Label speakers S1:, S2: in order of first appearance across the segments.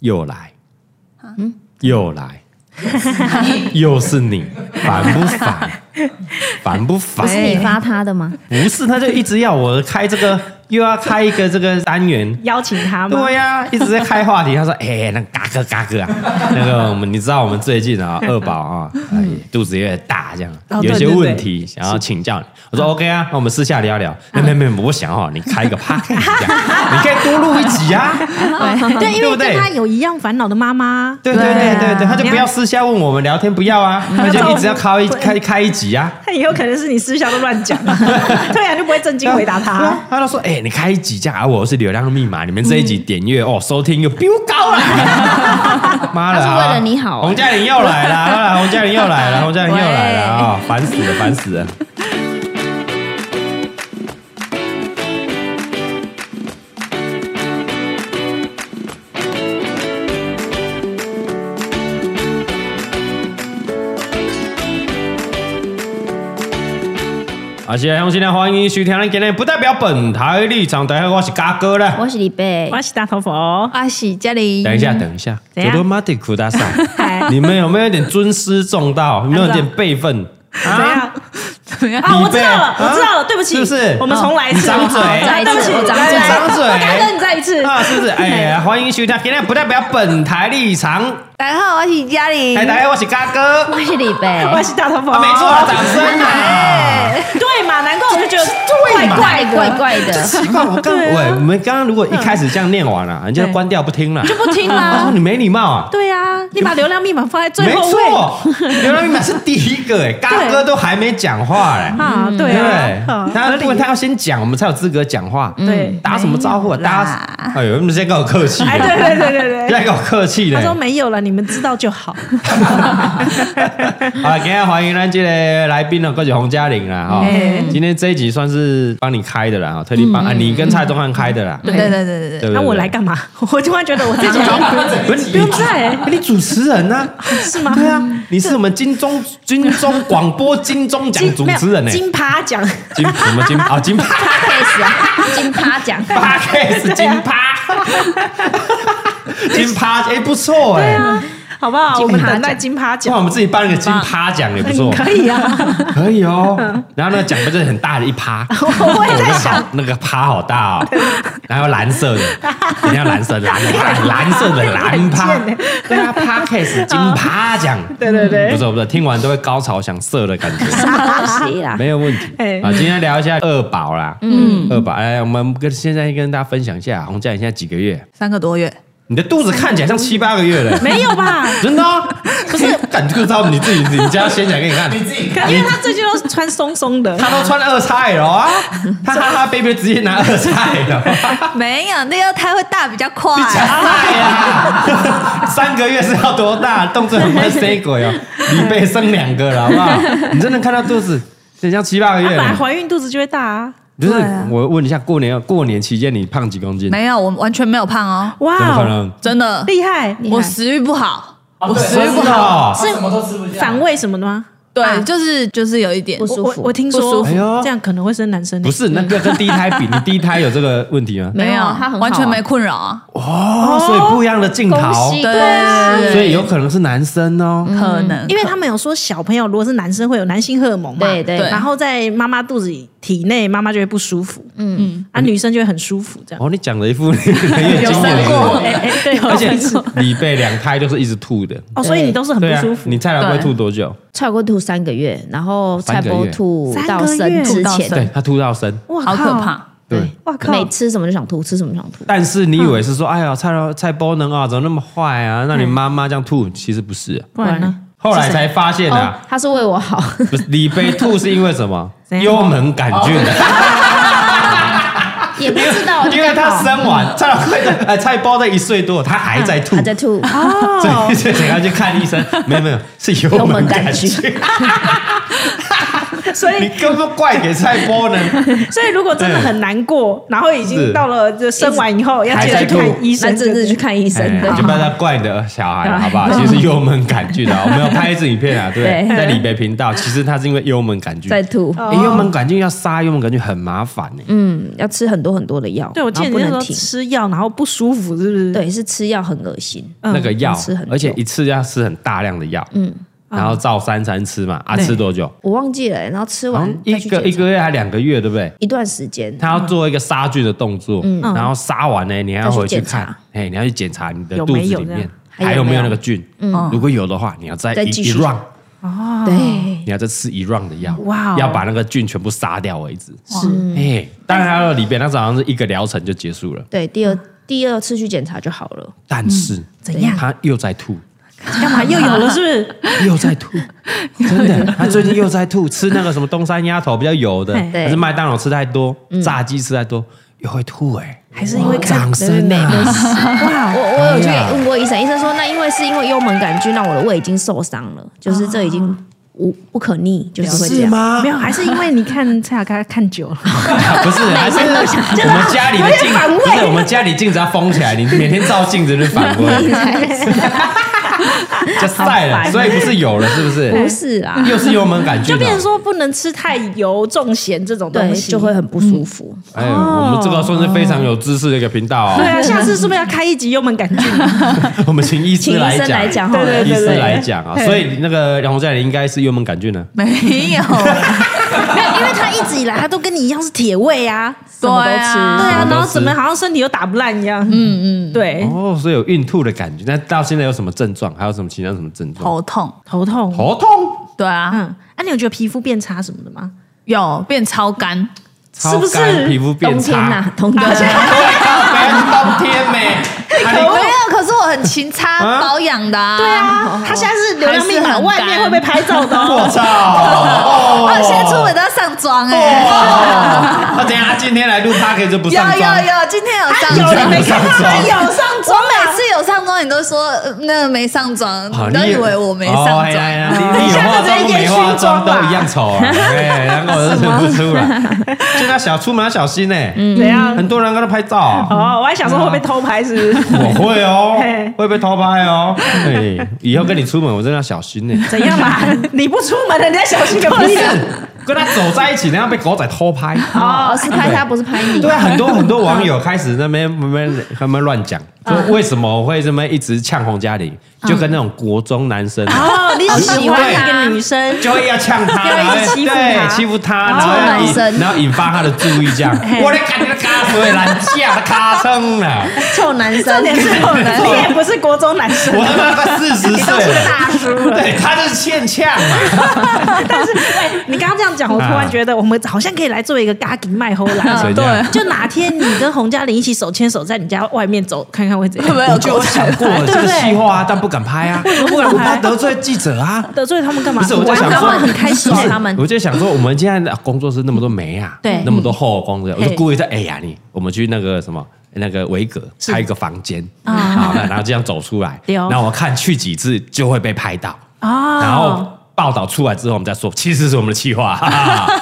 S1: 又来，
S2: 啊
S1: 又 来，又是你，烦不 烦？烦不
S3: 不是
S1: 烦？
S3: 你发他的吗？
S1: 不是，他就一直要我开这个，又要开一个这个单元，
S2: 邀请他吗？
S1: 对呀、一直在开话题。他说：“哎、那嘎哥嘎哥 啊，那个我们你知道我们最近啊，二宝啊，哎肚子有点大，这样、
S2: 嗯哦
S1: 有一些
S2: 对对对嗯
S1: 问题想要请教你。”我说：“OK 啊，那我们私下聊聊。没没没，我想哦，你开 一个 p a r t 你可以多录一集啊。
S2: 对，因
S1: 对
S2: 为
S1: 不对
S2: 跟他有一样烦恼的妈妈，
S1: 对对
S3: 对
S1: 对
S3: 啊
S1: 对对，他就不要私下问我们聊天，不要啊，他就一直要开一开开一集啊。
S2: 他以后可能是你私下都乱 讲，对啊呀，就不会正经回答
S1: 对
S2: 他
S1: 啊。他就说：“哎、你开一集这样，啊，我是流量密码，你们这一集点阅、哦，收听又飙高了，妈的、
S3: 他
S1: 啊！
S3: 是为了你好
S1: 洪嘉玲又来了，好啦洪嘉玲又来了，洪嘉玲又来了啊、烦死了，烦死了！啊，现在用现在欢迎收听咱今天不代表本台立场，大家好，我是嘎哥啦。
S3: 我是李贝，嗯
S2: 我是大头佛，哦
S3: 我是嘉玲。
S1: 等一下，等一下，
S2: 怎样
S1: 多马蒂库大赛，
S2: 嗨
S1: 你们有没有一点尊师重道？有没有一
S2: 按照
S1: 点辈分？啊
S2: 怎啊样？
S3: 一下，
S2: 啊，
S1: 你
S2: 我知
S1: 被
S2: 道了，
S1: 啊
S2: 我知道了，对不起，
S1: 是不是
S2: 我们重来一次，
S1: 你张嘴
S2: 啊对不起，
S3: 我张
S2: 来
S3: 嘴
S2: 来
S1: 张嘴
S2: 我刚跟你再一次，
S1: 啊，是不是？哎呀，欢迎收听，今天不代表本台立场。
S3: 大家好，我是嘉玲
S1: 哎，大家好，我是嘎哥，
S2: 哦
S3: 我是李贝，
S2: 我是大头佛，哦
S1: 啊，没错啊，掌声啊！
S2: 哎对嘛？难怪我就觉得
S1: 对嘛
S2: 怪怪
S3: 怪哎怪
S2: 的，
S3: 怪的，
S1: 奇怪，我刚
S2: 对
S1: 喂
S2: 啊，
S1: 我们刚刚如果一开始这样念完了，人家
S2: 对
S1: 关掉不听了，就
S2: 不听啦
S1: 哦，。你没礼貌啊！
S2: 对啊，你把流量密码放在最
S1: 没
S2: 后位
S1: 错，流浪密码是第一个 哎，嘎哥都还没讲话哎。
S2: 啊，对
S1: 对
S2: 啊，啊，
S1: 他
S2: 合
S1: 不
S2: 理
S1: 他要先讲，我们才有资格讲话。
S2: 对
S1: 打什么招呼啊？
S3: 没有
S1: 大
S3: 啦
S1: 家，哎呦，你们在跟我客气的，
S2: 哎，对对 对对对。
S1: 在跟我客气的
S2: 他。说没有了，你们知道就好。
S1: 好了，今天欢迎咱这个来宾呢，各是洪嘉玲啦哦哈
S2: 哎。
S1: 今天这一集算是帮你开的啦，哈特地
S2: 嗯
S1: 帮啊你跟蔡宗汉开的啦。
S3: 对对对对对
S1: 对不对
S2: 那我来干嘛？ 我突然觉得我 自己
S1: 不是
S2: 不用在
S1: 你你主持人呐？
S2: 是吗？
S1: 对啊，你是我们金 钟金钟广播金钟奖
S2: 金
S1: 主
S2: 没有
S1: 持人呢。
S2: 金趴奖，
S1: 金什么金啊 金趴
S3: ，Podcast 啊，金趴 奖，
S1: 趴 K
S2: 啊
S1: 是金 趴，金趴哎不错哎。
S2: 啊好不好？
S3: 金趴奖
S2: 我们等待金趴
S1: 哇，
S2: 奖
S1: 我，们自己办了个金趴奖 也不错，
S2: 可以啊。
S1: 可以 哦。然后那个奖杯就是很大的一趴，
S2: 我也在想，
S1: 那个趴好大 哦。然后蓝色的，人家蓝色蓝 蓝蓝色的蓝趴
S2: 很贱，
S1: 对啊，趴 case 金趴奖，
S2: 对对 对
S1: 不错不错，听完都会高潮想射的 感觉，
S3: 东西啦，
S1: 没有问题
S2: 哎
S1: 啊。今天聊一下二宝啦，嗯，二宝，哎，我们跟现在跟大家分享一下，洪嘉颖现在几个月？
S4: 三个多月，
S1: 你的肚子看起来像七八个月了，
S2: 没有吧？
S1: 真的啊？不是，感觉到你自己，你家先讲给你 看，
S2: 因为他最近都穿松松的，
S1: 他都穿二叉 L 啊，他哈哈 baby 直接拿二叉 L，
S4: 没有那个胎会大比较快，
S1: 哎呀，三个月是要多大？动作很慢，say 鬼哦，你被生两个了，好不好？你真的看到肚子，很像七八个
S2: 他
S1: 月
S2: 本来
S1: 了。
S2: 怀孕肚子就会大啊。
S1: 就是
S4: 对啊
S1: 我问一下，过年过年期间你胖几公斤？
S4: 没有，我完全没有胖哦，
S1: 怎么
S2: 哇
S1: 可
S2: 哦，
S1: 能？
S4: 真的，
S2: 厉害！
S3: 厉害
S4: 我食欲不好，
S2: 啊
S4: 我食
S1: 真
S4: 欲不
S1: 的
S4: 好，
S1: 哦？
S2: 是什么都吃不下，反胃什么的吗？啊
S4: 对，就是就是有一点
S3: 不舒
S2: 我
S3: 服
S2: 我听说
S4: 不舒
S1: 服哎呦
S2: 这样可能会生男生欸
S1: 不。是，那个跟第一胎比，你第一胎有这个问题吗？
S3: 没有啊，他很好啊
S4: 完全没困扰啊，
S1: 哦，所以不一样的镜
S3: 恭
S1: 头，
S3: 喜，嗯
S4: 对
S1: 所以有可能是男生哦。
S4: 可能
S2: 因为他们有说小朋友如果是男生会有男性荷尔蒙嘛，
S3: 对对
S2: 然后在妈妈肚子里体内，妈妈就会不舒服，嗯，啊，女生就会很舒服这样。
S1: 哦，你讲的一副 你很有经验
S4: 生过
S1: 的
S2: 哎哎，对，
S1: 而且
S2: 有生过
S1: 李贝两胎都是一直吐的，
S2: 哦，所以你都是很不
S1: 对啊
S2: 舒，服
S1: 你。菜鸟会吐多久？
S3: 蔡国吐三个月，然后蔡
S1: 三个
S3: 波
S1: 月
S3: 吐
S2: 三
S3: 到
S2: 个月
S3: 生之
S4: 到
S3: 前
S4: 生，
S1: 对他吐到生，
S2: 哇
S4: 好可！怕，
S1: 对。
S2: 哇靠！
S3: 每吃什么就想吐，吃什么就想吐。
S1: 但是你以为是说，哎呀，蔡老蔡波能啊，怎么那么坏啊？让你妈妈这样吐，其实不是。
S2: 不然呢？
S1: 后来才发现
S3: 哦
S1: 啊，，
S3: 他是为我好，
S1: 不是李贝吐是因为什么？
S2: 怎样
S1: 幽门杆菌，
S3: 也不知道，
S1: 因为他生完蔡老快的，哎，蔡波在一岁多，他还在吐
S3: 他，在吐，
S1: 所以所以他去看医生，没有没有，是幽
S3: 幽
S1: 门
S3: 门
S1: 杆
S3: 杆
S1: 菌
S3: 菌。
S2: 所
S1: 你
S2: 以
S1: 根本怪给蔡波呢，
S2: 所以如果真的很难过，然后已经
S1: 是
S2: 到了就生完以后要记得去看医生，
S3: 那真的去看医生
S1: 哎
S3: 的啊
S1: 就。不要再怪你的小孩了，好不好？其实幽门杆菌啊，我们有拍一支影 片啊，对不对，
S3: 对
S1: 在李北频道，其实它是因为幽门杆菌。
S3: 在吐，
S1: 哎幽门杆菌要杀幽门杆菌很麻烦呢。
S3: 嗯，要吃很多很多的药，
S2: 对，我记得
S3: 然
S2: 你
S3: 后
S2: 那时候
S3: 不能停，
S2: 吃药，然后不舒服，是不是？，嗯
S3: 对，是吃药很恶心，
S1: 那个药
S3: 嗯吃很，久
S1: 而且一次要吃很大量的药，嗯，然后照三餐吃嘛，啊，
S2: 对
S1: 吃多久？
S3: 我忘记了、欸然后吃
S1: 好
S3: 完
S1: 像
S3: 再
S1: 一
S3: 去
S1: 个
S3: 检
S1: 一
S3: 查嗯
S1: 个月还两个月，对不对？
S3: 一段时间，
S1: 他要做一个杀菌的动作，然后杀完呢，你还要回去
S3: 嗯再去检查
S1: 看，哎，你要去检查你的
S2: 有
S1: 肚子
S2: 没有
S1: 里
S2: 这
S1: 面
S2: 样
S1: 还有没有那个菌，
S4: 嗯
S1: 如果有的话，你要再
S3: 再
S1: 一
S3: 继
S1: 一
S3: 续
S1: round，
S3: 对，
S1: 你要再吃一 round 的药，
S2: 哇哦
S1: 要把那个菌全部杀掉为止。
S2: 是
S1: 哎，当然还有里边，它好像是一个疗程就结束了，
S3: 对，第二第二次去检查就好了，
S1: 但是
S4: 怎样
S1: 他又在吐，
S2: 干嘛又有了？是不是？
S1: 又在吐，真的，他最近又在吐，吃那个什么东山鸭头比较油的，
S2: 嘿
S3: 对
S1: 还是麦当劳吃太多，炸鸡吃太多又会吐，哎，
S2: 还是因为
S1: 掌声啊！
S2: 哇
S3: 我我有去
S1: 哎呀
S3: 问过医生，医生说那因为是因为幽门杆菌让我的胃已经受伤了，就是这已经无不可逆，就是会这
S1: 是
S3: 样。
S1: 吗
S2: 没？有，还是因为你看蔡雅刚看久了，
S1: 啊不是，还是我们家里的镜，不是我们家里镜子要封起来，你每天照镜子就反光， 就晒
S3: 好
S1: 了，
S3: 烦
S1: 所以不是有了，是不
S3: 不
S1: 是？
S3: 是啦，
S1: 又是幽门杆菌
S2: 就
S1: 啊，
S2: 变成说 不能吃太油、重咸这种
S3: 对
S2: 东，西，
S3: 就会很不舒服。
S1: 哎，我们这个算是非常有知识的一个频道
S2: 对
S1: 啊，
S2: 啊。下次是不是要开一集幽门杆菌？
S1: 我们请医
S3: 请
S1: 师
S3: 医生来
S1: 来讲，
S3: 讲好了
S2: 对，
S1: 医
S2: 对
S1: 师
S2: 对
S1: 来讲啊，所以那个杨红家里应该是幽门杆菌 呢。啊
S4: 没 有，
S2: 没有，因为他一 直以来他都跟你一样是铁胃啊，
S4: 对
S3: 什么都 吃
S2: 对
S4: 啊，
S1: 什么，
S2: 啊
S1: 都
S2: 然后
S1: 吃
S2: 怎么好像身体又打不烂一样？嗯嗯，对，
S1: 哦，所以有孕吐的感觉。那到现在有什么症状？还有什么其他什么症状？
S4: 头痛，
S2: 头痛，
S1: 头痛，
S4: 对啊，
S2: 嗯，啊，你有觉得皮肤变差什么的吗？
S4: 有变超干，
S2: 是不是
S1: 超干皮肤变
S3: 冬天啊
S1: 差？
S3: 呐，冬天
S1: 冬天没，啊
S4: 没
S1: 你
S4: 有，可是我很勤
S1: 啊
S4: 擦保养的，对
S2: 对啊，他现在是流量密
S4: 还是
S2: 码，
S4: 很
S2: 外面会被拍照的哦。
S1: 我操！哦
S4: 哦，现在出门都要上妆哎，
S1: 哦，那等一下他今天来录 p a r k 就不
S4: 有
S1: 上
S4: 有
S1: 妆，
S4: 有，今天有上
S1: 有
S4: 妆，
S1: 你没看到吗
S2: 他有上
S4: 我
S2: 妆
S4: 每次有上妆，你都说呃那个没上妆，
S1: 哦
S4: 你都以为我没上
S1: 哦
S4: 妆
S1: 哎。呀哎呀你你有化妆跟没化妆都一样丑 啊！哎，然后我就认不出来。现在小出门要小心呢，
S4: 嗯
S2: 怎样？
S1: 很多人跟他拍照啊。
S2: 哦，我还想说会不会偷拍，是不是？
S1: 我会哦
S2: 嘿，
S1: 会被偷拍哦。哎，以后跟你出门我真的要小 心呢。
S2: 怎样啦？你不出门了，你在小心个屁啊！
S1: 跟他走在一起，然后被狗仔偷拍。
S3: 哦，是拍他不是拍 你
S1: 对，啊，很多很多网友开始那边那边他们乱讲，说为什么会这么一直呛洪嘉玲，就跟那种国中男生啊
S2: 哦，你喜欢
S4: 对
S2: 一个女生，
S1: 就会要呛他，
S2: 要
S1: 然后
S2: 一直欺负
S1: 对
S2: 他
S1: 欺负他，哦然后要
S3: 男
S1: 引
S3: 生
S1: 然后引发他的注意，这 样。我在看你的咖啡蓝架咖撑了，
S3: 臭男生，
S2: 重点是你也不是国中男生，
S1: 我他妈快四十岁了，
S2: 大叔了。
S1: 对，他就是欠呛嘛。
S2: 但是哎你刚刚这样讲，我突然觉得我们好像可以来做一个嘎吉麦后
S4: 啊
S2: 来。
S1: 啊 怎样
S2: 就哪天你跟洪嘉玲一起手牵手在你家外面走，看看会 怎样？
S4: 没有
S1: 我就有想 过了这个计划啊，但不敢拍啊，
S2: 么不敢
S1: 我怕
S2: 拍
S1: 得罪记者啊。
S2: 得罪他们干嘛？
S1: 不是我在想
S2: 玩
S1: 说
S2: 他们很开心，欸他们
S1: 我就想说，我们现在的工作室那么多媒啊，
S2: 对
S1: 那么多后工的，我就
S2: 嘿
S1: 故意在哎呀你，我们去那个什么。那个维格
S2: 是
S1: 开一个房间，
S2: 啊
S1: 好，那然后这样走出 来，
S2: 对哦
S1: 然后我看去几次就会被拍到，
S2: 哦
S1: 然后报道出来之后，我们再说，其实是我们的计划， 哈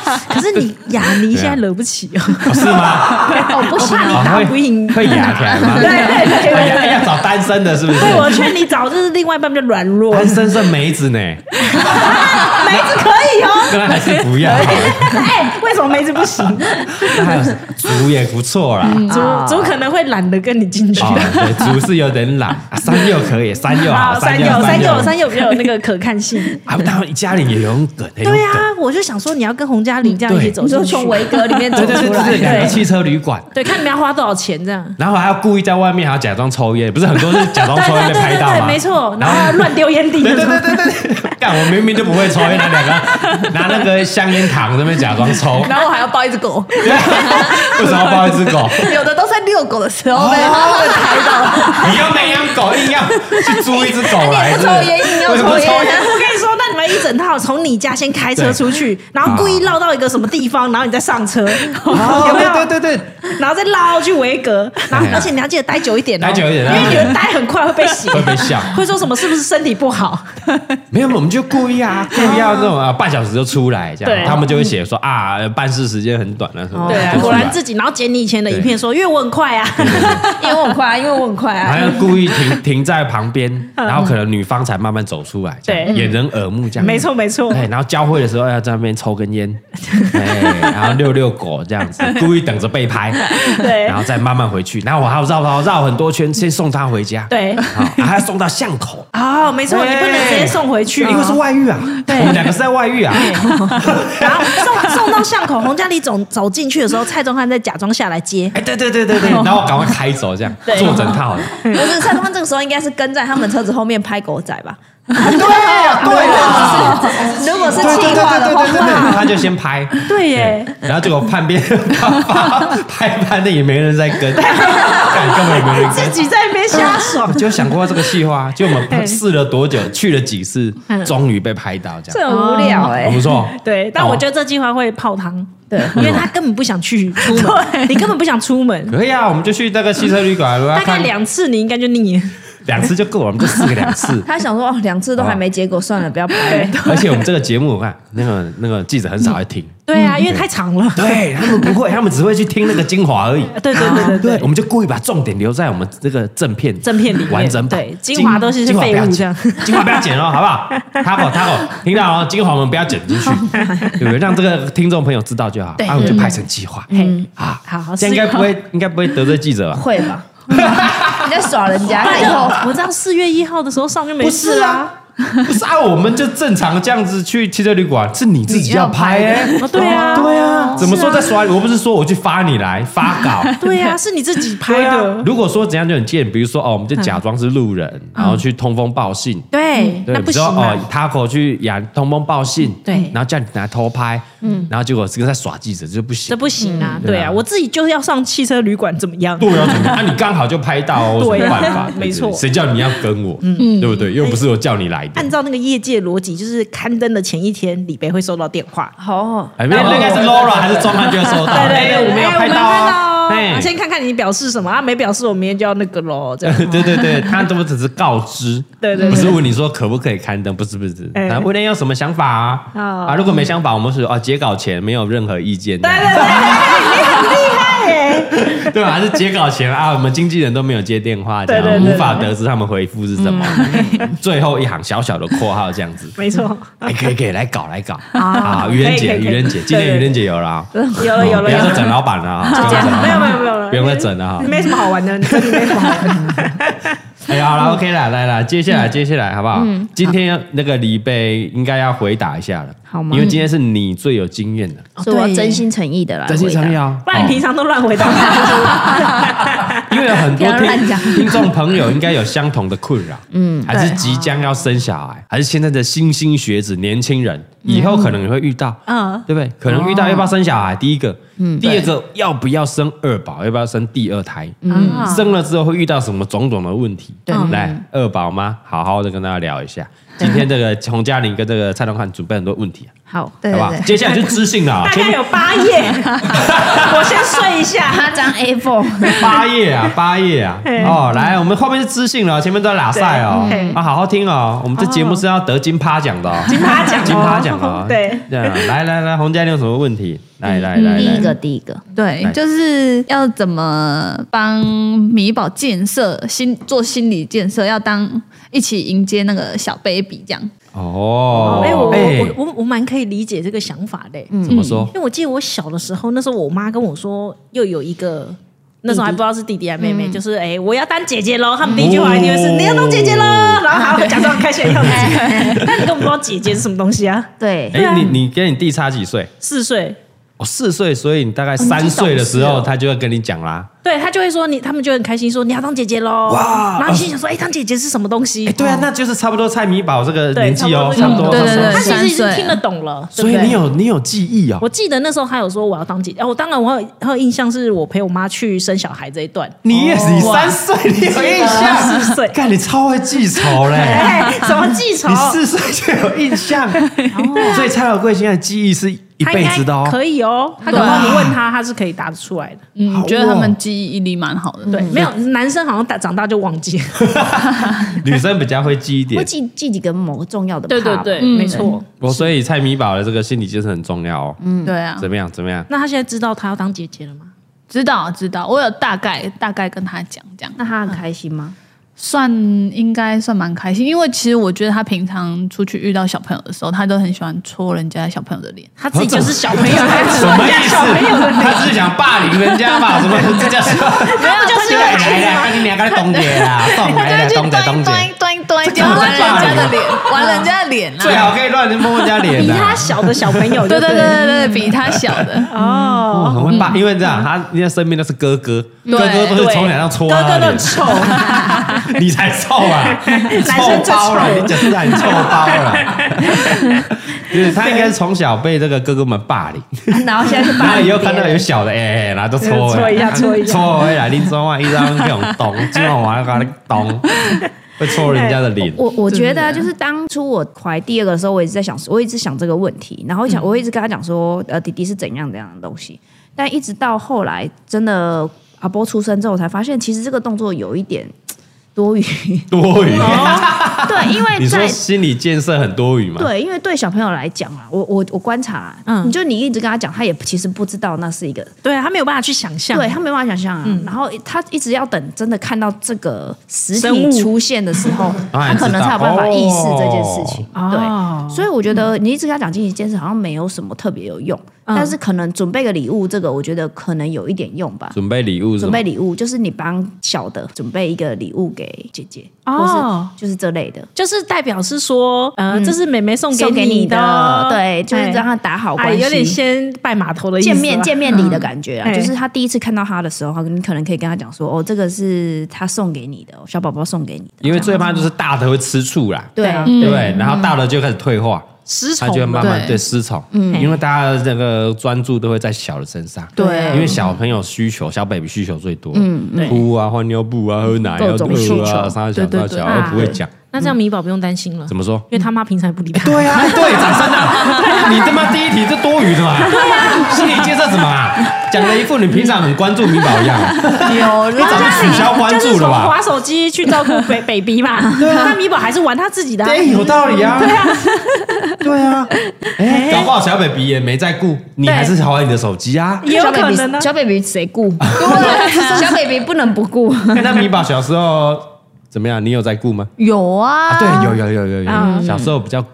S1: 哈
S2: 可是你雅尼现在惹不起 哦，
S1: 哦是吗？
S2: 我不啊怕你
S1: 哦
S2: 打不
S1: 会
S2: 赢。
S1: 会牙起来吗？
S2: 对对对对
S1: 哎呀要找单身的，是不是？
S2: 对，我劝你找就是另外一半比较 软弱，
S1: 单身是梅子呢，梅
S2: 梅子可以哦。
S1: 那还是不要好了，
S2: 哎，为什么梅子不行？
S1: 那还有竹也不错啦，
S2: 竹竹可能会懒得跟你进去。
S1: 哦，对，竹是有点懒，啊三幼可以，三幼好，
S2: 三
S1: 幼
S2: 友三
S1: 幼
S2: 友三友比较有那个可看性。
S1: 啊，当然家里也有梗，很有嗯
S2: 对
S1: 梗
S2: 啊，我就想说你要跟洪嘉玲这样一起走
S3: 你
S2: 出
S3: 说
S2: 去，
S3: 从维格里 面走
S1: 对对对
S3: 出
S1: 对对，
S3: 来，
S1: 两个汽车旅馆。
S2: 对，看你们要花多少钱这样。
S1: 然后还要故意在外面还要假装抽烟，不是很多是假装
S2: 对
S1: 抽烟被
S2: 对对
S1: 拍
S2: 对
S1: 到吗？
S2: 对，没错，然后还要乱丢烟蒂
S1: 对
S2: 那
S1: 对对
S2: 种。
S1: 对对，干我明明就不会抽烟，拿两个拿那个香烟糖在那边假装抽，
S4: 然后我还要抱一只狗，
S1: 为什么要抱一只狗？
S4: 有的都在遛狗的时候被
S1: 哦
S4: 拍到，
S1: 你又没养狗，硬要去租一只狗
S4: 你
S1: 来，
S4: 也不抽烟，你
S1: 为
S4: 又
S1: 什
S4: 抽
S1: 么抽
S4: 烟啊
S1: 烟？
S2: 我跟你说，那你们了一整套，从你家先开车出去，然后故意绕到一个什么地方，然后你再上车， 有没有？
S1: 啊对对对对，
S2: 然后再绕去维格，然后而且你要记得待久一点、哦，
S1: 待久一点啊
S2: 因为你们待很快会被洗，
S1: 会被笑
S2: 会说什么是不是身体不好？
S1: 没有，我们就故意啊，故意要这种啊，半小时就出来这
S2: 对
S1: 样，他们就会写说啊，办事时间很短啊什么的。
S2: 对、啊
S1: 就，出
S2: 果
S1: 来
S2: 然自己，然后剪你以前的影片说，因为我很快啊，
S4: 因为我很快啊，因为我很快
S1: 还
S4: 啊。
S1: 要故意停停在旁边，然后可能女方才慢慢走出来，这样
S2: 对
S1: 掩人耳目这样。
S2: 没错没错，
S1: 对，然后交会的时候要在那边抽根烟，哎，然后遛遛狗这样子，故意等着被拍，
S2: 对
S1: 然后再慢慢回去。然后我还要绕绕绕很多圈，先送她回家，
S2: 对
S1: 好，还要送到巷口，
S2: 哦，没错，你不能直接送回去，
S1: 因为是外遇啊，我们两个是在外遇啊，
S2: 然后送送到巷口，洪嘉丽总走进去的时候，蔡宗翰在假装下来接。
S1: 哎，对对对对对，然后我赶快开走，这样
S2: 对
S1: 做整套的，
S4: 不是蔡康这个时候应该是跟在他们车子后面拍狗仔吧？
S1: 对对啊，
S4: 如果是
S1: 对对对
S4: 气话的
S1: 对对
S4: 话，
S1: 对，他就先拍，
S2: 对
S1: 对，然后结果叛变，拍拍的也没人在跟，干根本也没人跟
S2: 自。己在那边 瞎爽，
S1: 就想过这个计划，就我们试了多久，去了几次，终于被拍到，这
S4: 这
S1: 样
S4: 很无聊哎
S1: 很。不错。
S2: 哦对，但我觉
S1: 得
S2: 得这计划会泡汤，
S4: 对，。
S2: 因为他根本不想去出 门，你根本不想出门，
S1: 可以啊，我们就去那个汽车旅馆，我要
S2: 大概
S1: 看
S2: 两次你应该就腻了。
S1: 两次就够了，我们就试个两次
S4: 他想说哦，两次都还没结果，算了，不要拍 了。
S1: 而且我们这个节目，我看那个那个记者很少会听，
S2: 对啊，因为太长了。
S1: 对他们不会，他们只会去听那个精华而已。
S2: 对对对对对
S1: 我们就故意把重点留在我们这个正片
S2: 正片里面
S1: 完整版，
S2: 对精华都是些
S1: 精华不要
S2: 废物
S1: 剪
S2: 这样
S1: 精华不要剪哦，好不 好？Taco Taco，听到哦，精华我们不要剪进去，对不对？让这个听众朋友知道就好，
S2: 对嗯
S1: 然后我们就拍成计划
S2: 嘿，
S1: 啊。
S2: 好哦
S1: 这样应该
S2: 四月
S1: 不会，应该不会得罪记者 吧？
S4: 会 吧？你在耍人家，
S2: 不
S4: 那
S2: 然
S4: 以后
S2: 就我知道四月一号的时候上就没
S1: 不
S2: 事
S1: 是
S2: 啦。
S1: 啊，不是啊，我们就正常这样子去汽车旅馆，是你自己要拍哎。
S2: 哦，对啊，
S1: 对啊，怎么说在耍你？我不是说我去发你来发 稿，
S2: 对啊，是你自己拍
S1: 对啊
S2: 的，。
S1: 如果说怎样就很贱，比如说哦，我们就假装是路人，然后去通风报信。
S2: 对，
S1: 对，
S2: 那不
S1: 比如
S2: 行
S1: 说
S2: 啊
S1: 哦。，Taco 去演通风报信，
S2: 对
S1: 然后叫你拿偷拍，嗯，然后结果这个在耍记者，这不行
S2: 这。不行啊，
S1: 对啊
S2: 对啊，我自己就是要上汽车旅馆，怎么样？
S1: 对啊，怎么样啊，你刚好就拍到哦，有
S2: 对
S1: 什么
S2: 啊
S1: 办法？
S2: 没错哎
S1: 谁叫你要跟我，对不对？又不是我叫你来的
S2: 按。照那个业界逻辑，就是刊登的前一天，李贝会收到电话。
S4: 好，
S1: 哎，那那应该是 Laura 还是庄汉就收到？哎我没有拍到
S2: 哦
S1: 啊。
S2: 啊
S1: 哎，
S2: 先看看你表示什么啊，没表示，我明天就要那个喽。这样，啊
S1: 对对对，他怎么只是告知？
S2: 对对对
S1: 不是问你说可不可以刊登，不是不是，
S2: 哎
S1: 啊，问你有什么想法啊？
S2: 哦
S1: 啊，如果没想法，我们是啊，截稿前没有任何意见，对
S2: 对对对，你很厉害耶！
S1: 对吧？还是截稿前啊，我们经纪人都没有接电话，这
S2: 对对
S1: 样
S2: 对
S1: 无法得知他们回复是什么。 最后一行小小的括号这样子，
S2: 没错，
S1: 哎，可以可以，来搞来搞啊！愚人
S2: 可
S1: 节，
S2: 以可以
S1: 愚人节，今
S2: 对
S1: 年
S2: 对
S1: 愚人节有了啊，
S2: 有了有
S1: 不
S2: 了有
S1: 要再
S2: 了，
S1: 整老板了 啊，不要再整
S2: 没有没有没有了，
S1: 不用再整了哈。
S2: 没什么好玩的，真的没什么好玩的。
S1: 哎呀，好了，OK 啦，来啦，接下来，接下来，好不好？今天要那个李贝应该要回答一下了，
S4: 好吗
S1: 因为今天是你最有经验的，
S3: 所以我要
S4: 对耶
S3: 嗯真心诚意的来回答，
S1: 啊
S2: 不然你平常都乱回答。
S1: 哦因为有很
S4: 不
S1: 多
S4: 要乱讲
S1: 听听众朋友应该有相同的困扰，嗯，还是即将要生小孩，还是现在的新兴学子、年轻人，以后可能也会遇到，
S2: 嗯
S1: 嗯，对不对？可能遇
S2: 哦
S1: 到要不要生小孩，第一个，第二个要不要生二宝，要不要生第二胎，嗯，生了之后会遇到什么种种的问题？对，来
S2: 嗯
S1: 二宝妈好好的跟大家聊一下。今天这个洪嘉玲跟这个蔡东汉准备很多问题，啊
S3: 好，
S4: 对
S1: 好不好
S4: 对？对，
S1: 接下来就知性了啊，
S2: 大
S1: 前
S2: 概
S1: 面
S2: 有八页， 我先睡一下。
S3: 八张 A4，
S1: 八页啊，八页 啊！哦，来，我们后面是知性了，前面都在拉赛哦
S2: 对嗯。
S1: 啊，好好听哦，我们这节目是要得金趴奖的哦，
S2: 金趴奖 哦
S1: 金趴奖哦。
S2: 对
S1: 这样来来来，洪嘉玲有什么问题？来来来，
S3: 第
S2: 嗯
S3: 一
S1: 来
S3: 个，第一个，
S1: 来
S5: 对，就是要怎么帮米宝建设心做心理建设，要当一起迎接那个小 baby 这样。
S1: 哦，
S2: 哎，我
S1: 哎
S2: 我我我蛮可以理解这个想法的，
S5: 嗯
S1: 怎么说
S2: 因？为我记得我小的时候，那时候我妈跟我说，又有一个。那时候还不知道是弟弟还是妹
S1: 嗯
S2: 妹，就是哎、我要当姐姐喽。他们第一句话一定会是、
S1: 哦
S2: 你要当姐姐喽，然后还会假装很 开心的样子。但你根本不知道姐姐是什么东西啊！
S3: 对，
S1: 哎，你你跟你弟差几岁？
S2: 四岁，哦
S1: 哦，四岁，所以你大概三岁的时候，他就要跟你讲啦。
S2: 对他就会说你，他们就很开心说你要当姐姐喽。
S1: 哇
S2: 然后你心想说，哎，当姐姐是什么东西？哦
S1: 哎，对啊，那就是差不多蔡米宝这个
S2: 对
S1: 年纪哦，
S2: 差
S1: 差
S2: 不
S1: 不
S2: 多
S1: 多。
S5: 这个年纪对对对
S2: 他其实已
S5: 三
S2: 经
S5: 岁
S2: 听得懂了，对
S1: 所
S2: 不
S1: 以
S2: 对
S1: 你有你有记忆哦
S2: 我，记得那时候他有说我要当姐姐，哦，我当然我有很有印象，是我陪我妈去生小孩这一段，
S1: 你也是你三岁，你有印象？，
S2: 四岁
S1: 看你超会记仇嘞，
S2: 哎，什么记仇哦
S1: 你？四岁就有印象，所以蔡老贵现在记忆是一
S2: 他应
S1: 辈
S2: 该
S1: 子的哦。
S2: 可以哦。
S3: 啊
S2: 他搞不好你问他，他是可以答得出来的。
S5: 嗯
S1: 好，
S5: 觉得他
S1: 哦
S5: 们记忆力蛮好的。
S2: 对，
S3: 嗯
S2: 没有男生好像大长大就忘 记了。
S1: 哦 女生比较会记一
S3: 会
S1: 点。
S3: 记记几个某个重要的 part
S5: 嗯
S2: 没错。
S1: 我所以蔡米宝的这个心理建设很重要哦。
S5: 嗯，对啊，
S1: 怎么样？怎么样？
S2: 那他现在知道他要当姐姐了吗？
S5: 知道知道，我有大概大概跟他讲这样。
S3: 那他很开心吗？
S5: 算应该算蛮开心，因为其实我觉得他平常出去遇到小朋友的时候，他都很喜欢戳人家小朋友的脸。
S2: 他自己就是小朋友，
S1: 什么意 思？他只是想霸凌人家嘛？什么这叫什么？
S2: 没有就是一个孩
S1: 来
S2: 子
S1: 来，
S2: 嘛。
S1: 赶紧两个东姐啦，动来来东姐东姐，
S5: 端端
S1: 这个很棒
S5: 脸，玩人家的脸啊
S1: 最好可以乱摸人家脸
S2: 比他
S1: 啦。
S2: 小的小朋 友，
S5: 对
S2: 对
S5: 对对对对，比他小的，
S1: 哦
S2: 哦，
S1: 很会霸，因为这样，他人家身边都是哥哥，哥哥都是从脸上戳
S2: 哥
S1: 他
S2: 哥都
S1: 的
S2: 很臭，
S1: 脸，你才臭啊，臭包了，你简直让你臭包了。就是他应该是从小被这个哥哥们霸凌，
S3: 然后现在是
S1: 然
S3: 八
S1: 后以后看到有小的，哎，然后都戳
S2: 搓一下搓一下
S1: 搓回来，林中万一张这种咚，今晚我要给他咚，会戳人家的脸。
S3: 我我觉得啊
S5: 真的
S3: 就是当初我怀第二个的时候，我一直在想，我一直想这个问题，
S2: 嗯
S3: 然后想我一直跟他讲说，呃，弟弟是怎样怎样的东西，但一直到后来真的呃阿波出生之后，我才发现其实这个动作有一点 多余，
S1: 多余，
S3: 对，因为
S1: 你说
S3: 在
S1: 心理建设很多余嘛？
S3: 对，因为对小朋友来讲啊，我我我观察啊、
S2: 嗯
S3: 你就你一直跟他讲，他也其实不知道那是一个，
S2: 对他没有办法去想嗯象，
S3: 对他没办法想象啊。然后他一直要等真的看到这个实
S2: 生物
S3: 体出现的时 候，
S1: 他才
S3: 他可能
S1: 知道
S3: 才有办法意识这件事情。
S2: 哦
S3: 对，所以我觉得你一直跟他讲经济建设好像没有什么特别有用，
S2: 嗯
S3: 但是可能准备个礼物，这个我觉得可能有一点用吧。
S1: 准备礼物是啊
S3: 准
S1: 吗
S3: 备？礼物就是你帮小的准备一个礼物给姐姐，
S2: 哦
S3: 或是就是这类的。
S2: 就是代表是说，呃，这是妹妹送
S3: 送给
S2: 你
S3: 你的，对，就是让
S2: 样，
S3: 他打好
S2: 哎，
S3: 关系，
S2: 有点先拜码头的意思吧，
S3: 见面见面礼的感觉啊，
S2: 嗯
S3: 就是他第一次看到他的时候，你可能可以跟他讲说，哦，这个是他送给你的，哦小宝宝送给你的，
S1: 因为最怕就是大的会吃醋啦，
S3: 对
S2: 啊
S1: 对不对，然后大的就开始退化，
S2: 失
S1: 他就会
S2: 宠
S1: 慢
S2: 了，
S1: 慢
S5: 对
S1: 对失宠，因为大家的这个专注都会在小的身上，
S3: 对
S1: 因为小朋友需求，小 baby 需求最多，
S2: 对
S1: 哭啊、换尿布啊、喝奶啊、
S3: 各种需
S1: 饿
S3: 求
S1: 啊、撒小
S5: 对对
S1: 撒
S5: 对
S1: 小，
S2: 啊
S1: 又不会讲，
S2: 那这样米宝不用担心了
S1: 怎，么说？
S2: 因为他妈平常也不理他。
S1: 对啊，哎对，掌声啊！你他妈第一题这多余的嘛？对啊，心理建设什么啊？讲的一副你平常很关注米宝一样，啊
S5: 有
S1: 你早就取消关
S2: 就
S1: 注
S2: 是
S1: 了
S2: 从
S1: 吧？
S2: 划手机去照顾北 baby 嘛，那米宝还是玩他自己的啊，
S1: 啊对，有道理啊。对啊，对啊。哎，搞不好小 baby 也没在顾，你还是好玩你的手机啊。
S2: 也有可能呢。
S3: 小 baby 谁顾？
S5: 啊
S3: 小 baby 不能不顾。
S1: 哎那米宝小时候怎么样？你有在顾吗？
S5: 有啊，
S1: 啊，对，有有有有有，小时候比较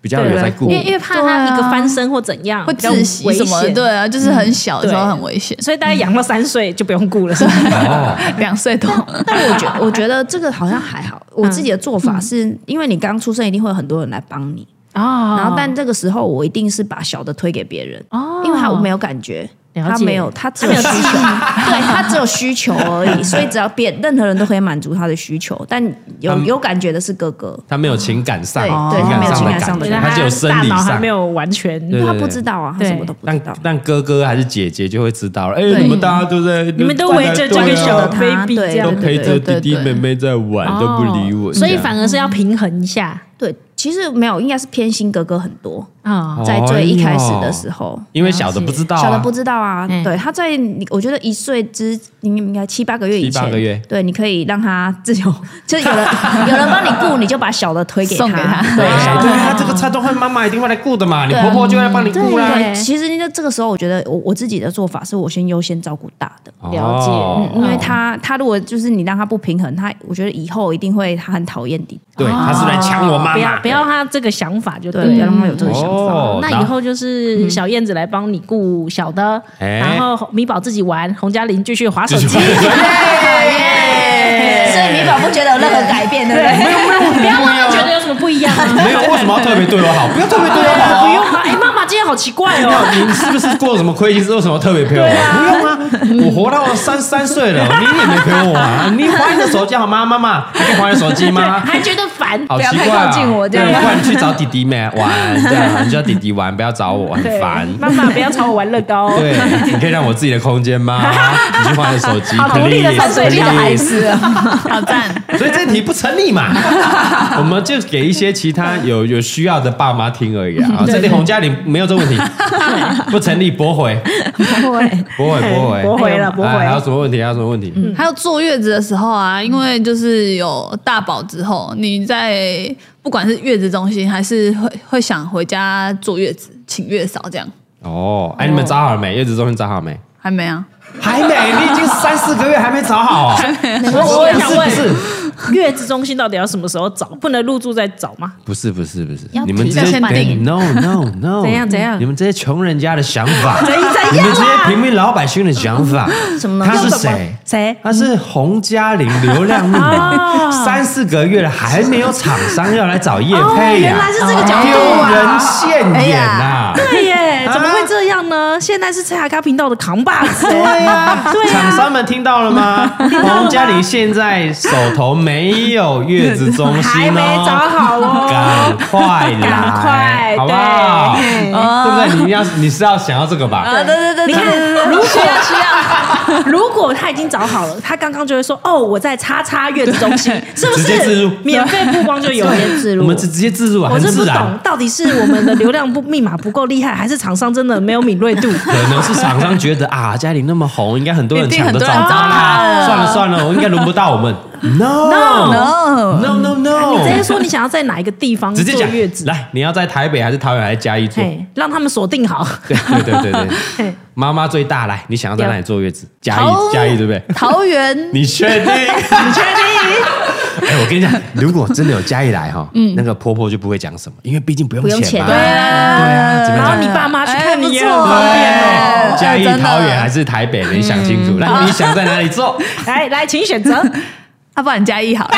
S1: 比较有在顾
S2: 因。为因为怕他一个翻身或怎样
S1: 啊
S5: 会
S2: 比较
S5: 窒息
S2: 危
S5: 什么的，
S2: 险
S5: 对，啊，就是很小
S3: 嗯
S5: 的时候
S2: 对
S5: 很危险，
S2: 所以大概养到三岁就不用顾了，是吧？
S1: 哦，
S5: 两岁 多，
S3: 但我觉我觉得这个好像还好，我自己的做
S2: 嗯
S3: 法是因为你刚出生一定会有很多人来帮你，
S2: 哦
S3: 然后但这个时候我一定是把小的推给别人，
S2: 哦
S3: 因为他没有感觉。
S2: 了解
S3: 他没有，他只有需求， 对他只有需求而 已，所以只要别任何人都可以满足他的需求，但有
S1: 嗯
S3: 有感觉的是哥哥，
S1: 他没有情感上，
S3: 对对
S1: 情
S3: 他没有情
S1: 感
S3: 感
S1: 上
S3: 上
S1: 的
S3: 的
S1: 感觉，
S3: 感
S1: 他只有生理
S2: 大脑还
S1: 上
S2: 没。有完全
S1: 对
S3: 因为他不知道啊，他
S2: 对
S3: 什么都不知
S1: 但
S3: 道。
S1: 但哥哥还是姐姐就会知道了，哎，
S5: 对
S1: 你们大家都在，
S2: 你们都围着这个小
S3: 对啊
S2: baby 这
S3: 对
S1: 都
S2: 样，
S1: 陪着弟弟
S5: 对对
S1: 妹
S5: 对
S1: 妹在玩，都不理我，
S2: 哦所以
S1: 这样
S2: 反而是要平衡一下
S3: 对，其实没有，应该是偏心哥哥很多，
S2: 啊。
S1: 哦
S3: 在最一开始的时候，
S1: 因为小的不知道啊，
S3: 小的不知道啊。
S2: 嗯
S3: 对，他在你我觉得一岁之，你应该七八个月以
S1: 七八
S3: 前，
S1: 个月
S3: 对，你可以让他自由， 就是 有人有人帮你顾，你就把小的推给
S5: 送给他
S3: 对，
S1: 哎
S3: 小
S1: 对
S3: 的。
S1: 啊，这个菜都会妈妈一定会来顾的嘛，你婆婆就会来帮你顾啦。
S3: 对，其实那这个时候，我觉得我我自己的做法是我先优先照顾大的，
S2: 了解嗯
S1: 哦
S3: 因为他他如果就是你让他不平衡，他我觉得以后一定会他很讨厌弟弟，
S1: 对，他是来抢我妈
S2: 哦
S1: 妈
S2: 不要，不要他这个想法就
S3: 对，
S2: 了
S3: 不要让他有这个想法。
S1: 嗯哦，
S2: 那
S1: 然
S2: 以后嗯就是小燕子来帮你顾小的，
S1: 哎
S2: 然后米宝自己玩，洪嘉玲继续划手
S1: 继
S2: 机
S1: 续，
S3: 所以 米宝不觉得有任何改变，对不对？
S2: 不要让他觉得有什么不一样啊。
S1: 没有为什么要特别对我好？不要特别对我好
S2: 不
S1: 哦，
S2: 用啊，哎，妈妈今天好奇怪 哦。
S1: 那你是不是过什么亏心事？为什么特别陪我玩？不用啊，我活到三三岁了，你也没陪 我玩。你还你的手机好吗，妈妈？你可以还你的手机吗？
S2: 还觉得烦，
S1: 好奇怪、啊，
S4: 不要太靠近我这样
S1: 对不然你去找弟弟妹玩，这样你去找弟弟玩，不要找我，很
S2: 对
S1: 烦。
S2: 妈妈不要吵我玩乐高。哦
S1: 对，你可以让我自己的空 间吗？你去换你的手机，
S2: 好独立的
S1: please，
S2: 三岁
S4: 你的孩
S1: please
S4: 子啊，
S5: 好赞，
S1: 所以这题不成立嘛， 我们就给一些其他有有需要的爸妈听而已 啊。啊这里洪嘉玲没有这问题，不成立，驳回，驳回，驳 回，
S2: 驳回了
S3: 啊
S2: 驳回
S1: 哎还有什么问题？还有什么问题？
S3: 嗯
S5: 还有坐月子的时候啊，因为就是有大宝之后，啊你在不管是月子中心还是会会想回家坐月子，请月嫂这样，
S1: 哦，哎，你们找好了没？月子中心找好没？
S5: 还没啊？
S1: 还 没，你已经三四个月还没找好啊？
S2: 我哎我也想
S1: 不是
S2: 问，月子中心到底要什么时候找？不能入住再找吗？
S1: 不是不是不是，
S3: 要
S1: 你们
S3: 提
S1: 这
S3: 前
S1: 些
S3: 反应
S1: no no no，
S2: 怎样怎样
S1: 你们这些穷人家的想法，你们这些平民老百姓的想法，
S3: 啊 什么呢
S1: 他是谁？
S2: 谁？
S1: 他是洪嘉玲流量密
S3: 哦
S1: 码，三四个月了还没有厂商要来找叶
S2: 哦
S1: 配呀，
S3: 哦是这个角啊哎
S1: 丢人现眼啊呐！
S2: 对耶，
S1: 啊
S2: 怎么会这样呢？现在是蔡雅刚频道的扛把子。
S1: 对呀，
S2: 啊
S1: 厂商们听到了吗？洪嘉玲现在手头没有月子中心哦，
S2: 还没找好哦
S1: 赶快来，
S2: 赶快
S1: 好不好？对不对？你要你是要想要这个吧？
S4: 对对对，
S2: 你
S4: 对
S2: 看，
S4: 对
S2: 如果需要需要， 如果他已经找好了，他刚刚就会说：“哦，我在叉叉月子中 心，是不
S1: 直接置
S2: 是
S1: 入
S2: 免费曝光就有
S3: 有？”点自
S1: 我
S3: 如
S1: 们。直直接自入啊，
S2: 我
S1: 很
S2: 是不
S1: 自
S2: 懂
S1: 然，。
S2: 到底是我们的流量不密码不够厉害，还是厂商真的没有敏锐度？
S1: 可能是厂商觉得啊，嘉玲那么红，应该很多人
S5: 一定
S1: 抢着
S5: 很
S1: 找
S5: 多人
S1: 她
S5: 找她
S1: 啦。
S2: 啊
S5: 了
S1: 算了算了，我应该轮不到我们。No
S5: No，
S1: no no
S2: 你直接
S1: no，
S2: 说你想要哎在哪一个地方
S1: 哦直接
S2: 坐
S1: 讲
S2: 月子，
S1: 来，你要在台北还是桃园还是嘉义做？
S2: 嘿，让他们锁定好。
S1: 对对对对对。
S2: 嘿
S1: 妈妈最大，来，你想要在哪里坐月子？嘉
S5: 好
S1: 义，嘉义对不对？
S5: 桃园
S1: 你确定？你确定？哎，我跟你讲，如果真的有嘉义来哈，那个婆婆就不会讲什么，因为毕竟不用
S3: 不用
S1: 钱嘛。
S3: 钱对
S1: 啊怎么
S2: 然后
S1: 讲
S2: 你爸妈去看你也很
S5: 哎不错
S2: 方便哦。
S5: 哎
S1: 对，嘉义、
S5: 真的
S1: 桃园还是台北的，你想清楚。来，你想在哪里坐？
S2: 来哎来，请选择。
S5: 啊，不然嘉义好了，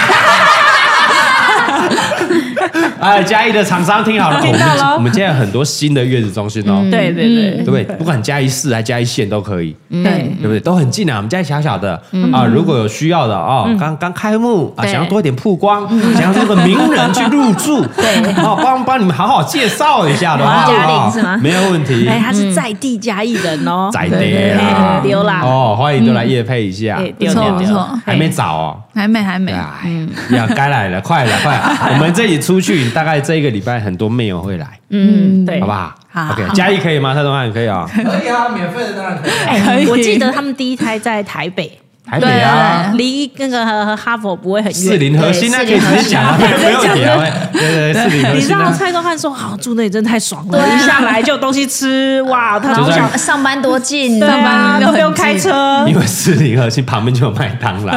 S1: 哎，嘉义的厂商听好了，我
S2: 听到
S1: 们
S2: 了
S1: 我们现在有很多新的月子中心
S3: 嗯
S5: 嗯
S1: 哦，
S2: 对对对
S1: 对不对？不管嘉义市还嘉义县都可以。
S2: 对，
S1: 对不对？都很近啊，我们家小小的啊，如果有需要的哦，刚刚开幕啊，
S3: 对
S1: 想要多一点曝光，想要这个名人去入驻，对，哦，帮帮你们好好介绍一下的话，
S3: 王嘉玲
S1: 好不好
S3: 是吗
S1: 没有问题，
S2: 哎，他是在地嘉义人哦，
S1: 在的啦，
S2: 对对对对啦
S1: 哦，欢迎都来夜配一下
S2: 对，
S5: 对
S1: 不错
S5: 对对
S1: 不错
S5: 对
S1: 还没找哦。
S5: 还没还没，
S1: 哎呀，该来了，快了，快了！我们这里出去，大概这一个礼拜很多妹友会来，
S2: 嗯，对
S1: 好不，好
S5: 好
S1: ？OK，嘉义可以吗？蔡东汉可以啊，
S6: 可以啊，免费的当然可以。
S5: 可以
S2: 我记得他们第一胎在台北，
S1: 台北
S5: 对
S1: 啊
S5: 对，
S2: 离那个哈佛不会很
S1: 四
S2: 远。
S1: 零核心，那可以直接讲啊，没有问题啊，对对对，四零核
S2: 你知
S1: 心
S2: 道
S1: 啊。
S2: 蔡宗汉说：“好住那里真的太爽了，一下来就有东西吃，哇，他好
S1: 就在
S2: 想
S1: 对
S3: 上班多近，
S2: 对啊，
S5: 离
S2: 都
S5: 得很近
S2: 不用开 车。
S1: 因为四零核心旁边就有麦当劳，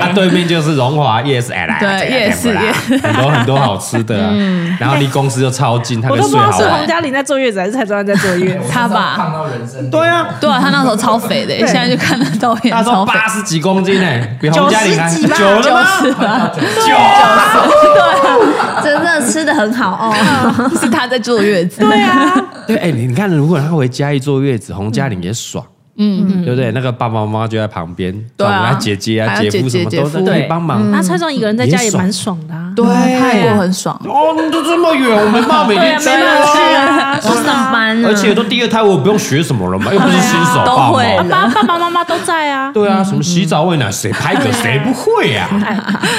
S1: 啊，对面就是荣华夜市，哎来，
S5: 对
S1: 这个
S5: 夜市
S1: 这个啦很多很多好吃的啊，然后离公司又超近，他
S2: 我
S1: 就
S2: 都不知
S1: 睡
S2: 道
S1: 好
S2: 是洪
S1: 了。
S2: 嘉玲在坐月子还是蔡宗汉在坐月子。
S5: 他吧
S6: 胖到人生。
S1: 对啊，
S5: 对啊，他那时候超肥的，现在就看得到也
S1: 那时
S5: 超
S1: 候
S5: 肥，
S1: 八十几公斤哎，比洪嘉玲还
S2: 90几吧
S1: 久了吗？
S5: 是吧？
S1: 久了，
S5: 啊
S3: 真的吃的很好哦。
S5: 是他在坐月子，
S2: 对啊，
S1: 对哎，你看，如果他回嘉义坐月子，洪嘉玲也爽。嗯，对不对？那个爸爸妈妈就在旁边，
S5: 对啊
S1: 他姐姐啊、
S5: 还有
S1: 姐夫什
S5: 姐姐
S1: 么都
S5: 姐
S1: 在
S5: 夫
S1: 可以帮忙。
S2: 那蔡宗一个人在家也蛮爽的啊。
S1: 对
S5: 泰国很爽，
S1: 哦，你都这么远，我没办法每
S2: 对啊，
S1: 天这
S2: 没办
S1: 样
S2: 法去啊。
S3: 去上班啊
S1: 而且都第二胎，我也不用学什么了嘛，又不是新手
S5: 都
S1: 爸妈
S5: 会
S2: 啊爸爸爸妈妈都在啊。
S1: 对啊，什么洗澡喂奶，谁拍的谁不会啊？
S2: 嗯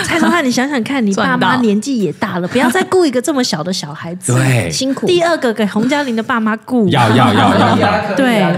S2: 蔡宗汉，你想想看，你爸
S5: 赚到
S2: 妈年纪也大了，不要再雇一个这么小的小孩子。
S1: 对，
S3: 辛苦，
S2: 第二个给洪嘉玲的爸妈雇，
S1: 要要要要
S6: 可以啊
S1: 要
S6: 可以啊
S2: 对
S6: 可以啊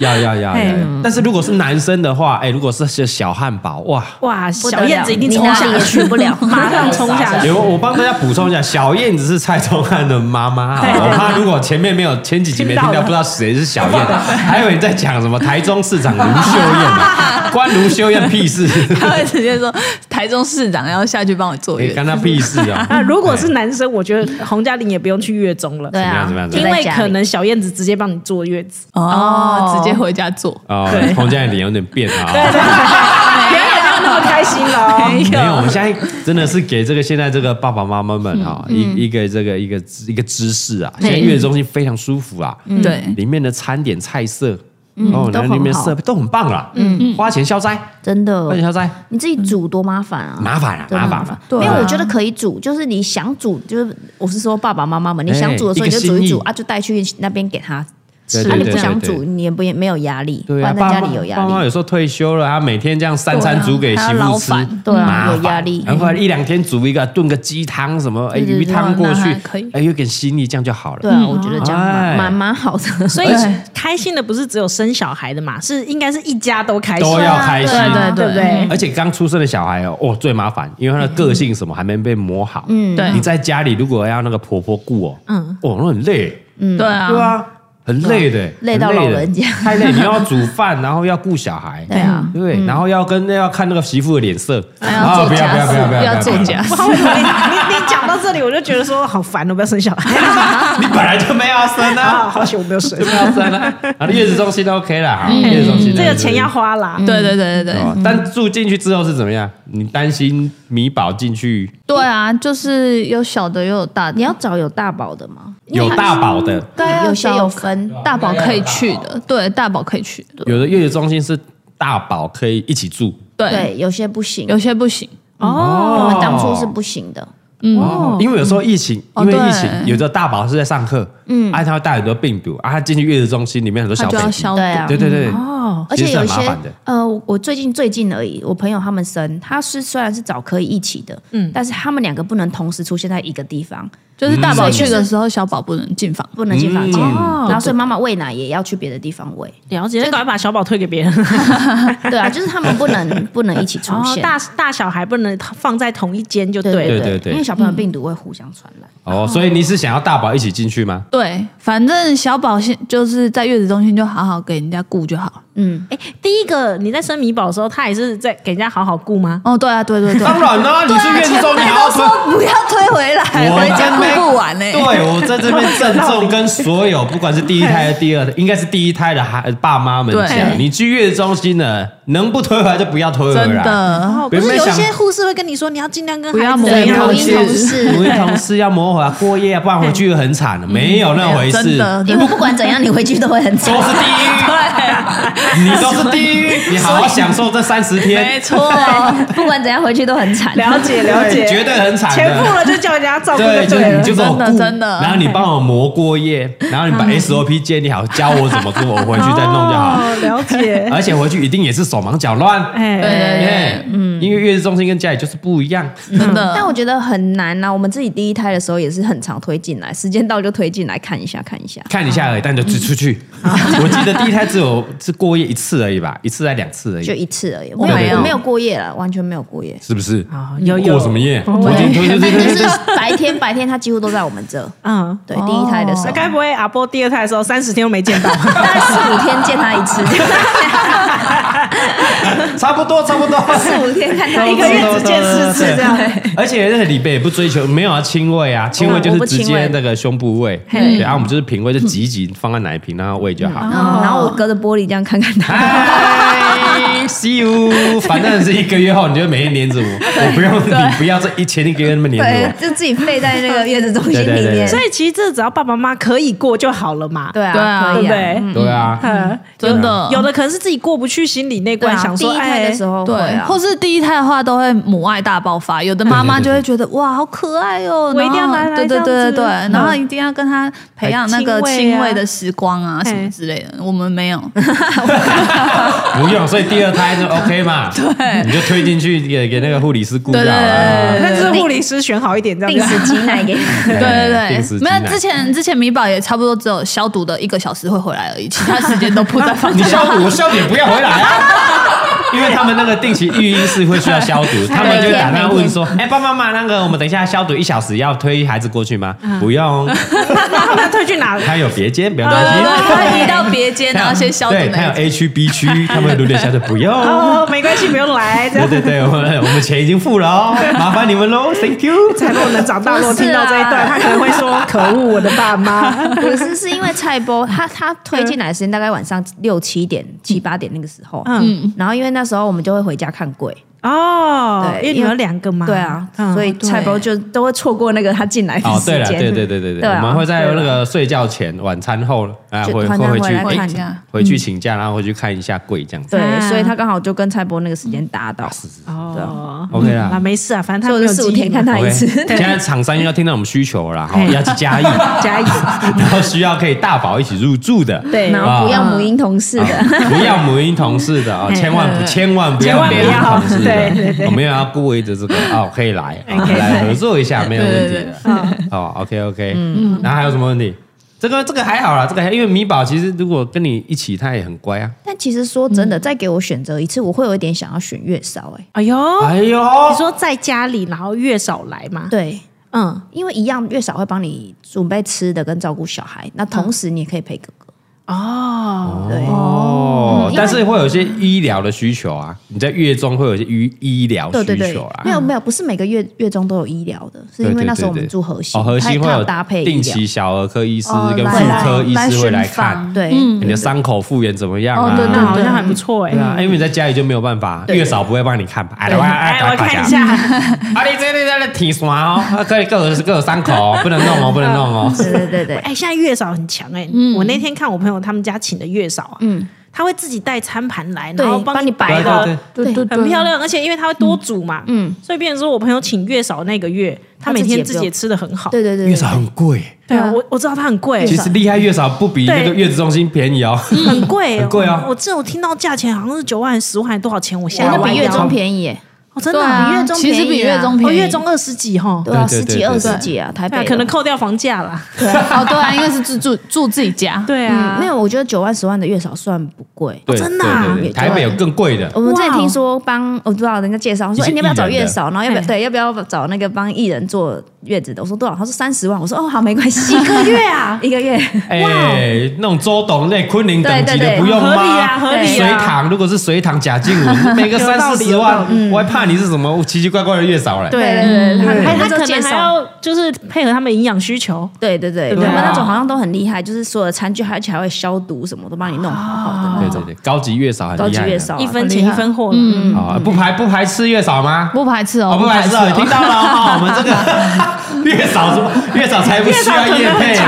S1: 要要要
S2: 嘿
S1: 要！但是如果是男生的话，哎，如果是小小汉堡， 哇！
S2: 哇，
S3: 不得
S2: 小
S3: 了
S2: 燕子一定
S3: 你
S2: 冲
S3: 哪
S2: 下
S3: 里也
S2: 去，
S3: 去不了
S2: 马上冲下去。
S1: 有我帮大家补充一下，小燕子是蔡宗翰的妈妈。啊
S2: 对
S1: 我怕如果前面没有前几集没听
S2: 听到
S1: 到，
S2: 了
S1: 不知道谁是小 燕，还以为你在讲什么台中市长卢秀 燕，关卢秀燕屁事，
S5: 他会直接说台中市长要下去帮我坐
S1: 哎
S5: 月子
S1: 干。他屁 事啊！
S2: 啊，如果是男生，我觉得洪嘉玲也不用去月中了，
S3: 对啊，
S1: 怎么样怎
S3: 就
S1: 么样
S2: 因
S3: 在
S2: 为
S3: 家里
S2: 可能小燕子直接帮你坐月子，
S5: 哦，直接回家做。
S1: 哦
S2: 对，
S1: 洪家的脸有点变啊。
S2: 对对，原本
S3: 那么开心了。
S1: 没有，我们现在真的是给这个现在这个爸爸妈妈们哈、
S3: 嗯
S1: 一一个这个一个知一个知识啊，现在月子中心非常舒服啊，
S5: 对
S1: 里面的餐点菜色，哦，然后里面
S3: 嗯都很好
S1: 设备都很棒啦，嗯，花钱消灾，
S3: 真
S1: 花钱
S3: 的，
S1: 消灾，
S3: 你自己煮多麻烦啊！
S1: 麻烦啊，
S3: 真的很
S1: 麻烦。
S3: 没
S5: 对
S3: 有，
S5: 啊
S3: 我觉得可以煮，就是你想煮，就是我是说爸爸妈妈们，你
S1: 哎
S3: 想煮的时候你就
S1: 一个
S3: 煮一
S1: 心意
S3: 煮啊，就带去那边给他吃。
S1: 对对
S3: 啊，你
S1: 对
S3: 不
S1: 对
S3: 想
S1: 对
S3: 煮，你也不也没有压力，不
S1: 对啊，
S3: 然在
S1: 爸
S3: 家
S1: 妈
S3: 里有
S1: 爸
S3: 压
S1: 妈
S3: 力。
S1: 有时候退休了，他每天这样三餐煮给媳
S5: 还要
S1: 妇
S5: 劳
S1: 吃
S5: 烦，
S3: 对啊
S1: 麻烦
S3: 有压力
S1: 然后一两天煮一个，炖个鸡汤什么，哎，
S5: 对对
S1: 鱼汤过
S5: 那还
S1: 去
S5: 可以，
S1: 哎，有点心意，这样就好了。
S3: 对啊，我觉得这样
S1: 哎
S3: 蛮蛮蛮好 的。
S2: 所以
S5: 对
S2: 开心的不是只有生小孩的嘛，是应该是一家都开心，
S1: 都要开心
S5: 对啊对
S2: 对不
S5: 对
S2: 对？
S1: 而且刚出生的小孩哦，哦最麻烦，因为他的个性什么还没被磨好。嗯，
S5: 对
S1: 你在家里如果要那个婆婆顾哦，嗯，哦，那很累，
S5: 对啊，
S1: 对啊，很累的，
S3: 累到
S1: 很
S3: 老
S1: 的
S3: 人家
S1: 太累。你要煮饭，然后要顾小孩，
S3: 对啊，
S1: 对不对，然后要跟要看那个媳妇的脸色，
S5: 还要
S1: 啊
S5: 做
S1: 不要不
S5: 家
S1: 要
S5: 事
S1: 不要，不要
S5: 要做
S1: 不
S5: 家事
S2: 不知，道为什么你你你讲到这里，我就觉得说好烦哦，不要生小孩
S1: 你本来就没有要生
S2: 啊，
S1: 啊，
S2: 好险我没有生
S1: 就，没有要生啊，啊，月子中心都 OK 啦，哈月子中心
S2: 这个钱要。花啦。
S5: 对对对对对
S1: 哦但住进去之后是怎么样？你担心米宝进去
S5: 对啊，就是有小的又有大的，
S3: 你要找有大宝的吗？
S1: 有大宝的，
S5: 对啊
S3: 有些
S5: 找
S3: 有分，
S5: 大宝可以
S1: 哦
S5: 去的，对，大宝可以去的，
S1: 有的月子中心是大宝可以一起住，
S5: 对，
S3: 对，有些不行。
S5: 有些不行，
S2: 哦
S3: 我们当初是不行的，
S1: 哦，因为有时候疫情，
S5: 哦
S1: 因为疫
S5: 对
S1: 情，有的大宝是在上课，嗯，啊，他会带很多病毒，啊，他进去月子中心里面很多
S5: 他
S1: 小
S5: 就要
S1: baby，
S5: 消毒
S3: 对，啊
S1: 对对对，
S2: 哦，
S3: 而且有
S1: 其实
S3: 一
S1: 是很麻
S3: 些
S1: 烦的
S3: 呃，我最近最近而已，我朋友他们生，他是虽然是早可以一起的，嗯，但是他们两个不能同时出现在一个地方，
S5: 就是大宝去的时候，小宝不能进房。
S3: 不能进房间，
S1: 嗯
S3: 然后所以妈妈喂奶也要去别的地方喂，
S2: 了解，赶快把小宝推给别人。
S3: 对啊，就是他们不能不能一起出
S2: 哦，
S3: 现，
S2: 大大小孩不能放在同一间就
S3: 对
S2: 对了。
S3: 对
S1: 对对
S3: 因为小朋友
S2: 嗯
S3: 病毒会互相传染，
S1: 哦，所以你是想要大宝一起进去吗？
S5: 对，反正小宝先就是在月子中心就好好给人家顾就好了。
S3: 嗯，
S2: 哎，第一个你在生米宝的时候，他也是在给人家好好顾吗？
S5: 哦，对啊，对对对，
S1: 当然啦， 你是月子中心好好推。
S4: 不要推回来，回
S1: 在
S4: 家
S1: 这边
S4: 顾不
S5: 欸
S4: 完呢。
S1: 对我在这边郑重跟所有不管是第一胎、第二胎，应该是第一胎的孩爸妈们
S5: 对
S1: 讲，你去月子中心呢，能不推回来就不要推回来。
S5: 真的，
S2: 哦，
S1: 别
S2: 不是
S1: 没
S2: 有一
S1: 想
S2: 些护士会跟你说，你要尽量跟
S5: 不要
S2: 孩子
S5: 磨
S3: 对，
S5: 没有
S3: 母
S5: 哎同
S3: 婴
S5: 事
S3: 同事。
S1: 母婴同事要磨合啊，过夜啊，不然回去很惨的，没有那回
S5: 嗯真
S1: 事。
S2: 哦
S5: 的，
S3: 因为不管怎样，你回去都会很 惨
S1: 都。是地狱，你都是地狱，你好好享受这三十
S5: 没
S1: 天，哎
S5: 错，
S3: 对，不管怎样回去都很惨。
S2: 了解 了解，
S1: 对绝对很惨
S2: 钱付
S1: 的。
S2: 了就叫人家照顾
S1: 对，就
S2: 就
S1: 是
S2: 对
S1: 你
S2: 了。
S1: 就跟我
S5: 真的
S1: 顾
S5: 真的嗯
S1: 然后你帮我磨过夜，然后你把 SOP 建立好，教我怎么做，我回去再弄就好了。
S2: 哦，了解。
S1: 而且回去一定也是手忙脚乱，
S5: 对
S2: 哎，
S5: 对 嗯
S1: 哎
S5: 对，，
S1: 因为月子中心跟家里就是不一样，
S5: 真
S3: 但
S2: 嗯
S5: 的，
S3: 我
S1: 啊
S3: 觉得很难啊呐、我们自己第一胎的时候也是很常推进来，时间到就推进来看一下看一下。
S1: 看一下而已，但就只出去。
S5: 嗯
S1: 我记得第一胎只有是过夜一次而已吧，一次还两次而
S3: 就
S1: 已，
S3: 一次而已，
S5: 我
S3: 我没
S5: 没有
S3: 有我没有过夜了，完全没有过夜。
S1: 是不是？
S2: 哦有有
S1: 过什么夜？我已经推推推
S3: 但就
S1: 推推
S3: 是 白天白天他几乎都在我们这，
S2: 嗯，
S3: 对，第一胎的时
S2: 那
S3: 候，
S2: 该不会阿波第二胎的时候三十天都没见到？
S3: 大概四五天见他一次，
S1: 差不多差不多。
S3: 四五天看他一
S2: 一
S3: 个
S2: 个
S3: 月。
S2: 月只见四 次这样。
S1: 而且那个里边也不追求没有要亲喂啊，亲喂就是直接那个胸部喂，对，啊然后我们就是平喂，就挤一挤放在奶瓶然后喂就好。
S3: 嗯然后我隔着玻璃这样看看
S1: 啊
S3: 他，
S1: 嗨，see you，反正是一个月后你就每天黏着我，我不用你不要这一前一个月那么黏着
S3: 对
S1: 我，，
S3: 就自己废在那个月子中心
S1: 对对
S3: 里
S1: 对对。
S3: 面
S2: 所以其实这只要爸爸妈妈可以过就好了嘛。
S3: 对
S5: 对
S3: 啊，
S5: 啊
S2: 对
S3: 可以
S2: 不
S3: 啊。
S2: 对？
S1: 对啊，
S2: 嗯，
S5: 真的
S2: 有的可能是自己过不去心里那
S3: 对
S2: 关，
S3: 啊
S2: 想
S3: 第
S2: 说，
S3: 一胎
S2: 哎
S3: 的时，候会
S5: 对，
S3: 啊，
S5: 或是第一胎的话都会母爱大爆发，有的妈妈就会觉得哇好可爱哦，
S2: 我一定要
S5: 然后
S2: 来来
S5: 对对
S2: 这样
S5: 对对
S2: 子
S5: 对，
S2: 嗯
S5: 然后一定要跟他培养那个
S2: 亲喂啊
S5: 亲喂的时光啊什么
S2: 嘿
S5: 之类的，我们没有，
S1: 不用，所以第二胎就 OK 嘛，对，你就推进去给给那个护理师顾啊就好了。
S2: 但是护理师选好一点这
S3: 定
S2: 样子。
S3: 时挤奶给他。
S1: 对
S5: 对 对
S1: 定时
S5: 对，
S1: 挤
S5: 没
S1: 奶
S5: 有之前之前米宝也差不多只有消毒的一个小时会回来而已，其他时间都不在房
S1: 你
S5: 间。
S1: 消毒，我笑点不要回来啊！因为他们那个定期育婴室会需要消毒，他们就会打电话问说：“哎、爸爸妈妈，那个我们等一下消毒一小时，要推孩子过去吗？”不用，
S2: 那他们要退去哪？
S1: 他有别间，不要
S5: 对
S1: 担
S5: 对
S1: 心。
S5: 对，他移到别间，然后先消毒
S1: 对，他
S5: 那
S1: 有
S5: 一间
S1: A 区、B 区，他们轮流消毒，不用。
S2: 哦，没关系，不用来，这
S1: 对
S2: 样
S1: 对对，我们我们钱已经付了哦，麻烦你们喽，Thank you。
S2: 才不能长大。如果听到这一段，他可能会说：“可恶，我的爸妈。
S3: 不是，是因为菜包他他推进来的时间大概晚上六七点、七八点那个时候，
S2: 嗯
S3: 嗯，然后因为那时候我们就会回家看鬼，”
S2: 哦，
S3: 对
S2: 因为你
S3: 因为
S2: 有两个嘛，
S3: 对啊，
S2: 嗯
S3: 所以
S5: 对
S3: 菜包就都会错过那个他进来的
S1: 哦，
S3: 时
S1: 对了，
S3: 间。
S1: 对对对对
S3: 对啊
S1: 我们会在
S3: 对啊
S1: 那个睡觉前、晚餐后啊，
S3: 就
S1: 会会
S3: 晚餐
S1: 回
S3: 回
S1: 去
S3: 来
S1: 哎
S5: 看一下
S1: 回去请假，然后回去看一下柜这样子。
S3: 对所以他刚好就跟蔡波那个时间搭
S1: 啊
S3: 到，
S2: 哦
S1: OK
S2: 啊，
S1: 啦
S2: 没事啊，反正
S3: 啊
S2: 他
S3: 所以我
S2: 没
S3: 就
S2: 有
S3: 四五
S2: 记忆
S3: 天
S2: 嘛
S3: 看他一
S1: ，OK
S3: 次。。
S1: 现在厂商要听到我们需求了啦，哈，
S2: 嘿
S1: 要去加一，
S2: 加一，
S1: 然后需要可以大宝一起入住的，
S2: 对
S3: 然后不要母婴同事的，
S1: 啊不要母婴同事的啊，
S2: 嘿
S1: 千万不千万不
S2: 千
S1: 要
S2: 万
S1: 母
S2: 不
S1: 婴
S2: 要
S1: 同事
S2: 对对
S1: 的，我们也要顾围着这个哦，可以来啊，来合作一下没有问题的。哦，OK OK，嗯，然后还有什么问题？这个这个还好啦，这个还因为米宝其实如果跟你一起，他也很乖啊。
S3: 但其实说真的，再给我选择一次，我会有一点想要选月嫂。哎，
S2: 哎呦，
S1: 哎呦，
S2: 你说在家里，然后月嫂来
S1: 啊
S2: 嘛？，
S3: 对，
S2: 嗯，
S3: 因为一样月嫂会帮你准备吃的跟照顾小孩，那同时你也可以陪哥哥。
S2: 哦，
S3: 对，
S1: 哦
S3: 嗯因，为
S1: 但是会有一些医疗的需求啊，你在月中会有一些医医疗
S3: 对对嗯
S1: 需
S3: 对
S1: 求啊，
S3: 没。有没有，不是每个月月中都有医疗的，是
S1: 对
S3: 因为
S1: 对
S3: 那时候我
S1: 对
S3: 们
S1: 对
S3: 住核心，
S1: 哦，核心
S3: 它
S1: 会
S3: 它有
S1: 有
S3: 搭配
S1: 定
S3: 医疗
S1: 期小儿科医师
S5: 哦
S1: 跟
S5: 来
S1: 妇科医师会来
S5: 来巡
S1: 看
S5: 访，
S3: 对，
S1: 你的伤口复原怎么样啊？
S5: 哦对
S2: 那好像还不错哎
S1: 对。啊，因为你在家里就没有办法，
S3: 对
S1: 月嫂不会帮你看吧？哎，
S3: 对
S1: 我
S2: 哎，我看一。
S1: 来
S2: 下，
S1: 啊，你这里在那挺酸哦，啊可以各有各有伤口哦，不能弄哦，不能弄哦。
S3: 对对对嗯对，
S2: 哎，现在月嫂很强哎。我那天看我朋友他们家请的月嫂啊，嗯，他会自己带餐盘来，然后
S3: 对
S2: 帮
S3: 帮
S2: 你
S3: 你
S1: 对
S2: 摆
S1: 对对
S2: 的，
S5: 对对啊
S2: 很漂亮，而且因为他会多煮嘛，嗯，所以变成说我朋友请月嫂那个月，他
S3: 他
S2: 每
S3: 自己
S2: 天
S3: 也
S2: 自
S3: 不
S2: 己也
S3: 用
S2: 吃的很好。
S3: 对对对，
S1: 月嫂很贵，
S2: 对啊，我我知道它很贵，
S1: 其实厉害月嫂不比那个月子中心便宜哦。
S2: 很贵，
S1: 很贵啊
S2: 我我这我听到价钱好像是九万、十万，还是多少钱？我现
S3: 真
S2: 在
S3: 的
S2: 都
S3: 哎比月中
S2: 宜，
S3: 便宜耶，
S2: 哦，真的
S5: 对
S2: 啊
S5: 啊，
S3: 比月中
S5: 其实比
S3: 便宜啊
S5: 月中
S2: 哦，
S5: 便宜，
S2: 月中二十几哈，
S3: 对啊，
S1: 对对
S3: 十
S1: 对
S3: 几
S1: 对
S3: 二
S1: 对
S3: 十几啊，台
S2: 对啊，
S3: 北
S2: 可能
S3: 的
S2: 扣掉房价啦。
S5: 哦，对啊，因为是住住住自己家，
S2: 对啊，
S3: 嗯没有，我觉得九万十万的月嫂算不贵。
S1: 对，
S2: 真的啊
S1: 对对对台北有更贵的，
S3: 我们之前
S2: 哇哦
S3: 听说帮，我不知道人家介绍说，
S1: 你是
S3: 哎，你要不要找
S1: 艺人的
S3: 月嫂？然后要不要
S2: 哎
S3: 对，要不要找那个帮艺人坐月子的？我说多少？他说三十万。我说哦，好，没关系，一个月啊， 一个月。
S1: 哎，那种周董那昆凌等级
S3: 对对
S1: 的
S3: 对
S1: 不用
S2: 合理啊
S1: 吗？
S2: 合理
S1: 隋
S2: 啊
S1: 唐如果是隋唐贾 静雯，每个
S2: 有道
S1: 三
S2: 理嗯
S1: 四十万，我还怕你是什么奇奇怪怪的月嫂嘞？
S3: 对
S2: 对，
S3: 对对，
S2: 还他
S3: 就
S2: 可
S3: 介
S2: 能还
S3: 绍。
S2: 要就是配合他们营养需求，
S3: 对对对，我
S2: 对啊
S3: 们那种好像都很厉害，就是所有的餐具，而且还会消毒什么，都帮你弄好好的那
S1: 对对
S3: 种。
S2: 哦
S1: 对，高级月嫂哦很
S3: 高
S1: 厉
S3: 级
S1: 害的。
S3: 月嫂啊
S2: 一分
S3: 很厉
S2: 钱一
S3: 害
S2: 分货，嗯，
S1: 啊，不排不排斥月嫂吗？
S5: 不排斥哦，
S1: 我们来知道，
S2: 啊
S1: 听到了哦 哈，我们这个月嫂说，月嫂才不需要夜配啊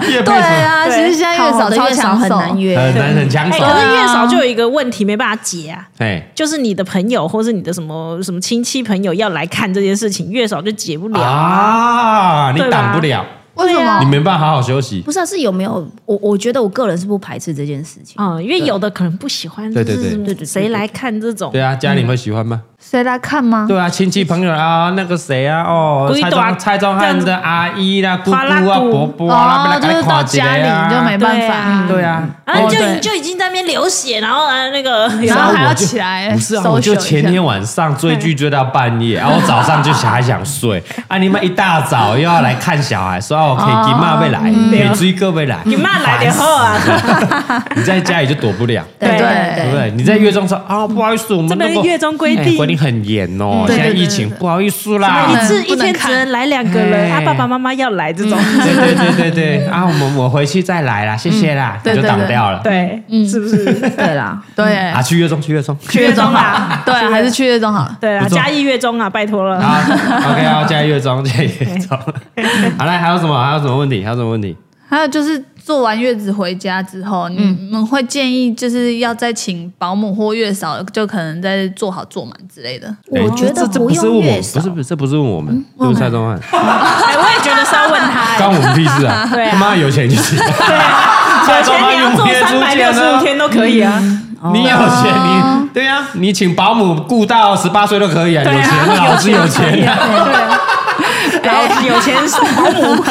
S1: 呢，夜配
S5: 对
S1: 什
S5: 啊，其实现在月
S3: 好
S5: 嫂
S3: 的
S5: 超
S3: 月嫂
S5: 抢
S3: 很
S5: 手，
S3: 难
S1: 么
S3: 约
S1: 很。难很抢
S2: 哎，
S1: 手，
S2: 可是月嫂就有一个问题没办法解啊。
S1: 哎，
S2: 就是你的朋友或是你的什么什么亲戚朋友要来看这件事情，月嫂就解不了。
S1: 啊，你
S2: 对吧
S1: 挡不了，
S5: 为什
S1: 你
S5: 么？
S1: 没办法好好休息。
S3: 不是、啊，是有没有？我我觉得我个人是不排斥这件事情。
S2: 嗯，因为有的可能不喜欢，
S1: 对对
S2: 就是
S1: 对
S2: 什么
S3: 对对对
S2: 谁来看这种？
S1: 对啊，家里会喜欢吗？
S5: 谁来看吗？
S1: 对啊，亲戚朋友啊，那个谁啊，哦，
S2: 鬼
S1: 蔡
S2: 大
S1: 宗蔡宗汉的阿姨啦、姑
S2: 花拉
S1: 姑啊、
S2: 姑
S1: 伯伯啊，
S5: 哦，
S1: 要不
S5: 就
S1: 要来
S5: 是
S1: 看
S5: 到
S1: 一下
S5: 家
S1: 啊
S5: 里就没办
S2: 对啊
S5: 法，
S1: 对啊，
S2: 啊，
S1: 哦
S2: 你就
S1: 对
S2: 你就已经在那边流血，然后啊那个，
S5: 然
S1: 然后
S5: 后还
S1: 我
S5: 要
S1: 就
S5: 起来，
S1: 不是啊，我就前天晚上追剧追到半夜，然后我早上就还想睡，啊，你们一大早又要来看小孩，说哦，可以给妈未来，可以追哥未来，
S2: 你骂来的后啊，
S1: 你在家里就躲不了。
S3: 对
S2: 对
S1: 对不
S3: 对
S1: 对？你在月中说啊，不好意思，我们
S2: 这
S1: 那
S2: 边
S1: 个
S2: 月中规
S1: 哎
S2: 定
S1: 规定很严哦，
S5: 对
S1: 现在
S5: 对对
S1: 疫情
S5: 对对
S1: 不好意思啦
S5: 不
S2: 一。
S5: 能
S2: 次一
S5: 不能
S2: 天
S5: 看
S2: 只能来两个人，啊，
S1: 哎
S2: 爸爸妈妈要来这 种，
S1: 对对对对对，啊，我们我回去再来啦，谢谢啦，
S5: 对
S1: 就
S5: 对
S1: 挡
S5: 对
S1: 掉了。
S2: 对，是不是？
S3: 对对啦，
S5: 对
S1: 啊，去月中去嗯月中
S2: 去月中啊，
S5: 对啊，还是去月中好了。
S2: 对啊，
S1: 不错
S2: 嘉义月中啊，拜托了。
S1: 啊，OK 啊，加月中加月中。 好嘞，还有什么还有什么问题？还有什么问题？
S5: 还有就是做完月子回家之后，你们会建议就是要再请保姆或月嫂，就可能再做好做满之类的。
S1: 哎
S3: 我觉
S1: 这
S3: 得
S1: 这
S3: 不
S1: 不是问
S3: 用
S1: 我
S3: 月
S1: 们，
S3: 嫂嗯
S1: 不是不是，这不是问我们，问蔡宗 翰，
S2: 哎，我也觉得是要问他，哎
S1: 关我们屁事啊！
S2: 对啊
S1: 他妈有钱就 行。 蔡
S2: 有
S1: 宗翰有
S2: 钱你要做
S1: 没有
S2: 三百六
S1: 出
S2: 十
S1: 钱呢
S2: 五
S1: 嗯
S2: 天都可以啊。
S1: 你有钱，
S3: 哦
S1: 你对啊，你请保姆雇到十八岁都可以啊，有
S2: 对啊
S1: 钱老子有
S2: 对
S1: 钱啊，
S2: 啊，老子有钱送保姆，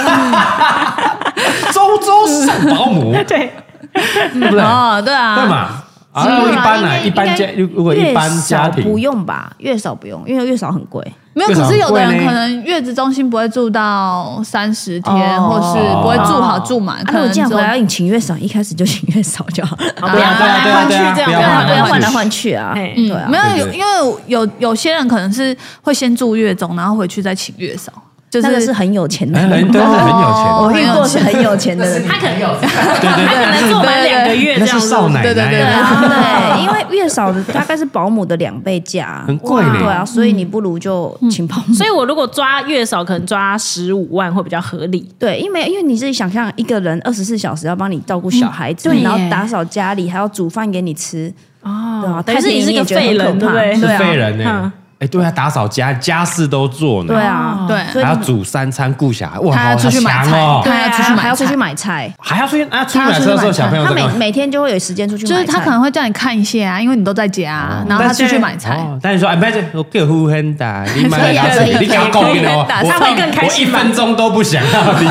S1: 周周送保姆，
S2: 对，
S1: 对不对？
S5: 哦，对啊，
S1: 对嘛？啊，
S5: 是啊
S1: 一般
S5: 应
S1: 啊，
S5: 该
S1: 一般家如如果一般家
S3: 月嫂不
S1: 庭，
S3: 用吧？月嫂不用，因为月嫂很贵。
S5: 没有，
S1: 月嫂
S5: 可是有的
S1: 很贵
S5: 人
S1: 呢
S5: 可能月子中心不会住到三十天，
S3: 哦
S5: 或是不会住好住满，
S3: 啊，
S5: 可
S3: 那我
S5: 能
S3: 既然
S5: 只
S3: 回
S5: 有
S3: 来，你请月嫂，一开始就请月嫂就好了，
S1: 对啊，对啊， 对啊，对啊，不
S5: 不
S1: 要
S5: 要
S1: 换
S3: 不
S5: 换
S3: 要
S5: 换
S3: 换
S5: 来
S3: 来换去啊。
S2: 哎
S3: 对啊
S5: 嗯没，有，
S1: 对
S5: 有
S1: 对
S5: 因为有有些人可能是会先住月中，然后回去再请月嫂。就
S3: 那个是
S5: 是
S3: 很有钱的
S1: 哎很
S3: 人，
S1: 很对，那很有钱，
S3: 我遇过是很有钱的人，
S6: 他可能有，
S1: 对对
S2: 他
S1: 对，
S2: 可能做满两个月这
S1: 那
S2: 样
S1: 是
S2: 子，
S1: 少奶啊
S5: 对对对
S1: 奶，
S2: 啊
S3: 对， 因为月嫂的大概是保姆的两倍价，
S1: 很贵
S3: 哇
S1: 呢
S3: 对啊，所以你不如就请保姆。
S2: 嗯所以我如果抓月嫂，可能抓十五万会比较合理。
S3: 对，因为因为你自己想象，一个人二十四小时要帮你照顾
S2: 嗯
S3: 小孩子，
S5: 对耶
S3: 然后打扫家里，还要煮饭给你吃，哦，对啊，
S2: 等于是
S3: 太便宜
S2: 你是个
S3: 也觉得
S2: 废人
S3: 很可怕
S2: 对不
S1: 是
S3: 对
S1: 废
S3: 啊，
S1: 人呢
S2: 嗯。
S1: 哎，对啊，打扫家家事都做呢，
S3: 对，
S2: 哦
S3: 啊，
S5: 对
S3: 所以
S1: 还要
S3: 你
S1: 煮三餐顾小孩，哇，
S5: 他要
S1: 好
S5: 出去买
S1: 强
S5: 菜
S1: 哦
S5: 对，啊出去买
S3: 还要出
S5: 菜
S3: 去买菜，
S1: 还要出去啊，出去
S5: 他要
S1: 买
S5: 出去
S1: 车的时候
S5: 买菜
S1: 小朋友
S3: 他
S1: 在
S3: 每
S1: 干嘛
S3: 每天就会有时间出去买
S5: 就
S3: 菜，
S5: 是他可能会叫你看一下啊，因为你都在家啊，然后他出去买菜，
S1: 哦但你说哎，妹子，我客户很大，你买了
S3: 可以可
S1: 你
S3: 以
S1: 给我供应了，
S5: 可以可以
S1: 我
S2: 他会更开
S1: 我一
S2: 心吧
S1: 分钟都不想让你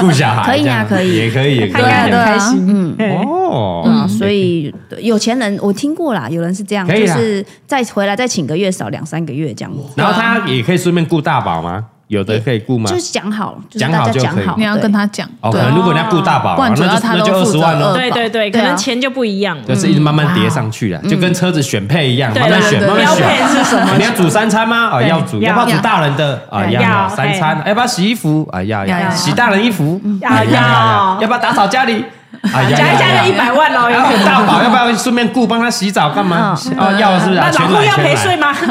S1: 顾小孩，
S3: 可以啊
S1: 这样
S3: 可以
S1: 也可以，也可
S2: 他应该很
S5: 对
S1: 以。
S5: 啊
S2: 开心。嗯，
S1: 哦，
S3: 啊，所以对有钱人我听过啦，有人是这样，
S1: 可以啊
S3: 就
S1: 啦
S3: 是再回来再请个月嫂两三个月这样子，
S1: 然后他也可以顺便顾大宝吗？有的可以顾吗
S3: 就？是讲好，就是
S1: 讲
S3: 大
S1: 好
S3: 家
S1: 就
S3: 讲
S1: 可以
S3: 好，
S5: 你要
S3: 对
S5: 跟他讲，
S1: 哦，可
S5: 对啊
S1: 能如果人家顾大宝
S5: 不
S1: 嘛，
S5: 然主要
S1: 那就
S5: 他
S1: 那
S5: 都
S1: 就二
S5: 负
S1: 十
S5: 责
S1: 万喽，
S5: 二
S2: 对对对，可
S5: 对啊
S2: 能钱就不一样。
S1: 就是一直慢慢叠上去了，就跟车子选配一样，
S2: 对
S1: 慢慢
S2: 对
S1: 选，
S5: 对啊
S1: 慢慢
S5: 标
S1: 选哦
S2: 配。是什么
S1: 你要煮三餐吗？啊，
S2: 对
S1: 要煮。
S2: 要
S1: 要不要煮大人的？啊，
S2: 对
S1: 要
S2: 要
S1: 要。三餐。要不要洗衣服？啊，要要。
S5: 要
S1: 洗大人衣服？
S2: 要
S1: 啊
S2: 要
S1: 要不要打扫家里？啊，要
S2: 加一
S1: 要
S2: 加
S1: 要
S2: 就一百万喽，
S1: 然后大宝要不要顺便顾帮他洗澡干嘛？哦，要是不是？啊
S2: 那老
S1: 全
S2: 公
S1: 来
S2: 要
S1: 全
S2: 陪
S1: 来
S2: 睡 吗？这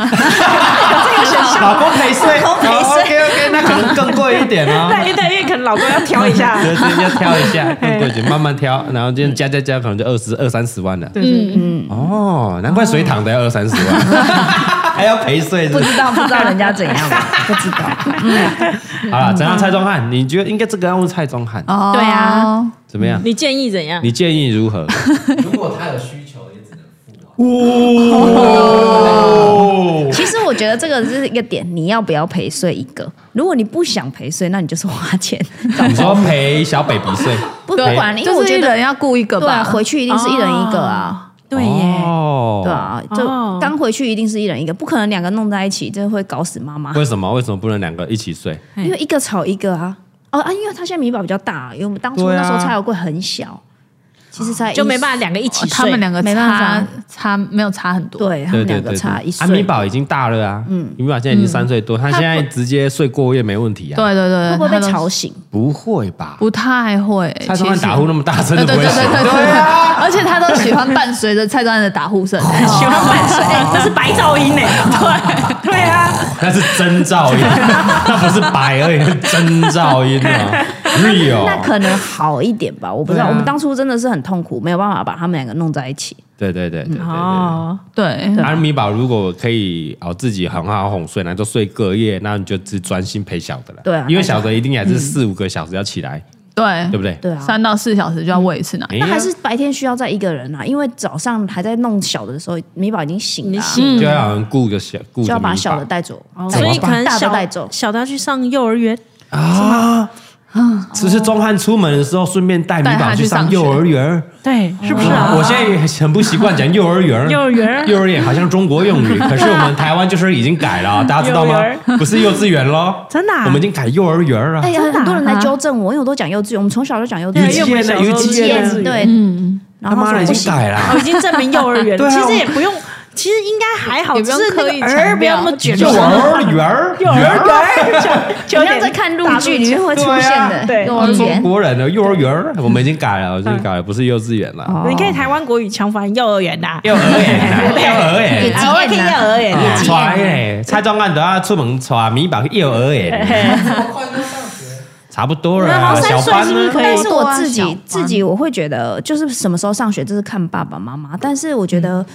S2: 个选项，
S1: 老公陪睡，老公陪睡。OK OK，那可能更贵一点 哦。
S2: 对对，因为可能老公要挑一下。
S1: 就是要挑一 下，更贵一点，慢慢挑，然后就加加加，可能就二十二三十万了。
S5: 嗯，
S1: 哦，难怪水躺的要二三十 万，还要陪睡是不
S3: 不
S1: 是。
S3: 知道不知道人家 怎样，不知道。
S1: 好
S3: 嗯
S1: 了，怎样蔡宗翰？你觉得应该这个要问蔡宗翰
S5: 哦，
S2: 对啊，
S1: 怎么
S3: 嗯
S1: 样？
S2: 你建议怎样？
S1: 你建议如何？
S6: 如果他有需求，也只能付啊。
S1: 哦，
S3: 其实我觉得这个是一个点，你要不要陪睡一个？如果你不想陪睡，那你就是花 钱，
S1: 你说陪小 baby 睡，
S3: 不不
S1: 对
S3: 管，因为
S5: 就
S3: 我
S5: 是
S3: 觉
S5: 一
S3: 得
S5: 人要顾一个
S3: 对啊，
S5: 吧，
S3: 回去一定是一人一个啊，
S2: 对耶，
S1: 哦
S3: 对，啊，就
S2: 哦
S3: 刚回去一定是一人一个，不可能两个弄在一起，这会搞死妈妈，
S1: 为什么为什么不能两个一起睡？
S3: 因为一个吵一个啊。哦啊，因为他现在米宝比较大，因为我们当初
S1: 对啊
S3: 那时候菜油柜很小，其实才
S2: 就没
S3: 法
S2: 办法两个一起
S1: 哦
S2: 睡。
S5: 哦他们两个
S3: 没办法
S5: 差差没有差很多，
S3: 对他
S1: 对
S3: 们
S1: 对
S3: 两个
S1: 对，
S3: 差一
S1: 对
S3: 岁。
S1: 啊，米宝已经大了啊，嗯，米宝现在已经三岁多，他现在直接睡过夜没问题啊，
S5: 对对对，
S3: 会不会
S5: 他
S3: 被
S5: 都
S3: 吵醒？
S1: 不会吧？
S5: 不太会，
S1: 蔡宗翰
S5: 哎其实
S1: 打呼那么大声
S5: 对
S1: 都不
S5: 对对
S1: 会
S5: 对
S1: 醒，
S5: 对对啊！而且他都喜欢伴随着蔡端的打呼 声，
S2: 喜欢半
S1: 哦
S2: 睡，哎那是白噪音 呢。对对啊，
S1: 那是真噪音，那不是白而已，是真噪音啊，real。
S3: 那可能好一点吧，我不知道。
S1: 对啊
S3: 我们当初真的是很痛苦，没有办法把他们两个弄在一起。
S1: 对对对对对对。
S2: 哦，
S5: 对，
S1: 而米宝如果可以哦自己很好哄睡，那就睡隔夜，那你就只专心陪小的了。
S3: 对啊
S1: 因为小的一定还是四五个小时要起来，
S5: 对
S1: 对不对？
S3: 对啊，
S5: 三到四小时就要喂一次奶，
S1: 哎呀
S3: 那还是白天需要在一个人啊，因为早上还在弄小的时候，米宝已经醒了啊、
S1: 就要有人顾着小，顾着
S3: 就要把
S1: 米宝哦
S3: 小的带走，
S2: 所以可能
S3: 大的
S2: 小
S3: 带走。
S2: 小的要啊去上幼儿园，
S1: 啊。只是钟汉出门的时候，顺便带米
S5: 带
S1: 宝
S5: 他去
S1: 上
S5: 上
S1: 幼儿园。
S2: 对，是不是
S1: 哇
S2: 啊？
S1: 我现在也很不习惯讲幼儿园。
S2: 幼儿园
S1: 幼儿园好像中国用语，可是我们台湾就是已经改了，啊大家知道吗
S2: 幼儿？
S1: 不是幼稚园喽，
S2: 真的啊
S1: 我们已经改幼儿园了
S3: 哎。呀，
S2: 真的啊
S3: 很多人来纠正我，因为我都讲幼稚园，我们从小就讲幼稚
S1: 幼
S3: 园
S1: 稚
S2: 对
S1: 园呢？
S2: 因为
S1: 幼
S2: 我们小
S1: 稚
S2: 时候嗯幼
S1: 园
S2: 稚园
S3: 对，然
S5: 嗯
S1: 他
S3: 后
S1: 妈
S3: 说
S1: 的已
S3: 不
S1: 经
S3: 行，
S1: 改了。
S2: 我已经证明幼儿园，
S1: 对啊
S2: 其实也不用，其实应该还好，
S5: 也不
S2: 只
S5: 用
S2: 是那
S5: 刻
S2: 个
S5: 意
S2: 儿
S5: 强
S2: 不要
S5: 调
S2: 那么卷
S1: 幼儿园，
S2: 幼儿园就 就
S3: 就
S2: 有
S3: 像
S2: 点
S3: 在看陆剧里面会出现的
S2: 对啊对
S3: 幼儿
S1: 中
S3: 园。
S1: 国人的幼儿园，我们已经改了，已经改了，不是幼稚园
S3: 嗯
S1: 了。
S2: 你可以台湾国语强反幼儿园呐，
S1: 幼儿园啊，幼儿园啊。
S2: 偶尔可以幼儿园啊
S1: 啊，带嘞，蔡宗汉都要出门带米宝去幼儿园，
S5: 啊
S6: 多快就上学，
S1: 差不多了
S2: 那
S1: 啊，
S2: 好
S1: 小
S2: 三岁
S1: 班
S2: 是不是
S1: 呢
S2: 可以
S3: 但是我自
S5: 对啊小
S3: 己
S5: 班
S3: 自己我会觉得，就是什么时候上学，这是看爸爸妈妈。但是我觉
S1: 嗯
S3: 得，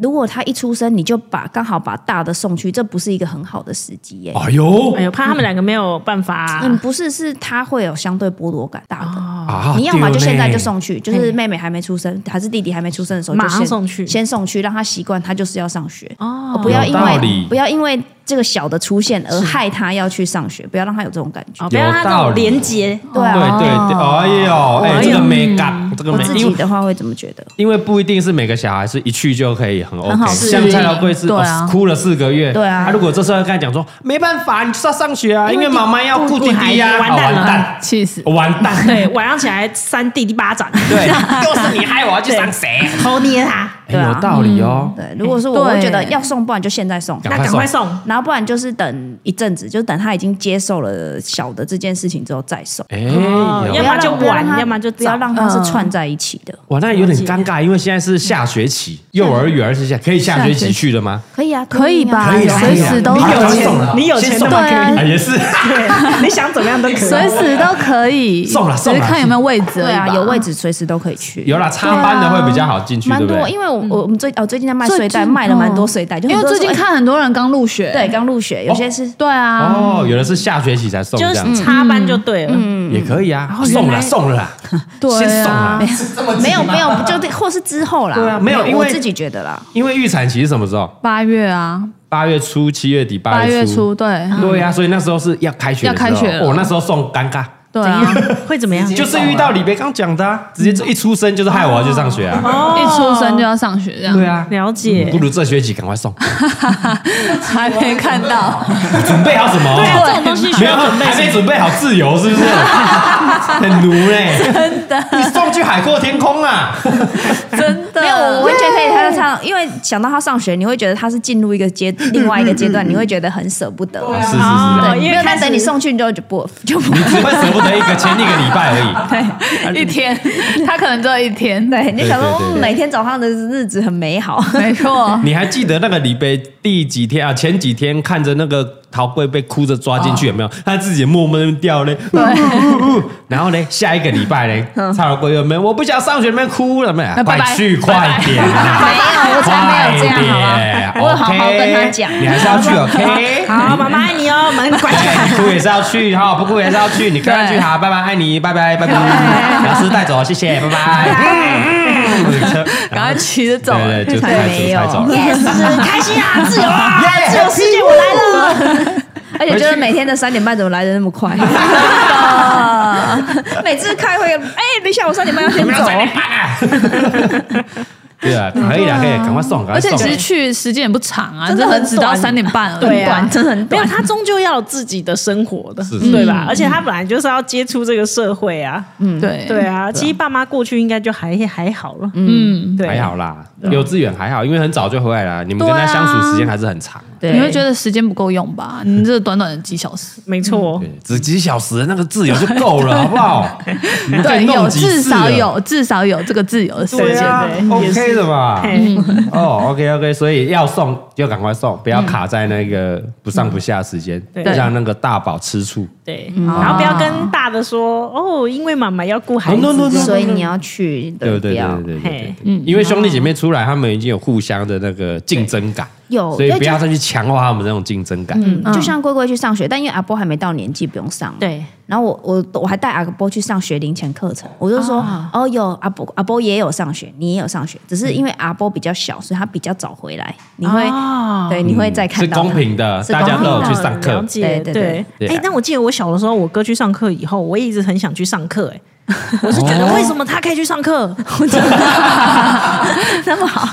S3: 如果他一出生你就把刚好把大的送去，这不是一个很好的时机耶。
S1: 哎呦
S2: 哎呦，怕他们两个没有办法
S5: 哦
S3: 嗯，不是，是他会有相对剥夺感大的。
S1: 啊！
S3: 你要么就
S1: 对呢
S3: 现在就送去，就是妹妹还没出生，还是弟弟还没出生的时候，就
S2: 马上
S3: 先
S2: 送去
S3: 先送去，让他习惯，他就是要上学。哦，不
S1: 有
S3: 要因
S1: 道理
S3: 为不要因为这个小的出现而害他要去上学，不要让他有这种感觉
S2: 哦，。不要让他这
S1: 有道
S2: 种
S1: 理
S2: 连接，
S3: 对
S1: 对
S3: 啊，
S1: 对对，哎呦，哎，这个美感，这个
S3: 我
S1: 美
S3: 自，
S1: 因
S3: 己
S1: 为
S3: 的话会怎么觉得？
S1: 因为不一定是每个小孩是一去就可以很 OK，
S3: 好适
S1: 像
S3: 应
S1: 蔡老贵是
S5: 对
S1: 哦
S5: 啊
S1: 哭了四个月，
S3: 对啊
S1: 他如果这时候跟他讲说没办法，你就是要上学啊，因
S3: 因为
S1: 为妈妈要顾弟弟呀，啊
S2: 顾孩子完蛋了
S1: 完蛋，哦
S5: 气死！
S1: 完蛋， 哎
S2: 对，晚上起来扇弟弟巴掌，
S1: 对，又是你害我要去上学，
S2: 头捏他，
S1: 哎
S3: 对啊
S1: 有道理哦。
S3: 对，如果是我，我会觉得
S5: 对
S3: 要送，不然就现在送。
S1: 赶
S2: 那
S1: 快
S2: 赶快送，
S3: 然后不然就是等一阵子，就是等他已经接受了小的这件事情之后再送。
S1: 哎，
S2: 哦
S1: 有
S2: 要不然就
S3: 不要让
S2: 晚
S3: 他
S2: 要不然就早
S3: 不要让它是串在一起的。
S1: 哇，那有点尴尬，因为现在是下学期，幼儿园是下可以下学期去的吗？哎
S3: 可以啊，
S5: 可以吧
S3: 可以啊
S5: 随时都
S1: 你
S5: 可以
S1: 有钱了，
S2: 你有钱
S1: 先送
S5: 对
S1: 吧
S5: 啊
S1: 啊也是
S2: 对，你想怎么样都可以。
S5: 随时都可以，
S1: 送啦
S5: 只
S1: 送啦
S5: 是看有没有位置而
S3: 对
S5: 已
S3: 啊，
S5: 吧。
S3: 有位置随时都可以去。
S1: 有啦，插班的会比较好进去，
S3: 蛮
S1: 对不
S3: 多，
S1: 对？
S3: 因为我我我们最哦最近在卖
S5: 最
S3: 睡袋，
S5: 近
S3: 卖了蛮多
S5: 哦
S3: 睡袋，就
S5: 因
S3: 很
S5: 为
S3: 多
S5: 最近
S3: 说哎
S5: 看很多人刚入学，
S3: 哎对刚入学，有些是
S5: 对啊，
S1: 哦，有的是下学期才送，这
S2: 就
S1: 样
S2: 是
S1: 子
S2: 插班
S5: 嗯
S2: 就对了。
S1: 也可以啊，送了送了啦，
S5: 对
S1: 先送
S5: 啊
S1: 啦。
S6: 这么急吗
S3: 没有没有，就对或是之后啦。
S1: 对啊没有因
S3: 我
S1: 为
S3: 自己觉得啦，
S1: 因为预产期是什么时候？
S5: 八月啊，
S1: 八月初、七月底、
S5: 八
S1: 月
S5: 月初，对
S1: 对呀、所以那时候是要开学的时候，哦
S5: 要开学了
S1: 我、那时候送尴尬，
S5: 对啊，
S2: 会怎么样？
S1: 就是遇到李贝刚讲的、啊，直接这一出生就是害我要去上学啊。
S5: 一出生就要上学这样，
S1: 对啊，
S2: 了解
S1: 不。如这学期赶快送，
S5: 还没看到，
S1: 准备好什么？
S2: 对啊，这种东西需
S1: 没
S2: 要
S1: 有，
S2: 准备
S1: 还。没准备好自由， 是不是？很奴嘞、真的，你送去海阔天空啊！
S5: 真的
S3: 没有，我会觉得可以他唱，因为想到他上学，你会觉得他是进入一个阶另外一个阶段，你会觉得很舍不得。
S5: 啊
S1: 是是是
S2: 哦
S1: 是，
S2: 因
S3: 没
S2: 为
S3: 有，
S2: 开
S3: 他
S2: 始
S3: 等你送去你就就不 就 不
S1: 你只会舍不得一个前一个礼拜而已。
S5: 一 天，他可能只有一天，
S3: 对，你就想说
S1: 对对对
S3: 嗯每天早上的日子很美好。
S5: 没错，
S1: 你还记得那个李贝第几天啊？前几天看着那个陶贵被哭着抓进去，有没 有？他自己默默地掉泪，呜呜呜呜然后呢，下一个礼拜 呢，蔡老贵又没有，我不想上学，没哭了没有？
S5: 那嗯拜
S1: 快
S5: 拜
S1: 去，快点 啊！
S3: 没有， 我才
S1: 快
S3: 没有这
S1: 点
S3: 样，好吗？我会好好跟他讲。
S1: OK，你还是 要去 OK。
S2: 好，妈妈爱你哦，蛮乖。
S1: 哎哭也是要去哈，不哭也是要去。你跟他去
S5: 对
S1: 好，拜拜，爱你，拜拜，拜拜。老师带走，谢谢，拜 拜。嗯嗯
S5: 赶快骑着走，
S1: 对对，就太走
S3: 没有
S1: 太走了。
S3: ，yes，开心啊，自由啊，自由世界我来了。而且就是每天的三点半怎么来的那么快？ 每次开会，哎，等一下我三点半要
S1: 啊
S3: 先走。
S1: 对啊，可以啦，可以，赶快送，赶快
S5: 而且
S1: 送。
S5: 其实去时间也不长啊，
S3: 真的
S5: 真的
S3: 很
S5: 只到
S3: 短
S5: 三点半而已，
S2: 对嗯啊，
S3: 真的很
S2: 没有，
S3: 短
S2: 他终究要有自己的生活的，
S1: 是是
S2: 对吧？而且他本来就是要接触这个社会啊，
S5: 嗯对
S2: 对啊。其实爸妈过去应该就还还好了，
S5: 嗯，
S2: 对，
S1: 还好啦，幼稚园还好，因为很早就回来了，你们跟他
S5: 对啊
S1: 相处时间还是很长。
S3: 对
S5: 你会觉得时间不够用吧？你这短短的几小时，
S2: 没错
S1: 对，，只几小时那个自由就够了，好不 好？你们可以
S5: 对，有
S1: 弄几
S5: 至
S1: 次啊
S5: 少
S1: 了
S5: 有至少有这个自由的时
S1: 对
S5: 间，
S1: 啊
S2: 对对也是
S1: ，OK 的嘛。
S2: 嘿
S1: 哦，OK OK，所以要送就赶快送，
S5: 嗯
S1: 不要卡在那个不上不下的时间，
S2: 对
S1: 就像那个大宝吃醋。
S2: 对，然后不要跟大的说哦，因为妈妈要顾孩
S1: No, no, no,
S2: 子，
S3: 所以你要去，
S1: 对
S3: 不
S1: 对
S3: 要
S1: 对对对对
S2: 嘿
S1: 对，因为兄弟姐妹出来，他们已经有互相的那个竞争感，
S3: 有
S1: 所以不
S3: 因
S1: 要
S3: 为
S1: 再去强化他们那种竞争感。
S3: 嗯，就像龟龟去上学，但因为阿波还没到年纪，不用上。。
S2: 对，
S3: 然后我我我还带阿波去上学龄前课程，我就说、
S5: 啊
S3: 哦有阿波阿波也有上学，你也有上学，只是因为阿波比较小，所以他比较早回来，你会、
S5: 啊
S2: 啊
S3: 对你会再看
S1: 是
S3: 到他、
S1: 公平的，
S3: 是
S1: 大家都有去
S3: 公平的
S1: 上
S2: 哦了
S1: 课。
S2: 解，
S3: 对对
S2: 对
S3: 对。
S1: 对
S2: 哎，但我记得我小的时候，我哥去上课以后，我一直很想去上课， 哎，我是觉得为什么他可以去上课？
S3: 那么好，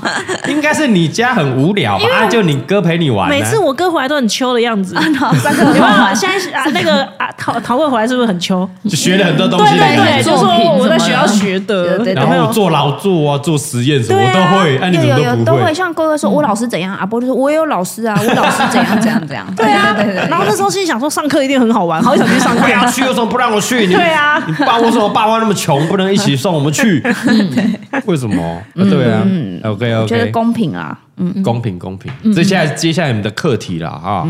S1: 应该是你家很无聊吧？啊就你哥陪你玩啊。
S2: 每次我哥回来都很秋的样子。
S3: 上课
S2: 有
S3: 很
S2: 没
S3: 啊好
S2: 有？
S3: 玩。
S2: 现在是啊，那个啊，陶陶慧回来是不是很秋？
S1: 就学了很多东西
S2: 对
S1: 的
S2: 对
S1: 感
S2: 对，
S1: 觉。
S2: 就说我在学校学的，
S3: 对对对
S1: 然
S2: 有没
S1: 后
S2: 有
S1: 我做劳作啊，做实验什么
S2: 对
S1: 我都
S2: 啊
S1: 会，哎，你
S3: 有
S1: 怎
S3: 有有
S1: 么
S3: 都
S1: 不
S3: 会，像龟龟
S5: 嗯
S3: 说，我老师怎样，阿波就说我也有老师啊，我老师怎样怎样 怎样。对啊，对对对
S2: 然后那时候心想说上课一定很好玩，好想去上 课
S1: 不。要去，为什么不让我去？你
S2: 对啊
S1: 你爸为什么爸妈那么穷，不能一起送我们去？为什么？呃对啊，OK
S3: 我觉得
S1: OK，
S3: 公平啊，
S1: 公平公平，这现在接下来你们的课题了哈，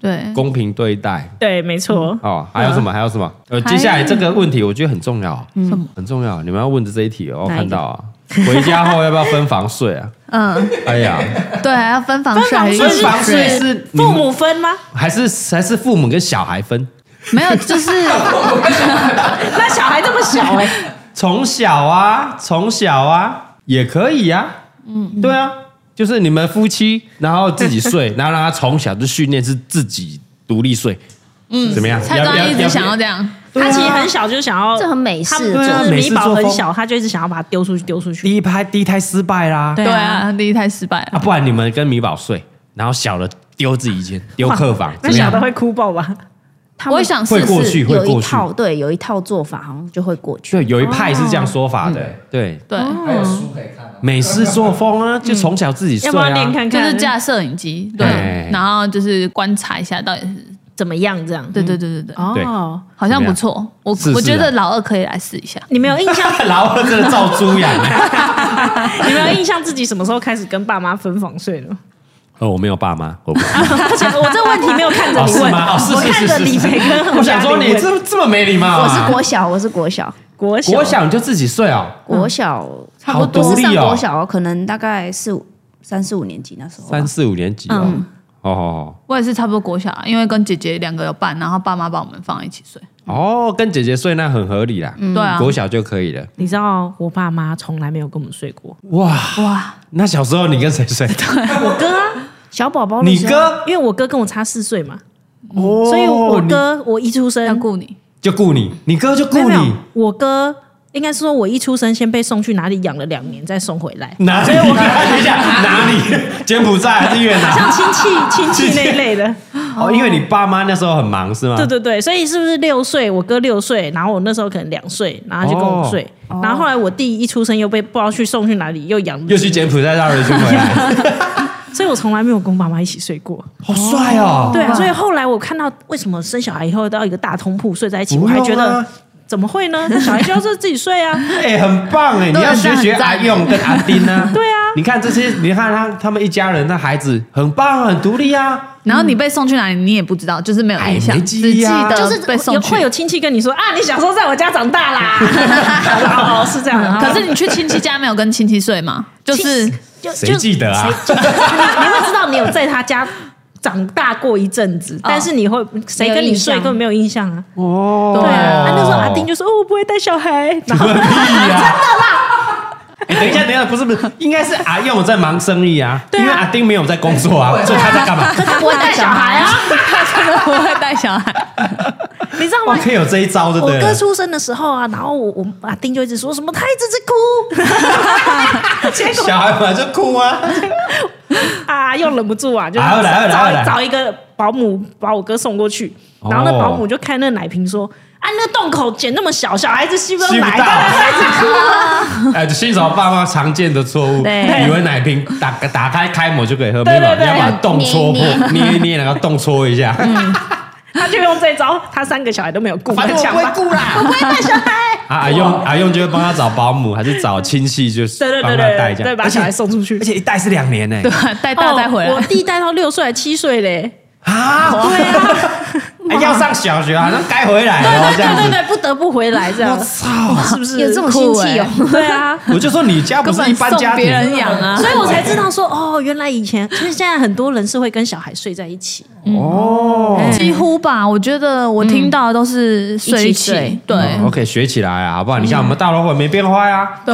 S5: 对，
S1: 公平对待
S2: 对，没错，
S1: 哦，还有什么？还有什么？呃，接下来这个问题我觉得很重要，很重要，你们要问的这一题哦，我
S3: 哪一个
S1: 看到啊，回家后要不要分房睡啊？
S5: 嗯，
S1: 哎呀，
S5: 对，还要分房睡，还有
S1: 分
S5: 一
S1: 房
S5: 起
S1: 睡是你
S2: 父
S1: 们
S2: 母分吗？
S1: 还是还是父母跟小孩分？
S5: 没 有，就是
S2: 那小孩这么小哎，
S1: 从小啊，从小啊，也可以啊。嗯，对啊，就是你们夫妻，然后自己睡， 然后让他从小就训练是自己独立睡。嗯，怎么样？
S5: 蔡
S1: 要
S5: 庄一直想要
S1: 要
S5: 这样，
S1: 对
S2: 他
S1: 啊
S2: 其实很小就想要，
S3: 这很美
S2: 他
S3: 式
S2: 就
S1: 对啊
S2: 是
S1: 美
S2: 米
S1: 式
S2: 宝
S1: 作
S2: 很
S1: 风
S2: 小，他就一直想要把它丢出去，丢出去。
S1: 第一胎第一胎失败啦。
S2: 对
S5: 对
S2: 啊
S5: 啊，第一胎失败
S1: 啊，
S5: 了，
S1: 不然你们跟米宝睡，然后小的丢自己一间，丢客房，怎
S2: 那
S1: 么
S2: 小
S1: 样
S2: 的？会哭爆吧？
S3: 他
S5: 我
S3: 们
S5: 也想试
S1: 会过去
S5: 试，
S3: 有
S1: 会
S3: 一
S1: 过去
S3: 套对，有一套做法好像就会过去。
S2: 哦
S1: 对，有一派是这样说法的
S6: 对。
S5: 对，
S6: 还有书可以看啊，
S1: 美式作风啊，就从小自己睡
S2: 嗯要不要 练
S1: 啊。
S2: 看
S5: 就
S2: 看？
S5: 是架摄影机，对
S1: 哎，
S5: 然后就是观察一下到底是，
S2: 怎么样这样？
S5: 对对对对对，
S1: 对
S2: 哦，
S5: 好像不错，我
S1: 试试啊
S5: 我觉得老二可以来试一下。
S2: 你没有印象？
S1: 然后真的照猪养。啊
S2: 你没有印象自己什么时候开始跟爸妈分房睡的吗？
S1: 呃，我没有爸妈，我 不
S2: 而且 我这问题没有看着
S1: 哦
S2: 你
S1: 是
S2: 问，
S1: 吗？哦，是
S2: 我
S1: 是
S2: 看
S1: 是
S2: 着
S1: 是
S2: 李
S1: 是
S2: 培 跟
S1: 我想说你
S2: 这
S1: 这这么没礼貌啊。
S3: 我是国小，我是国小，
S2: 国小
S1: 国小你就自己睡哦，
S5: 嗯
S3: 国小差
S1: 好
S3: 不多
S1: 独
S3: 是
S1: 立
S3: 上
S1: 哦
S3: 国小，可能大概四五三四五年级那时候吧。
S1: 三四五年级
S2: 嗯
S1: 哦。哦哦
S5: 我也是差不多国小啊，因为跟姐姐两个有伴，然后爸妈把我们放一起睡。
S1: 哦，哦跟姐姐睡那很合理啦，
S2: 嗯
S5: 对啊，
S1: 嗯国小就可以了。
S2: 你知道我爸妈从来没有跟我们睡过，
S1: 哇，
S5: 哇，
S1: 那小时候你跟谁 睡？
S2: 我哥啊，
S3: 小宝宝的
S1: 你
S3: 时候，
S1: 哥
S2: 因为我哥跟我差四岁嘛，
S1: 哦，
S2: 所以我哥我一出
S5: 要
S2: 生
S5: 顾你，
S1: 就雇你，你哥就
S2: 没有
S1: 雇
S2: 没有
S1: 你，，
S2: 我哥应该是说我一出生先被送去哪里养了两年，再送回来，
S1: 哪里？ 等一下，哪里？柬埔寨还是越 南？
S2: 像亲 戚亲戚那一类的，
S1: 哦，因为你爸妈那时候很忙是吗？
S2: 对对对，所以是不是六岁？我哥六岁，然后我那时候可能两岁，然后他就跟我睡，然后后来我弟一出生又被不知道去送去哪里，又养，
S1: 哦又去柬埔寨绕了一圈回 来，
S2: 所以我从来没有跟我爸妈一起睡过。
S1: 好帅哦！
S2: 对啊，所以后来我看到为什么生小孩以后都要一个大通铺睡在一起，
S1: 不
S2: 我
S1: 用啊
S2: 还觉得怎么会呢？小孩就是自己睡 啊，
S1: 哎，很棒哎！你
S5: 对
S1: 要学学
S5: 这样
S1: 阿
S5: 很赞
S1: 用跟阿丁啊。
S2: 对啊
S1: 你看这些，你看他他们一家人，那孩子很棒，很独立啊。
S5: 然后你被送去哪里你也不知道，就是没有印象，
S1: 哎没记
S5: 只记
S1: 忆啊
S5: 得
S2: 就是
S5: 被送
S2: 有
S5: 去
S2: 会有。亲戚跟你说啊，你小时候在我家长大啦， 我说哦是这样啊，
S5: 可是你去亲戚家没有跟亲戚睡吗？就是
S2: 就
S1: 谁记得啊？
S2: 你会知道你有在他家长大过一阵
S3: 哦
S2: 子，但是你会谁跟你睡根本没有印象啊。
S1: 哦，
S2: 对啊，他那时候阿丁就说：“ 哦，我不会带小 孩。”然后
S1: 个屁呀！ 哎，等一下，等一下，不是不是，应该是阿用在忙生意啊，
S2: 对啊
S1: 因为阿丁没有在工作啊，所以他在干嘛？
S3: 他不会带小孩啊。
S5: 他真的不会带小孩，
S2: 你知道
S1: 哇，
S2: 吗？
S1: 可以有这一招，对不
S2: 我
S1: 对
S2: 哥
S1: 了？
S2: 出生的时候啊，然后我我阿丁就一直说什么他一直在哭， 结果
S1: 小孩本来就哭啊，
S2: 啊又忍不住啊，就
S1: 啊又
S2: 找
S1: 来又来又来
S2: 找一个保姆把我哥送过去，
S1: 哦
S2: 然后那保姆就看那奶瓶说。啊，那洞口剪那么小，小孩子吸不到
S1: 吸不
S2: 奶，
S1: 到
S2: 当然开 始哭啊！
S1: 哎，新手爸妈常见的错误，
S5: 对
S1: 以为奶瓶打打开开模就可以喝，没
S2: 对
S1: 有，
S2: 对
S1: 你
S2: 对
S1: 要把洞戳破，捏一捏，然后洞戳一下，
S2: 他 就用这招，他三个小孩都没有顾，
S1: 反正我不
S2: 很强
S1: 会
S2: 吧
S1: 顾啦，我不会带小孩。啊，阿用阿用就会帮他找保姆，还是找亲戚，就是
S2: 对对
S1: 帮
S2: 对
S1: 他带
S2: 对
S1: 这
S2: 对，
S1: 样，
S2: 对把
S1: 而且
S2: 小孩送出 去
S1: 而。且一带是两年欸呢，
S5: 带大带回来。
S2: 哦 我弟带到六岁还七岁嘞，
S1: 啊，对 啊，要上小学好像该回来了，这样
S2: 对
S1: 子。
S3: 哎
S2: 对，不得不回来这样，
S1: 操！
S2: 是不是
S3: 有这种亲戚哦，
S2: 对啊。
S1: 我就说你家不
S5: 根
S1: 是一
S5: 本
S1: 般
S5: 送
S1: 家
S5: 别人
S1: 庭
S5: 养啊，
S2: 所以我才知道说，哦，原来以前其实现在很多人是会跟小孩睡在一起，
S1: 哦。
S5: 几乎吧。我觉得我听到的都是睡
S3: 一起睡
S5: 对，
S1: 哦 OK，学起来啊，好不好？你像我们大老虎也没变坏啊，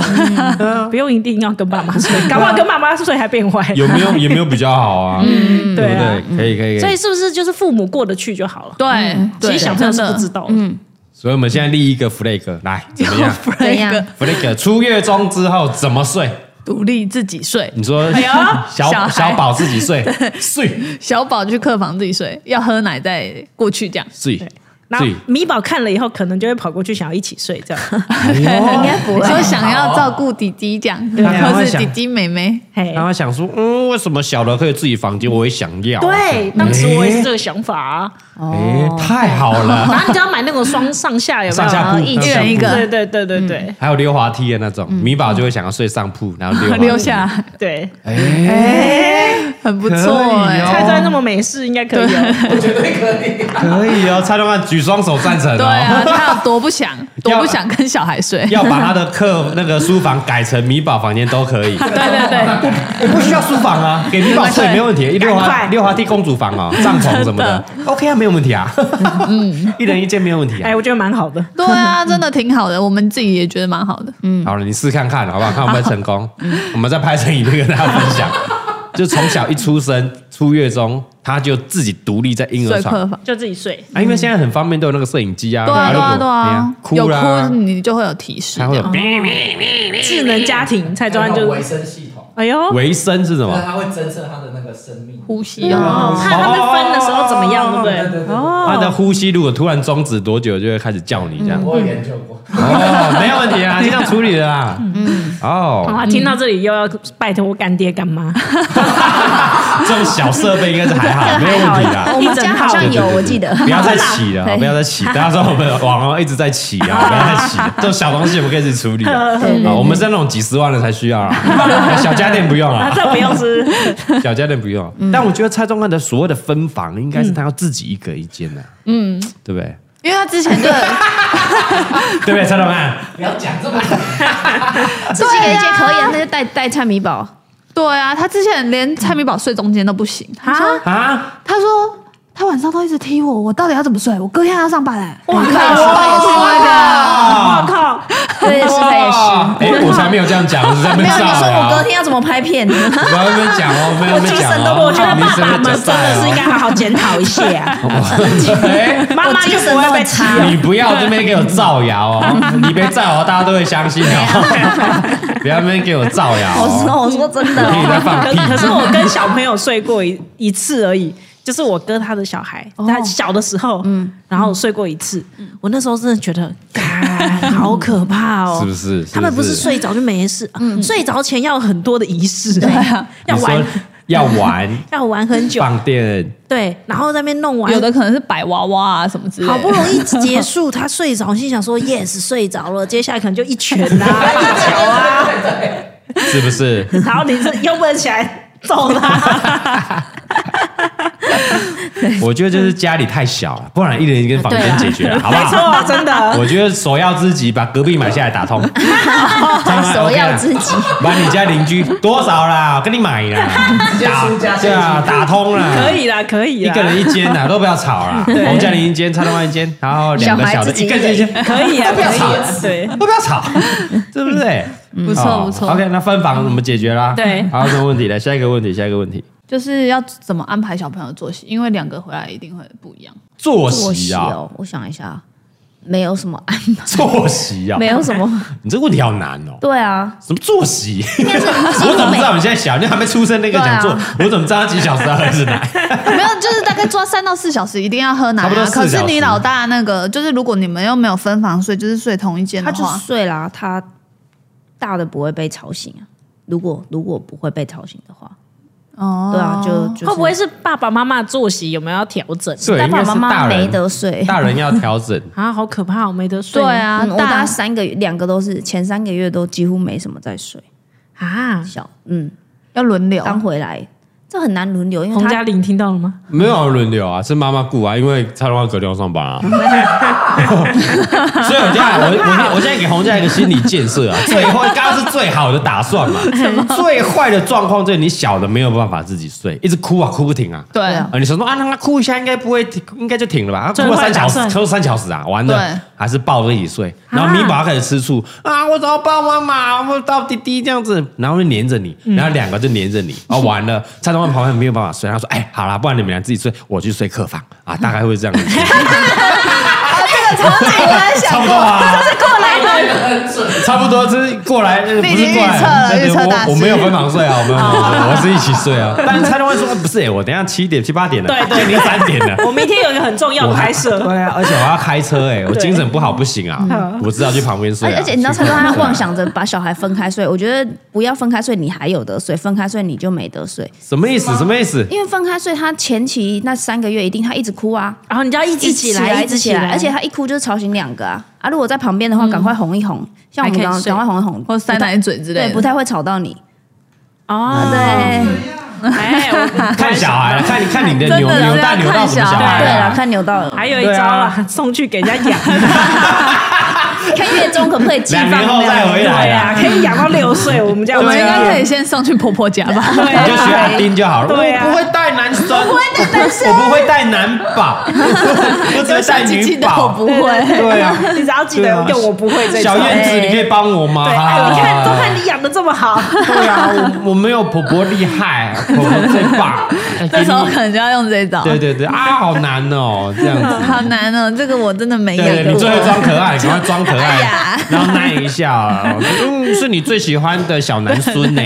S2: 不用一定要跟爸妈 睡，搞不好跟爸妈睡还变坏，
S1: 有没有也没有比较好啊，
S5: 嗯
S1: 对不
S2: 对啊。
S1: 对？可以可以。可
S2: 所以是不是就是父母过得去就好了？
S5: 对，
S2: 其实小朋友是不知道的，
S1: 所以我们现在立一个 flag 来，怎么样
S3: 怎样？
S5: 啊
S1: ？flag 出月中之后怎么睡？
S5: 独立自己睡。
S1: 你说
S5: 哎呦 小
S1: 小
S5: 孩
S1: 小宝自己睡，睡
S5: 小宝去客房自己睡，要喝奶再过去这样。
S1: 睡
S2: 然后
S1: 睡。
S2: 米宝看了以后，可能就会跑过去想要一起睡，这 样。
S1: 哎 呦
S3: 应该不会
S5: 说想要照顾弟弟这样，
S1: 啊
S5: 或是弟弟妹妹，
S2: 嘿
S1: 然，后想说，嗯，为什么小的可以自己房间，我也想要啊。
S2: 对，当时我也是这个想法啊。
S1: 哎，太好了，
S2: 然后你只要买那种双上下有嗯没
S1: 上
S2: 有？
S1: 下铺，
S3: 一
S1: 上下
S5: 人哦一
S1: 铺
S5: 个
S2: 对对对对对
S1: 还有溜滑梯的那种，米宝就会想要睡上铺，然后溜滑梯。哎
S5: 留下来
S2: 对，
S5: 很不
S1: 可以
S5: 错
S1: 哦
S5: 哎。
S2: 蔡专那么美式应该可以哦。
S1: 可以哦，蔡东汉举双手赞成哦。
S5: 对 啊，他有多不想，多
S1: 要
S5: 不想跟小孩睡。
S1: 要把他的客那个书房改成米宝房间都可以，
S5: 对 对对，
S1: 我不需要书房啊，给米宝睡没问题。溜
S2: 赶
S1: 滑
S2: 快
S1: 溜滑梯公主房哦，帐篷什么的，OK 啊，没有问题啊。嗯，一人一间没有问题啊
S2: 哎，。我觉得蛮好的。
S5: 对啊，真的挺好的，我们自己也觉得蛮好的。
S1: 好了，你试看看好不好？看会不会成功？我们再拍成影片跟大家分享。就从小一出生，出月中他就自己独立在婴儿
S5: 睡客
S1: 床。
S5: 房。
S2: 就自 己睡。
S1: 啊，因为现在很方便，都有那个摄影机啊，
S5: 对啊对啊对
S1: 啊
S5: 啊，，
S1: 哭
S5: 有
S1: 啦
S5: 哭，你就会有提示
S1: 还。会有哔
S2: 智能家庭蔡
S6: 还有
S2: 庄
S6: 那
S2: 就
S1: 哦
S6: 种维生系统，
S2: 哎呦，
S1: 维生是什
S6: 就是
S1: 么？
S6: 它会侦测它的那个的生命。
S5: 呼吸哦，
S1: 啊
S2: 哦，看他被分的时候怎么样，对不
S6: 对
S2: 对？
S6: 对对，
S1: 他的呼吸如果突然终止多久，就会开始叫你这样。
S6: 我有研究过。
S1: 哦，没有问题啊，就这样处理的啦。嗯，
S2: 好
S1: 哦，
S2: 啊，听到这里又要拜托干爹 干妈，
S1: 这种小设备应该是还好，没有问题啦。
S3: 我们家好像有，我记得。
S1: 不要再起了，
S3: 对
S1: 不要再起！大家说我们网红一直在起啊，不要再起了，这种小东西我们可以自己处理啊。啊，我们是那种几十万的才需要啊， 小家电不用啊
S2: 啊，。这不用是
S1: 小家电不用。但我觉得蔡宗翰的所谓的分房，应该是他要自己一个一间呐、嗯，对不对？
S5: 因为他之 前就
S1: 对不对，蔡宗翰？
S6: 不要讲这么
S3: 自己给一些可以，啊那就带带蔡米宝。
S5: 对啊，他之前连蔡明宝睡中间都不行，他说
S1: 啊，
S5: 他说他晚上都一直踢我，我到底要怎么睡？我隔天还要上班哎，
S2: 我
S1: 哦
S2: 靠，我靠，
S3: 对，是的，也是。
S1: 啊哇！哎，我才没有这样讲，我是在那
S4: 没有，
S1: 边造
S4: 你说我隔
S1: 啊。
S4: 天要怎么拍片？
S1: 我在那边讲 哦，没有没讲哦。
S2: 我觉得爸爸们
S1: 你
S2: 真的是应该好好检讨一下，妈妈就不会被欺
S1: 哎哦你不要这边给我造谣 哦，你别造谣，大家都会相信哦。
S2: 啊
S1: 不要那边给我造谣
S4: 我
S1: 哦，
S4: 说我说真的
S1: 你
S4: 哦，
S1: 在放
S2: 可
S1: 屁。
S2: 可是我跟小朋友睡过一一次而已，就是我哥他的小孩，
S1: 哦
S2: 他小的时候，
S1: 嗯
S2: 然后睡过一次，我那时候真的觉得，干好可怕 哦，
S1: 是不是是不是
S2: 他们不是睡着就没事，睡着前要有很多的仪式， 要
S1: 你说
S2: 玩
S1: 要玩
S2: 要玩很久，
S1: 放电，
S2: 对，然后在那边弄完，
S5: 有的可能是摆娃娃啊什么之类的，
S2: 好不容易结束，他睡着，心想说 yes 睡着了，接下来可能就一拳啦、 一脚啊，
S1: 是不 是？
S2: 然后你是又不能起来揍他，
S1: 我觉得就是家里太小了，不然一人一间房间解 决了，好不
S2: 没
S1: 好？
S2: 错，真的。
S1: 我觉得首要之急，把隔壁买下来 打通。
S4: 哦
S3: 首要之急，
S1: 把你家邻居多少啦，我跟你买啦，
S6: 接输家
S1: 对啊，
S6: 先输
S1: 打通啦，
S2: 可以啦，可以
S1: 一
S2: 啦，
S1: 个人一间呐，都不要吵啦。我们家里一间，蔡老板一间，然后两个
S3: 小孩
S1: 小的，
S3: 自己
S1: 一个人一间，
S2: 可以啊，
S1: 都不
S2: 可
S1: 要
S2: 以
S1: 吵，
S2: 啊，对，
S1: 都不要吵，对不对？
S5: 不错不错
S1: 哦 OK，那分房怎么解决啦？
S2: 对
S1: 还有什么问题？来，下一个问题，下一个问题，
S5: 就是要怎么安排小朋友作息，因为两个回来一定会不一样。
S1: 作
S3: 作
S1: 息
S3: 息
S1: 啊，
S3: 哦，我想一下，没有什么 安排，
S1: 作息啊
S3: 没，有什么。
S1: 你这个问题好难哦。
S3: 对啊，
S1: 什么作息？
S3: 应该是
S1: 我怎么知道你现在小？你还没出生那个讲座
S3: 对，
S1: 我怎么知道他几小时要喝是奶？
S5: 没有，就是大概抓三到四小时一定要喝奶、
S1: 差不多
S5: 啊。
S1: 四
S5: 可是
S1: 小时
S5: 你老大那个，就是如果你们又没有分房睡，就是睡同一间
S3: 他
S5: 的
S3: 就
S5: 话，
S3: 睡啦，他大的不会被吵醒啊。如果如果不会被吵醒的话，
S5: 哦，
S3: 对啊，就就是
S2: 会不会是爸爸妈妈作息有没有要调整
S1: 对，
S3: 爸
S1: 应该
S3: 爸
S1: 是
S3: 妈
S1: 大
S3: 妈没
S1: 人，
S3: 得睡？
S1: 大人要调整。
S2: 啊？好可怕，我没得睡，
S5: 对啊
S3: 嗯，我大概
S5: 大
S3: 三个月，两个都是前三个月都几乎没什么在睡。
S2: 啊！
S3: 小嗯，
S5: 要轮流。
S3: 刚回来这很难轮流，因为
S2: 洪
S3: 他
S2: 嘉玲听到了吗？
S1: 没有轮流啊，是妈妈雇啊，因为蔡龙要隔天要上班啊。 所以我现在我我我现在给洪家一个心理建设啊，最坏刚刚是最好的打算嘛，最坏的状况就是你小的没有办法自己睡，一直哭啊哭不停啊。
S5: 对
S1: 啊，你想说啊，让他哭一下，应该不会停，应该就停了吧？他
S2: 最
S1: 哭了三小
S2: 坏
S1: 时，
S2: 打算
S1: 哭了三小时啊，完了
S5: 对
S1: 还是抱着一起睡，然后米宝开始吃醋啊，我怎么抱妈妈，我抱弟弟这样子，然后就黏着你，
S2: 嗯
S1: 然后两个就黏着你，啊，完了，蔡宗汉旁边没有办法睡，他说，哎，好啦，不然你们俩自己睡，我去睡客房啊，大概会这样子， 差不多啊，
S6: 很准。
S1: 差不多就是过来， 呃不
S5: 你已
S1: 是
S5: 经
S1: 过
S5: 预测了
S1: 来，对
S5: 预测大
S1: 我
S5: 师
S1: 我没有分房睡啊，我没有分房睡， 我是一起睡啊，但是蔡宗汉说，不是，哎我等一下七点七八点了，
S2: 对 对
S1: 已经三点了。
S2: 我明天有一个很重要的
S1: 我还
S2: 拍摄，
S1: 对啊，而且我要开车哎、我
S2: 对
S1: 精神不好不行啊
S2: 嗯，
S1: 我知道去旁边睡、
S3: 而
S1: 啊。
S3: 而且你知道，
S1: 去
S3: 他
S1: 旁
S3: 说
S1: 边
S3: 他
S1: 睡啊
S3: 妄想着把小孩分开睡，我觉得不要分开睡，你还有得睡；分开睡你就没得睡，
S1: 什么意思？什么意思？
S3: 因为分开睡他前期那三个月一定他一直哭啊，
S2: 然后你就要一
S3: 一
S2: 直起来，
S3: 来，
S2: 一直
S3: 起
S2: 起来，
S3: 而且他一哭就是吵醒两个啊啊！如果在旁边的话，赶快哄一哄，像
S5: 还
S3: 我们
S5: 可以
S3: 刚刚
S5: 睡
S3: 赶快哄一哄，
S5: 或塞奶嘴之类
S3: 对，
S5: 的，
S3: 不太会吵到你。
S2: 哦，
S3: 对
S2: 哎， 我
S1: 看小孩，啊看你看你的
S5: 真的
S1: 扭
S5: 是要
S1: 扭蛋扭到什么小
S5: 看小
S1: 孩、
S5: 孩
S3: 对了，
S1: 啊？
S3: 看扭到了，
S2: 还有一招啦，送去给人家养，
S3: 看月中可不可以寄
S1: 两
S3: 放
S1: 年后再 回来
S2: 对
S1: 啊，
S2: 啊，可以养到六岁，我们家
S5: 我
S2: 有
S5: 们
S2: 这
S5: 应
S2: 个
S5: 该可以先送去婆婆家吧。
S2: 对
S1: 你就学
S2: 啊，
S1: 阿丁就好了。
S2: 对啊
S1: 我不会带男生，我不会带男生，我不会带男宝，我只会带
S5: 静
S1: 女
S5: 静的我
S1: 宝
S5: 不。会，
S1: 对啊，
S2: 你只要记得
S1: 对啊
S2: 用我不会这一招
S1: 小燕子，你可以帮我吗？啊
S2: 对，哎，你看，都看你养的这么好，
S1: 对啊，我我没有婆婆厉害，婆婆最棒。
S5: 这时候可能就要用这一招。
S1: 对对对啊，好难哦，这样子。
S5: 好难哦，这个我真的没
S1: 对对，
S5: 有
S1: 你
S5: 过
S1: 最。会装可爱，赶快装可可
S5: 哎
S1: 爱
S5: 呀，
S1: 然后那一下啊，嗯，是你最喜欢的小男孙呢，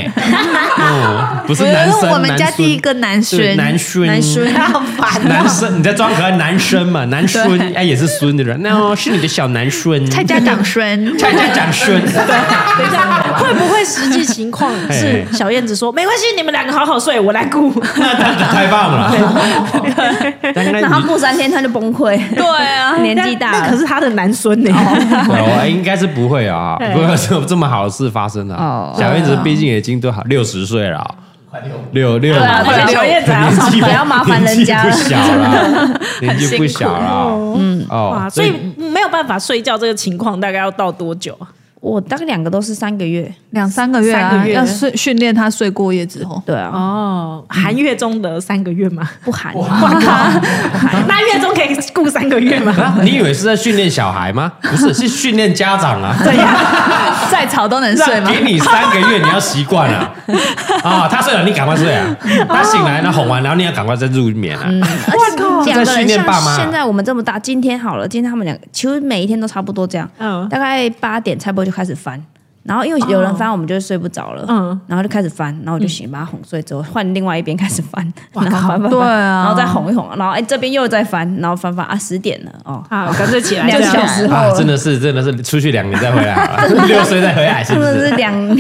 S1: 嗯，不是男生，
S5: 我们家
S1: 男孙
S5: 第一个男
S1: 对
S5: 孙，
S1: 男孙，
S5: 男孙，哦
S2: 好烦
S1: 男生，你在装可爱，男生嘛，男孙，哎，也是孙的人，那哦是你的小男孙，
S5: 蔡家长孙，
S1: 蔡家长孙，
S2: 等一下， 会不会实际情况是
S1: 嘿
S2: 小燕子说没关系，你们两个好好睡，我来顾。
S1: 那当然太棒了，
S2: 哦
S1: 当然
S3: 然后
S1: 你。
S3: 过三天他就崩 溃，
S5: 对啊，
S3: 年纪
S2: 那
S3: 大
S2: 那可
S3: 了。
S2: 是他的男孙呢。
S1: 我哦应该是不会啊，
S2: 对
S1: 不会有这么好的事发生啊
S3: 哦。
S1: 小燕子毕竟已经多好六十岁了啊，
S6: 快
S1: 六
S6: 六，
S1: 六，
S3: 对啊
S2: 而且小燕子还要
S1: 年
S2: 上
S1: 纪
S3: 不要麻烦人家
S1: 年纪不小了，年纪不小了，嗯
S2: 哇，
S1: 哦，
S2: 所以没有办法睡觉这个情况大概要到多久？啊
S3: 我大概两个都是三个月，
S5: 两三个月
S2: 三
S5: 啊，
S2: 个月
S5: 要训训练他睡过夜之后，
S3: 对啊，
S2: 哦，含月中的三个月吗？
S3: 不含。
S2: 那月中可以顾三个月吗？
S1: 你以为是在训练小孩 吗？不是，是训练家长啊。
S2: 怎样？
S5: 再吵都能睡
S1: 让
S5: 吗
S1: 给？你三个月，你要习惯 了啊！他睡了，你赶快睡啊！他醒来，他哄完，然后你要赶快再入眠啊！
S2: 嗯
S3: 而且嗯
S1: 在
S3: 两个
S1: 训
S3: 人
S1: 练爸妈
S3: 像现在我们这么大，今天好了，今天他们两个其实每一天都差不多这样，
S2: 嗯
S3: 大概八点蔡波就开始翻，然后因为有人翻，我们就睡不着了，
S2: 嗯
S3: 然后就开始翻，然后我就醒，把他哄睡之后，换另外一边开始翻，
S2: 哇
S3: 然后翻翻翻，
S5: 对啊
S3: 然后再哄一哄，然后哎这边又在翻，然后翻翻啊十点了哦，
S2: 好，干脆起来
S3: 两
S2: 这
S3: 个
S2: 样
S3: 小时
S1: 啊，
S3: 后
S1: 真的是，真的是出去两年再回来好 了，六岁再回来 是
S3: 真
S1: 不
S3: 的
S1: 是
S3: 是？两，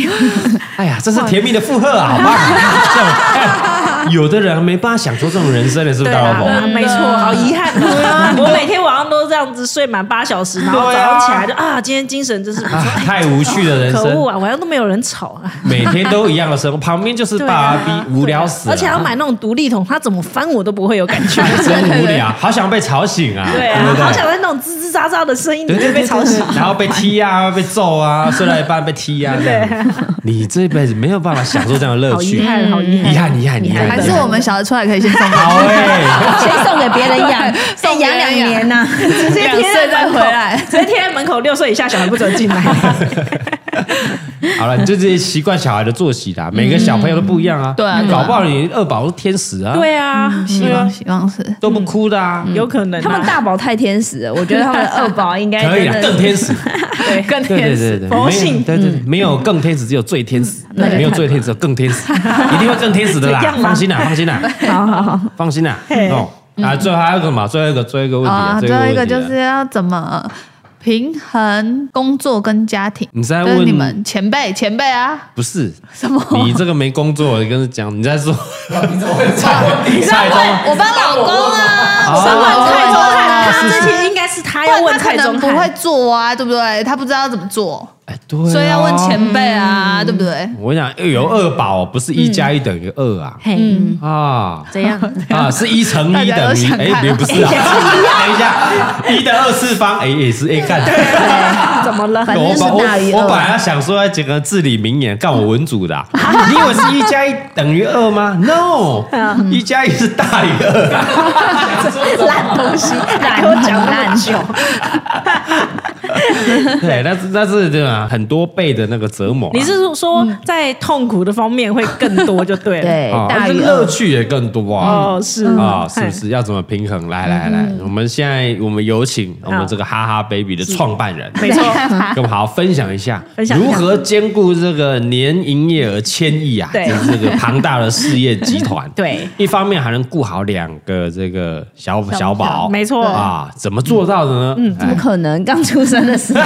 S1: 哎呀，这是甜蜜的负荷啊，好棒！这种哎有的人没办法享受这种人生的，是不
S2: 对
S1: 是？大老
S2: 啊，
S1: 婆，
S2: 对没错，好遗憾哦。我每天晚上都这样子睡满八小时，然后早上起来就啊，今天精神真是不
S1: 啊
S2: 错。
S1: 太无趣的人
S2: 可恶
S1: 生，
S2: 啊！晚上都没有人吵啊，
S1: 每天都一样的生活，旁边就是爸
S2: 对
S1: 爸
S2: 啊
S1: 逼，无聊死了，
S2: 而且要买那种独立桶，它怎么翻我都不会有感觉。
S1: 真无聊，好想被吵醒啊！
S2: 对
S1: 不
S2: 啊，
S1: 对
S2: 好想在那种吱吱喳喳的声音里
S1: 对对
S2: 面
S1: 对
S2: 被吵醒。
S1: 然后被踢啊，被揍啊，睡到一半被踢啊，这样。你这辈子没有办法享受这样的乐
S2: 好遗
S1: 趣，
S2: 憾，好遗
S1: 遗
S2: 憾。
S1: 憾，遗憾，遗憾。
S5: 还是我们小孩出来可以先送 他，
S1: 好哎，
S3: 先送给别人 养，
S5: 送
S3: 哎
S5: 别
S3: 养
S5: 人
S3: 两
S5: 养
S3: 年呐，
S2: 直接
S5: 两
S2: 贴在
S5: 岁再
S2: 门
S5: 回
S2: 口，
S5: 来。
S2: 直接贴在门口，六岁以下小孩不准进来。
S1: 好了，你就这些习惯小孩的作息啦，每个小朋友都不一样
S2: 嗯
S1: 啊。
S5: 对啊对啊
S1: 搞不好你二宝是天使啊，
S2: 对啊，
S5: 希望希望是
S1: 都不哭的啊，
S2: 有可能啊
S3: 他们大宝太天使了，我觉得他们的二宝应该
S2: 嗯
S1: 可以
S3: 真
S1: 啊，
S3: 的
S1: 更天使。
S2: 对更
S1: 对对对对，
S2: 佛
S1: 没有
S2: 性嗯
S1: 对对，对没有更天使，只有最天使，没有最天使，只有更天 使，一定会更天使的啦
S2: 这样，吗
S1: 放心啦，放心啦，
S3: 好好好。
S1: 放心啦。哦，啊，最后还有一个嘛，最后一个，最后一个问题啊，
S5: 嗯哦最后一个
S1: 问题
S5: 就
S1: 啊
S5: 是要怎么平衡工作跟家庭。
S1: 你在
S5: 就是
S1: 问
S5: 你们前辈前辈啊？
S1: 不是
S5: 什么？
S1: 你这个没工作，你跟他讲，你在 说
S6: 你怎么会猜我底
S1: 蔡宗
S5: 我帮老公啊，
S1: 哦
S5: 我帮老公
S2: 蔡宗
S5: 啊
S2: 翰，他
S1: 是
S2: 之
S1: 是
S2: 前应该是他
S5: 不
S2: 要
S5: 然
S2: 问
S5: 他可
S2: 蔡宗
S5: 能不
S2: 翰，
S5: 会做啊，对不对？他不知道怎么做，
S1: 哎，对啊，
S5: 所以要问前辈啊，对不对？
S1: 我跟你讲，哎有二宝不是一加一等于二啊，
S4: 哎
S3: 嘿，
S1: 啊
S3: 怎样？
S1: 啊，是一乘一
S5: 大家
S1: 等
S5: 都
S1: 于
S5: 想看
S1: 哎，也不 是啊，等一下，一的二次方哎也是 哎，看，
S3: 怎么了？反正
S1: 我
S3: 就是
S1: 本我
S3: 大于
S1: 我本
S3: 二。
S1: 来想说要讲个至理名言，干我文主的啊，你以为是一加一等于二吗？No，一
S5: 嗯
S1: 加一是大于二啊，
S3: 烂 东西，烂很烂。
S1: 对，那是那是对吧？很多倍的那个折磨啊，
S2: 你是说在痛苦的方面会更多就对了。
S3: 对
S1: 啊，
S3: 大于
S1: 乐
S3: 二。
S1: 趣也更多啊。
S2: 哦，哎嗯是
S1: 啊、是不？是要怎么平衡？来来来，我们现在我们有请我们这个哈哈 baby 的创办人，
S2: 没错，
S1: 跟我们好好分享一下，
S2: 分享一下
S1: 如何兼顾这个年营业额千亿啊，
S2: 对
S1: 这这个庞大的事业集团，
S2: 对，
S1: 一方面还能顾好两个这个小小宝，
S2: 没错嗯
S1: 啊，怎么做到的呢？
S3: 怎么可能？刚出生的 时候，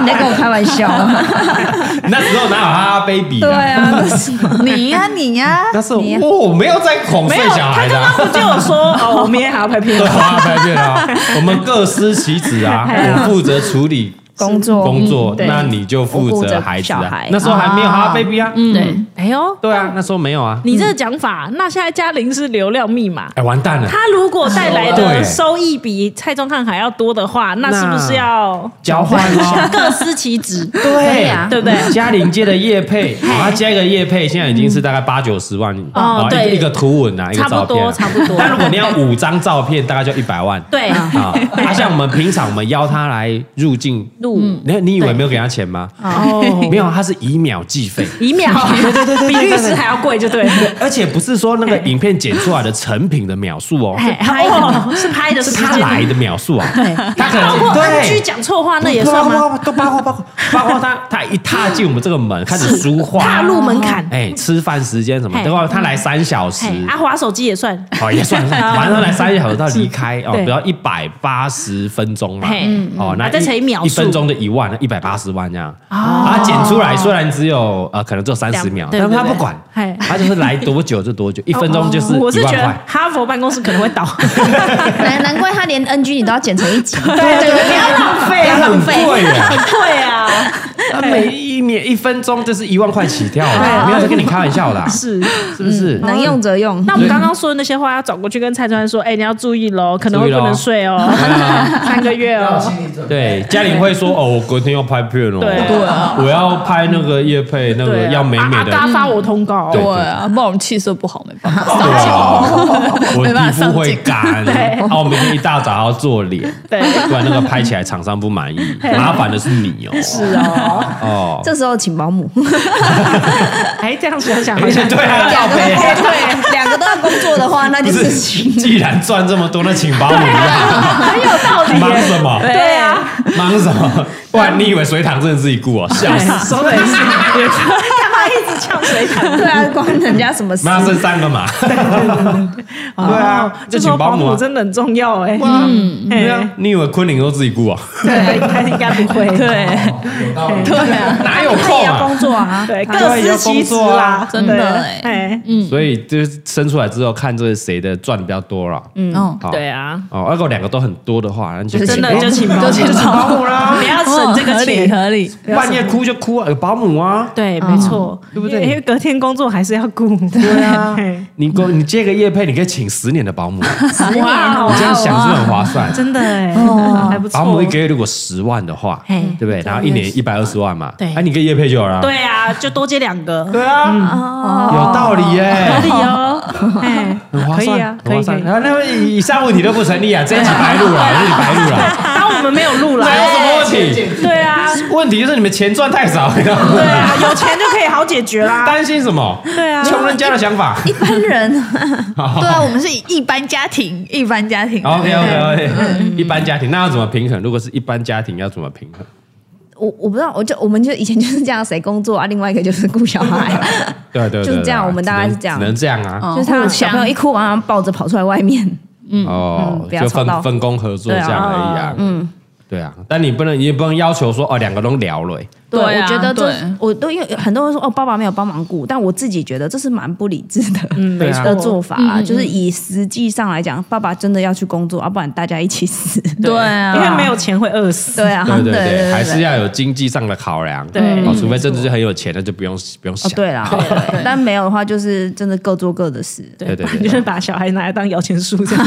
S3: 你在跟我开玩笑吗？
S1: 哎那时候哪有哈哈 baby
S3: 对
S1: 啊？
S3: 啊，那是
S5: 你呀你呀，
S1: 那时候我没有在哄
S2: 没
S1: 睡
S2: 有，
S1: 小
S2: 他
S1: 孩的
S2: 刚
S1: 啊、
S2: 刚不就有说哦，我明天还要拍 片
S1: 对，。花拍片啊，我们各司其职 啊，我负责处理
S3: 工作
S1: 工作
S2: 哎嗯，对
S1: 那你就负责孩子
S3: 我负责小
S1: 啊
S3: 孩。
S1: 那时候还没有哈哈 baby 啊，
S3: 对，
S2: 哎呦，
S1: 对啊，那时候没有啊。
S2: 你这个讲法，那现在嘉玲是流量密码。
S1: 哎，完蛋了，
S2: 他如果带来
S1: 对
S2: 的收益比蔡宗翰还要多的话，那是不是要。
S1: 交换哦
S2: 各司其职？
S3: 可以啊
S2: 对不对？
S1: 嘉玲接的叶配，好，他接一个叶配，现在已经是大概八九十万
S2: 哦
S1: 啊一个
S2: 对
S1: 一个图文啊，一个
S2: 差
S1: 照
S2: 不
S1: 片
S2: 多，
S1: 啊。
S2: 差不多。
S1: 但如果你要 五张照片，大概就一百万。
S2: 对
S1: 啊，啊像我们平常我们邀他来入境
S2: 路
S1: 你你以为没有给他钱吗？
S2: 嗯哦，
S1: 没有，啊他是以秒计费。
S2: 一秒，对对对比律师还要贵，就对了。
S1: 而且不是说那个影片剪出来的成品的秒数哦，
S3: 哎
S2: 拍的是拍的
S1: 是
S2: 时
S1: 他
S2: 间，
S1: 来的秒数啊，他可
S2: 包括
S1: 能
S2: 安居
S1: 对。
S2: 讲错话那也算吗？
S1: 都包括包括包括他，他一踏进我们这个门，开始书画，
S2: 踏入门槛，
S1: 哎，吃饭时间什么，
S2: 嘿
S1: 等会他来三小时，
S2: 嘿，啊阿华手机也算，
S1: 哦，也 算算，反正他来三小时到离开哦，
S2: 嗯对
S1: 比如一百八十分钟嘛
S2: 嘿，
S1: 哦，那
S2: 啊再乘以
S1: 一
S2: 秒
S1: 一
S2: 数哦
S1: 分钟就一万，一百八十万这样，啊，剪出来虽然只有呃，可能只有三十秒，
S2: 对
S1: 但
S2: 对
S1: 他不
S2: 对
S1: 管
S2: 嘿，哦
S1: 他就是来多久就 多久，一分钟就是
S2: 我是
S1: 一
S2: 觉
S1: 万
S2: 得
S1: 块。
S2: 哈佛办公室可能会 倒，
S4: 难难怪他连 NG 你都要剪成一集，
S1: 哎
S2: 不要浪费
S1: 它
S2: 啊，
S1: 很贵耶，
S2: 对啊，
S1: 它每一秒一分钟就是一万块起跳的，没有在跟你开玩笑的啊，
S2: 是。嗯
S1: 是不是？
S4: 能用则用。
S1: 哦
S2: 那我们刚刚说的那些话，要转过去跟蔡川说，哎，你要注意喽，可能会
S1: 注意
S2: 不
S1: 咯
S2: 能睡哦， 三个月哦
S6: 要。心理准备。
S1: 对，家里会 说哦，我隔天要拍片哦，
S2: 对对
S1: 我要拍那个叶配，那个
S2: 对啊，
S1: 要美美
S2: 啊
S1: 的，
S2: 大家发我通告，哦
S1: 对
S5: 对啊，不然我们气色不好，没办法。
S1: 对啊，我
S5: 没办法
S1: 皮肤
S5: 上
S1: 会
S5: 镜
S1: 干，啊
S2: 对
S1: 然后我明天一大早还要做脸，
S2: 对
S1: 不然那个拍起来厂商不满 意，麻烦的是你哦，是
S2: 哦，
S1: 哦，
S4: 这时候请保姆，
S2: 哎，这样想想，
S1: 而且对啊，
S4: 两
S1: 靠
S4: 个
S1: 北
S4: 都对，两个都要工作的话，那就
S1: 不
S4: 是
S1: 是，既然赚这么多，那请保 姆吧，
S2: 很有道理
S1: 忙
S2: 耶，
S1: 什么？
S2: 对啊，
S1: 忙什么？不然你以为水塘真的自己雇 哦？笑死！
S2: 说的也是， 干嘛一直呛水ถั
S4: 对啊，关人家什么事？
S1: 妈剩三个嘛？ 对啊
S2: 哦就
S1: 就
S2: 说
S1: 请
S2: 保
S1: 保姆
S2: 姆
S1: 啊
S2: 真的很重要哎，嗯，
S1: 对啊，你以为昆凌都自己雇啊？
S2: 对，他应该不会， 对
S6: 有道理。
S5: 对啊，
S1: 哪有空啊？
S3: 工作啊，
S2: 对，
S1: 对
S2: 各司其职啦，
S5: 真的
S2: 啊对
S5: 哎
S2: 哎，
S1: 所以就是生出来之后，看这谁的赚的比较多了。嗯，
S5: 嗯，
S1: 好，
S2: 对啊，
S1: 哦，如果两个都很多的话，那就
S2: 真的就请保姆
S5: 就请保姆
S2: 啦，不要省这个
S5: 合理
S2: 钱。
S5: 合理。
S1: 半夜哭就哭啊，有保姆啊。
S2: 对，没错，对不对？因为隔天工作还是要顾。嗯对 啊，
S1: 你给我你接个夜配，你可以请十年的保姆，你
S2: 十年哦
S1: 这样想是不是很划算。
S2: 真的哎，还不错。
S1: 保姆一个月如果十万的话，
S2: 嘿
S1: 对不对？然后一年一百二十万嘛，
S2: 对
S1: 哎，你给夜配就有了。
S2: 对啊，就多接两个，
S1: 对啊，有道理
S2: 合理
S1: 耶，
S2: 哦。哎，
S1: 很划
S2: 哦可以
S1: 算
S2: 啊，
S1: 很
S2: 可
S1: 划
S2: 以可
S1: 算。
S2: 以。
S1: 然后那么以以上问题都不成立啊，这一集白录了，这一集白录了，
S2: 当我们没有
S1: 这有
S2: 录
S1: 什
S2: 来，
S1: 么问题？
S2: 对啊，
S1: 问题就是你们钱赚太少，你知道
S2: 对
S1: 吗？
S2: 啊，有钱就可以好解决啦。
S1: 担心什么？
S2: 对啊，
S1: 穷人家的想法。
S4: 一般人
S1: 哦
S5: 对啊，我们是以一般 家庭，一般家庭。
S1: OK OK OK，一般家庭那要怎么平衡？如果是一般家庭要怎么平衡？
S4: 我我不知道，我就我们就以前就是这样，谁工作啊？另外一个就是顾小孩，
S1: 对对对，
S4: 就是这样
S1: 对啊
S4: 我们大概是这样
S1: 只能只能这样
S3: 哦
S1: 啊。
S4: 就是他小朋友一哭，马上抱着跑出来外面。
S1: 哦
S4: 嗯，不要
S1: 就
S4: 吵
S1: 分
S4: 到
S1: 分工合作这样而已啊。嗯，对啊，但你不能，你也不能要求说哦，两个都聊了。
S3: 对，
S5: 对啊
S3: 我觉得这
S5: 对
S3: 我都因为很多人说哦，爸爸没有帮忙顾，但我自己觉得这是蛮不理智 的，嗯
S1: 对啊
S3: 的做法啊，就是以实际上来讲，爸爸真的要去工作，要、啊不然大家一起死。
S5: 对
S2: 因为
S5: 啊，
S2: 没有钱会饿死。
S4: 对啊，
S1: 对
S4: 对
S1: 对对，还是要有经济上的考量。
S2: 对
S1: 哦，除非真的是很有钱，那就不用不用
S3: 哦
S1: 想，。
S3: 对啦，对对但没有的话，就是真的各做各的事。
S1: 对对
S2: 就
S1: 对
S2: 是
S1: 对，
S2: 把小孩拿来当摇钱树这样。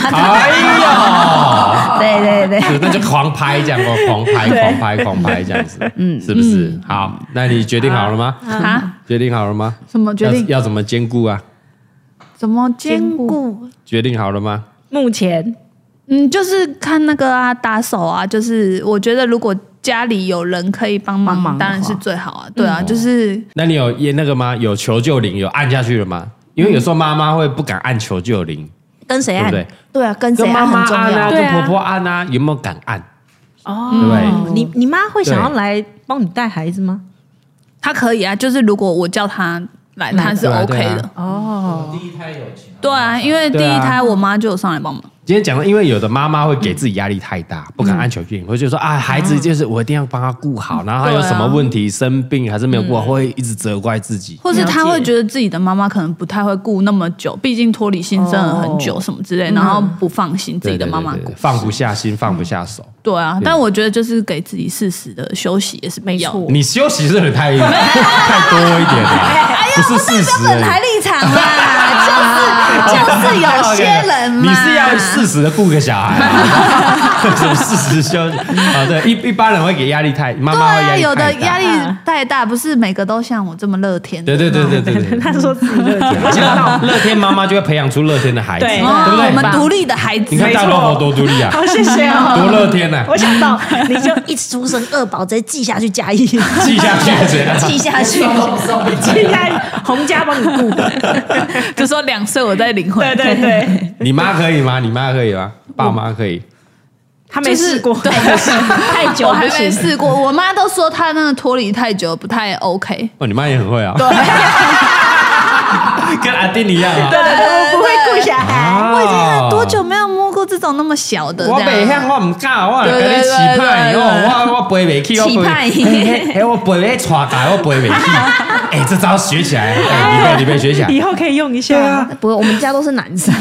S1: 哎 呦。
S4: 对对对，
S1: 是那就狂拍这样，哦狂拍
S2: 对
S1: 狂拍狂拍这样子，嗯，是不是？好，那你决定好了吗？
S5: 啊，
S1: 决定好了吗？
S5: 什么决
S1: 要
S5: 定？
S1: 要怎么兼顾啊？
S5: 怎么兼顾？
S1: 决定好了吗？
S2: 目前
S5: 嗯，就是看那个啊，打手啊，就是我觉得如果家里有人可以帮忙，
S3: 帮忙的
S5: 当然是最好啊。对啊，就是
S1: 那你有也那个吗？有求救铃有按下去了吗？因为有时候妈妈会不敢按求救铃，
S3: 跟谁
S1: 对不对？
S3: 对啊，跟
S1: 跟
S3: 嗯谁
S1: 妈
S3: 按
S1: 妈
S3: 很重
S1: 按啊，
S3: 要。
S1: 跟婆婆按啊，有没有敢按？对不
S2: 哦，
S1: 对
S2: 你你妈会想要来帮你带孩子吗？
S5: 他可以啊，就是如果我叫他来，他是
S1: 对啊
S5: OK
S1: 对啊
S5: 的。
S2: 哦，
S6: 第一胎有 情，
S5: 对啊，因为第
S1: 对啊
S5: 一胎我妈就有上来帮忙。
S1: 今天讲的，因为有的妈妈会给自己压力太大，不敢按求
S5: 嗯
S1: 救铃，会觉得说啊，孩子就是我一定要帮他顾好，
S5: 啊
S1: 然后他有什么问题生病还是没有顾好，会一直责怪自己。
S5: 或是他
S2: 了解
S5: 会觉得自己的妈妈可能不太会顾那么久，毕竟脱离新生了很久什么之类，然后不放心自己的妈妈
S1: 哦对对对
S5: 顾
S1: 对。放不下心，放不下手。
S5: 对啊，但我觉得就是给自己适时的休息也是必要的。
S1: 你休息真的太啊
S5: 哎
S1: 太多一点了，不是事实而已。
S4: 立场啦，就是就是有些人嘛，
S1: 你是要适时的雇个小孩、啊，为什么适时休？啊，对，一一般人会给压力太，妈
S5: 对
S1: 妈会压
S5: 啊，
S1: 力
S5: 有的
S1: 太大
S5: 压力太大，不是每个都像我这么乐天的
S1: 对。对对对对 对。
S2: 他说自己乐天，
S1: 你看乐天妈妈就会培养出乐天的孩子，
S2: 对
S5: 哦
S1: 不
S5: 我
S1: 对？
S5: 们独立的孩子
S1: 你，看大龙好多独立啊，
S2: 好谢谢哦。
S1: 多乐天呐、啊，
S2: 我想到，你就一出生二宝直接记下去加一，记
S1: 记下去怎样？
S4: 记下去。
S2: 下去洪家帮你顾。
S5: 就说两岁我再领回来
S2: 对。对 对，
S1: 你妈可以吗？你妈可以吗？爸妈可以，
S2: 他没试过，
S5: 对，
S2: 太久
S5: 我
S2: 不
S5: 还没
S2: 行。
S5: 试过，我妈都说她那个脱离太久不太 OK。
S1: 哦，你妈也很会啊， 跟阿丁一样啊。
S2: 对对，我不会顾小孩。
S1: 啊
S5: 我已经多久没有摸过这种那么小的？
S1: 我
S5: 这
S1: 袂
S5: 样
S1: 晓，我唔敢，我
S5: 对
S1: 跟
S5: 对
S1: 你期
S5: 对
S1: 盼，哦
S5: 对对
S1: 我我我背袂起，我
S4: 期盼
S1: 哎，嘿我背 咧带大，我背袂起。哎，这招学起来，哎你被你被学起来。
S2: 以后可以用一
S1: 对
S2: 下
S1: 啊。，
S4: 不，我们家都是男生，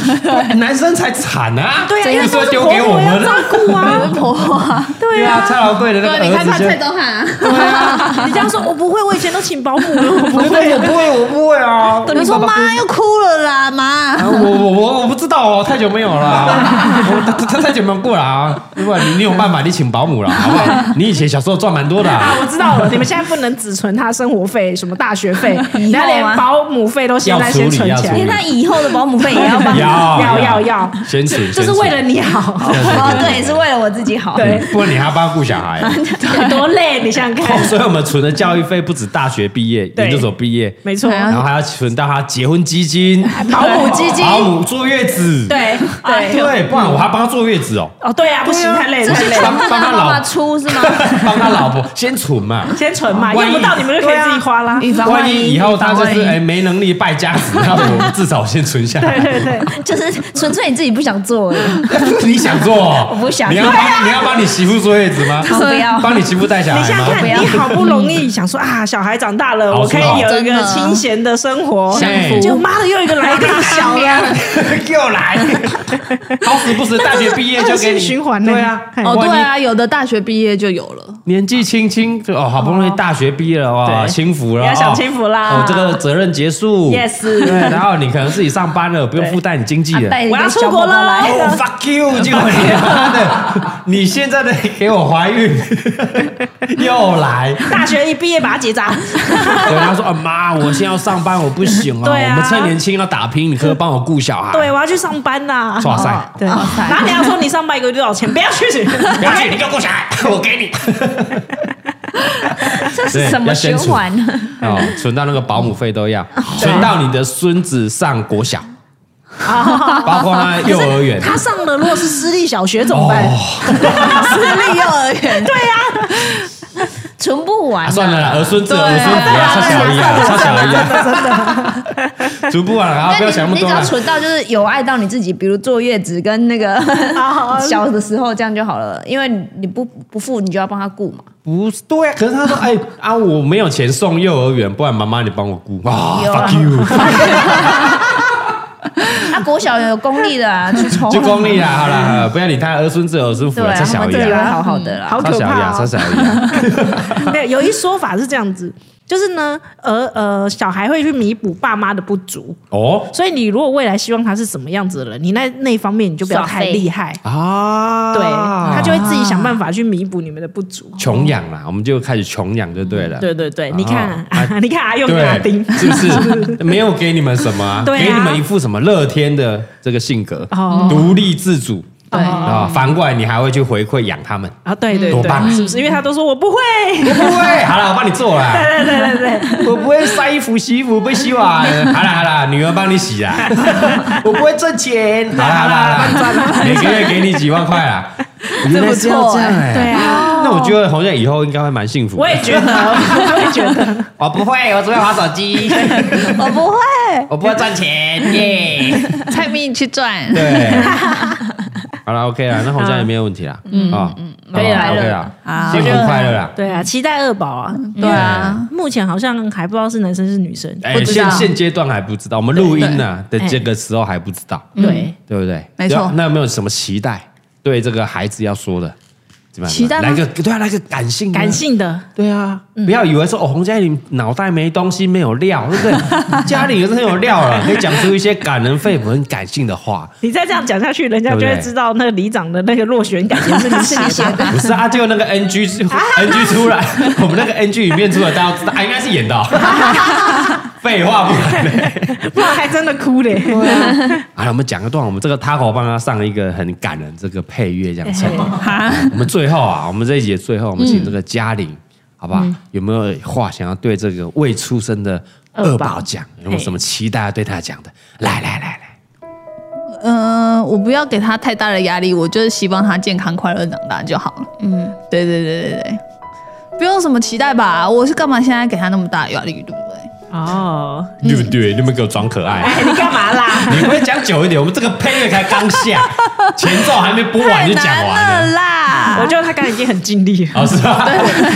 S1: 男生才惨啊！
S2: 对啊，因为
S1: 说
S2: 都是
S1: 丢
S2: 婆
S1: 给我
S2: 婆要
S1: 们
S2: 照，顾啊。
S5: 婆婆啊，
S1: 对啊，蔡老贵的那个
S5: 对，你
S1: 儿
S5: 看
S1: 子
S5: 她
S1: 就
S5: 蔡，宗翰 啊，
S2: 你这样说，我哦不会，我以前都请保姆了，我不
S1: 对
S2: 会
S1: 对，。我不会，我不会啊。
S5: 你说妈又哭了啦，妈。
S1: 啊我我我我不知道哦，太久没有了啊， 我他他太久没有过了啊。如果你你有办法，你请保姆了，好不 好？你以前小时候赚蛮多的啊，
S2: 啊，我知道了，你们现在不能只存他生活费、什么大学费，人家连保姆费都现在先存哎
S1: 要处
S2: 起
S1: 理要处
S2: 来
S1: 理，
S4: 那以后的保姆费也要 帮。
S1: 要
S2: 要要要，
S1: 先请，
S2: 这是
S1: 先请
S2: 为了你好，
S4: 哦，对，是为了我自己好。
S2: 对
S1: 嗯不然你还要帮顾小 孩。
S2: 多累，你想 想
S1: 哦，
S2: 看，
S1: 所以我们存的教育费不止大学毕业、
S2: 对
S1: 研究所毕业，
S2: 没错，
S1: 然后还要存到他结婚基金、
S2: 保
S5: 啊
S2: 姆基金，
S1: 保姆坐月子。
S2: 对对，啊
S1: 对，不然我还帮他坐月子 哦，
S2: 哦对啊，不行，太累了，
S4: 这
S2: 太
S4: 是
S2: 累
S4: 全
S2: 了，
S1: 帮
S4: 部
S1: 帮他
S4: 让爸
S1: 老
S4: 爸出是吗？
S1: 帮他老婆先存嘛。
S2: 先存嘛，用不到你们就可以自己花啦。
S5: 以防
S1: 万一以后他就是
S5: 以防万一
S1: 哎没能力败家子，那我至少先存下
S2: 对
S1: 来。
S2: 对对，
S4: 就是纯粹你自己不想做而已，
S1: 你想做哦？我
S4: 不想
S1: 你要帮你要帮你媳妇坐月子吗？
S4: 不要。
S1: 帮你媳妇带小
S2: 啊你
S1: 孩
S2: 想想
S1: 吗？
S2: 看，你好不容易想说啊，小孩长大了，
S1: 好
S2: 我可以有一
S5: 真
S2: 个
S5: 的
S2: 清闲的生活，
S1: 哎
S2: 就妈的又一个来大小了，
S1: 又来，好死不死大学毕业就 给你
S2: 恶性循环呢
S1: 对啊，
S2: 哦
S5: 哦，
S1: 万一
S5: 对啊，有的大学毕业就有了，
S1: 年纪轻轻就哦，好不容易大学毕业了哇，
S2: 对
S1: 轻浮了，
S2: 不要想轻浮啦
S1: 哦，哦这个责任结束
S2: Yes
S1: 对，然后你可能自己上班了，不用负担你经济 了。
S4: 带
S2: 我要出国 了，
S1: 哦、fuck you！结 果你妈的，你现在的给我怀孕， 又来。
S2: 大学一毕业把它结扎，
S1: 对，他说：“啊妈，我现在要上班，我不行哦，
S2: 对啊
S1: 我们趁年轻要打拼，你可不可以帮我顾小孩。”
S2: 对，我啊要去上班呐。
S1: 哇 塞，
S2: 对，然
S5: 啊
S2: 后你要说你上班一个月多少钱，不要去，
S1: 不要紧，你给我顾小孩，我给你。
S4: 这是什么循 环？
S1: 哦，存到那个保姆费都要，存到你的孙子上国小，包括他幼儿园。哦
S2: 他上了，如果是私立小学怎么办？
S5: 私立幼儿 园，
S4: 存不完
S1: 啊、。算了啦，儿孙自有
S5: 对啊
S1: 儿孙福啊，差小一啊，差小一啊，
S2: 真 的，
S1: 存不完了，啊，
S4: 那
S1: 不要想
S4: 你
S1: 那么
S4: 你只
S1: 多
S4: 要
S1: 了。
S4: 存到就是有爱到你自己，比如坐月子跟那 个
S1: 啊
S4: 小的时候这样就好了，因为你不不付，你就要帮他顾 嘛。
S1: 不是对啊，可是他说，哎啊，我没有钱送幼儿园，不然妈妈你帮我顾 啊
S4: 有啊
S1: ，fuck you，
S4: 啊，国小有公立的啊，去
S2: 哦
S4: 抽
S1: 就功利啦，好 啦，好啦不要理他，儿孙自有儿孙福
S4: 对啊，
S1: 啊，差
S4: 他
S1: 小
S4: 们
S1: 一
S4: 自己会
S1: 啊，
S4: 好好的啦。
S2: 好
S1: 差
S2: 可
S1: 小一啊，差
S2: 怕哦！
S1: 小一 啊，
S2: 没有，有一说法是这样子，就是呢，呃呃，小孩会去弥补爸妈的不足，
S1: 哦
S2: 所以你如果未来希望他是什么样子的人，你那那一方面你就不要太厉害，
S1: 啊，
S2: 对他就会自己想办法去弥补你们的不足。
S1: 穷养啊啦，我们就开始穷养就对了，
S2: 对对对，
S1: 然后
S2: 你看
S1: 啊，
S2: 你看阿用跟阿丁
S1: 对，，是不是 没有给你们什么啊，
S2: 对啊
S1: 给你们一副什么乐天的这个性格
S2: 哦，
S1: 独立自主
S5: 对
S1: 啊，反过来你还会去回馈养他们。
S2: 啊，对对
S1: 多棒
S2: 对，是不是？因为他都说我 不会，
S1: 我不会，好了，我帮你做啦。 对对对对对，我不会晒衣服、洗衣服、不会洗碗。好了好了，女儿帮你洗啦。我不会挣钱。啊好了好了 好
S2: 啊
S1: 了，每个月给你几万块啦。原来是要这样哎。对啊。那我觉得好像以后应该会蛮幸福的。
S2: 我也觉得，我也觉得。
S1: 我不会，我只会玩手机，
S5: 我不会，
S1: 我不会赚钱耶。
S5: 蔡明你去赚，
S1: 对。好了，OK 了，那好像也没有问题啦。嗯啊，
S5: 可以啦
S1: OK 啦，
S5: 好
S1: 幸福快乐啦。
S2: 对啊，期待二宝啊！
S5: 对啊，
S2: 目前好像还不知道是男生是女生，
S1: 哎，
S5: 不知
S1: 现
S5: 道
S1: 现阶段还不知道，我们录音呢的这个时候还不知道。
S2: 对，
S1: 对不对？
S5: 没错
S1: 那有没有什么期待对这个孩子要说的？怎么样
S3: 期待吗
S1: 来个对啊，来个感性的
S2: 感性的，
S1: 对啊，不要以为说哦，洪嘉玲脑袋没东西，没有料，对不对？ 嘉玲也是很有料了，可以讲出一些感人肺腑、很感性的话。
S2: 你再这样讲下去，人家就
S1: 对不
S2: 会
S1: 对
S2: 知道那个里长的那个落选感觉是你写 的。
S1: 不是啊，结果那个 NG 是 NG 出来，我们那个 NG 里面出来，大家都知道啊，应该是演 的哦。废话不可能。
S2: 不然还真的哭嘞。
S1: 啊，我们讲一段，我们这个 Taco 帮他上一个很感人这个配乐，这样衬托。
S5: 哈，
S1: 我们最后啊，我们这一节最后，我们请这个嘉玲，好不好？
S2: 嗯
S1: 有没有话想要对这个未出生的二宝讲？有没有什么期待要对他
S2: 嗯
S1: 讲的？来来来来，
S5: 嗯，我不要给他太大的压力，我就是希望他健康快乐长大就好了。嗯，对对对对对，不用什么期待吧？我是干嘛现在给他那么大的压力，对不对？
S2: 哦，
S1: 对不对？你们给我装可爱。
S2: 哎，你干嘛啦？
S1: 你会讲久一点，我们这个配乐才刚 下，前奏还没播完就讲完了，
S2: 我觉得他刚才已经很尽力 了。
S1: 哦，是吧？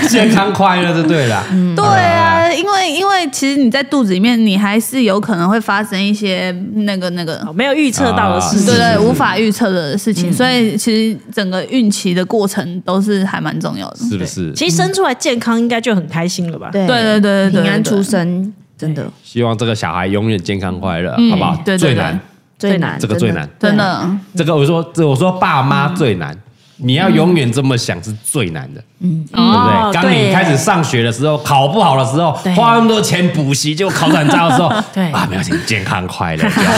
S1: 健康快乐就对 了。
S5: 对啊，因为因为其实你在肚子里面，你还是有可能会发生一些那个那个，
S2: 哦没有预测到的事
S5: 对
S2: 情，
S5: 对，无法预测的事情，所以其实整个孕期的过程都是还蛮重要的。
S1: 是不是？
S2: 其实生出来健康应该就很开心了吧？
S3: 对
S5: 对对对对对，
S3: 平安
S5: 对
S3: 出生真的
S1: 希望这个小孩永远健康快乐，好不好？
S5: 嗯对对
S1: 最
S5: 对
S1: 难，
S3: 最难，
S1: 这个
S3: 真的
S1: 最难，
S5: 真的。
S1: 这个我说，这我说爸妈最难，
S5: 嗯
S1: 你要永远这么想是最难的，嗯对不
S2: 哦
S1: 对？当你
S2: 对
S1: 开始上学的时候，考不好的时候，
S2: 对
S1: 花那么多钱补习，就考转差的 时候，
S2: 对
S1: 啊，没有钱，健康快乐，这样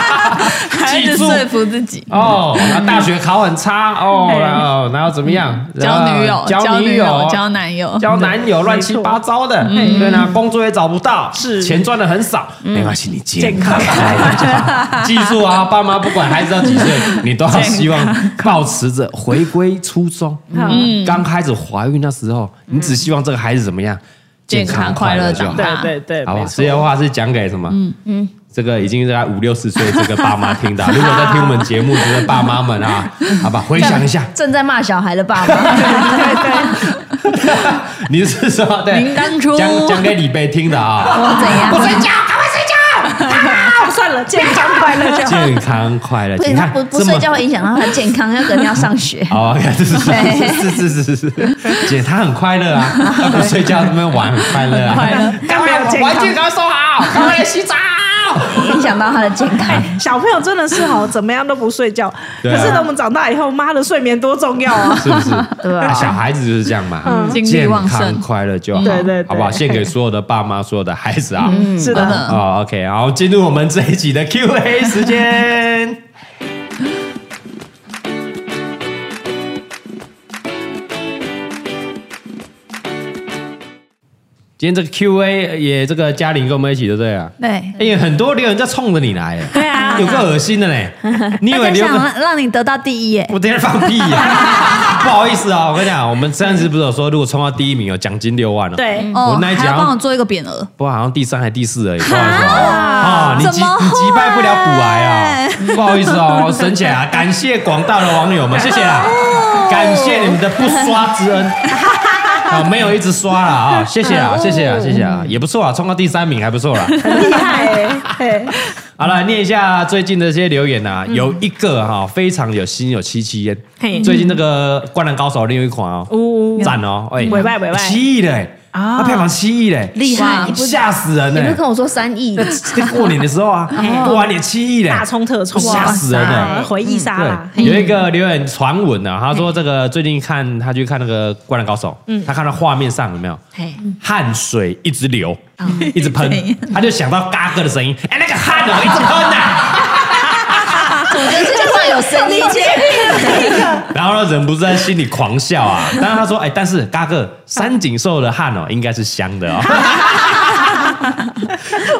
S5: 还
S1: 记
S5: 是
S1: 住
S5: 说服自己。
S1: 哦，那大学考很差哦，然后然后怎么样？
S5: 嗯啊交女友，
S1: 然后交
S5: 女
S1: 友，
S5: 交男友，
S1: 交男友，乱七八糟的，嗯对呢，工作也找不到，
S2: 是
S1: 钱赚的很少，没关系，你健康快乐就好。 记住啊，爸妈不管孩子到几岁，你都要希望保持着回归初衷。嗯，刚开始怀孕那时候，你只希望这个孩子怎么样？
S5: 健康快乐
S1: 就
S5: 长
S1: 好。
S5: 大
S2: 对对对，
S1: 好吧
S2: 没，
S1: 这
S2: 错。
S1: 些话是讲给什么？嗯嗯，这个已经在五六十岁这个爸妈听到，如果在听我们节目的爸妈们啊，好吧，回想一下，
S4: 正在骂小孩的爸爸，
S1: 你是说对？
S5: 您当初
S1: 讲讲给李贝听 的啊，
S4: 怎样？
S2: 啊，算了，健康快乐 就好。
S1: 健康快乐，
S4: 不
S1: 你
S4: 是他
S1: 看
S4: 不不
S1: 这么。
S4: 睡觉会影响到他健康，要可能要上学
S1: 哦， 是是是是是是是，姐她很快乐啊，她不睡觉在那边玩很 快乐啊，
S5: 快乐
S1: 赶快
S2: 健康
S1: 玩具赶快收好，赶快来洗澡。
S4: 影响到他的健康。
S2: 哎小朋友真的是哦好，怎么样都不睡觉。
S1: 对
S2: 可
S1: 啊
S2: 是等我们长大以后，妈的，睡眠多重 要啊！
S1: 是不是？
S3: 对啊
S1: 那小孩子就是这样嘛，
S5: 精力
S1: 健
S5: 旺盛
S1: 康快乐就好，
S2: 对对对
S1: 好不好？献给所有的爸妈，所有的孩子啊。
S2: 是的，
S5: 嗯
S1: 哦，OK，然后进入我们这一集的 Q&A 时间。今天这个 Q&A 也这个嘉玲跟我们一起，对不对啊？
S5: 对，
S1: 哎、有很多留言在冲着你来，哎
S4: 对啊
S1: 有个恶心的嘞！你以为
S4: 大
S1: 留
S4: 家想
S1: 个
S4: 让让你得到第一耶，
S1: 我等一下放屁呀、 不好意思啊，我跟你讲，我们上次不是有说，如果冲到第一名有奖金六万了、
S2: 对，
S5: 哦
S1: 我，那一集
S5: 还要
S1: 好像
S5: 帮我做一个匾额，
S1: 不过好像第三还第四而已，不好意思啊，哦你击
S5: 怎么会
S1: 你击败不了古癌啊，不好意思哦，神姐啊，感谢广大的网
S5: 哎
S1: 友们，谢谢啦，感谢你们的不刷之 恩。啊，没有一直刷啦啊、谢谢
S5: 哎
S1: 啦，谢谢啦，谢谢啦，也不错啊，冲到第三名还不错 啦。
S2: 很厉害哎嘿。
S1: 好了，念一下最近的这些留言啊，
S5: 嗯
S1: 有一个哈、非常有心有戚戚焉
S2: 嘿，
S1: 最近那个《灌篮高手》另一款哦，
S2: 呜，
S1: 赞哦，哎，
S2: 尾拜尾拜
S1: 七亿嘞，
S2: 啊
S1: 啊，票房七亿嘞，
S4: 厉害！你不
S1: 吓死人
S4: 你不是
S1: 嘞！
S4: 跟我说三 亿？
S1: 在过年的时候 啊，过完年七亿嘞，
S2: 哦大冲特冲，
S1: 吓死人了嗯
S2: 哇回忆杀啦！嗯
S1: 对，有一个留言传闻啊，他说这个最近看他去看那个《灌篮高手》，他看到画面上有没有
S2: 嗯嘿哦
S1: 汗水一直流，一直喷，他就想到嘎哥的声音，哎，那个汗哦一直喷呐，
S4: 世界上有神 力界，
S1: 然后呢忍不住在心里狂笑啊。但是他说，哎，但是嘎哥三井寿的汗哦应该是香的哦，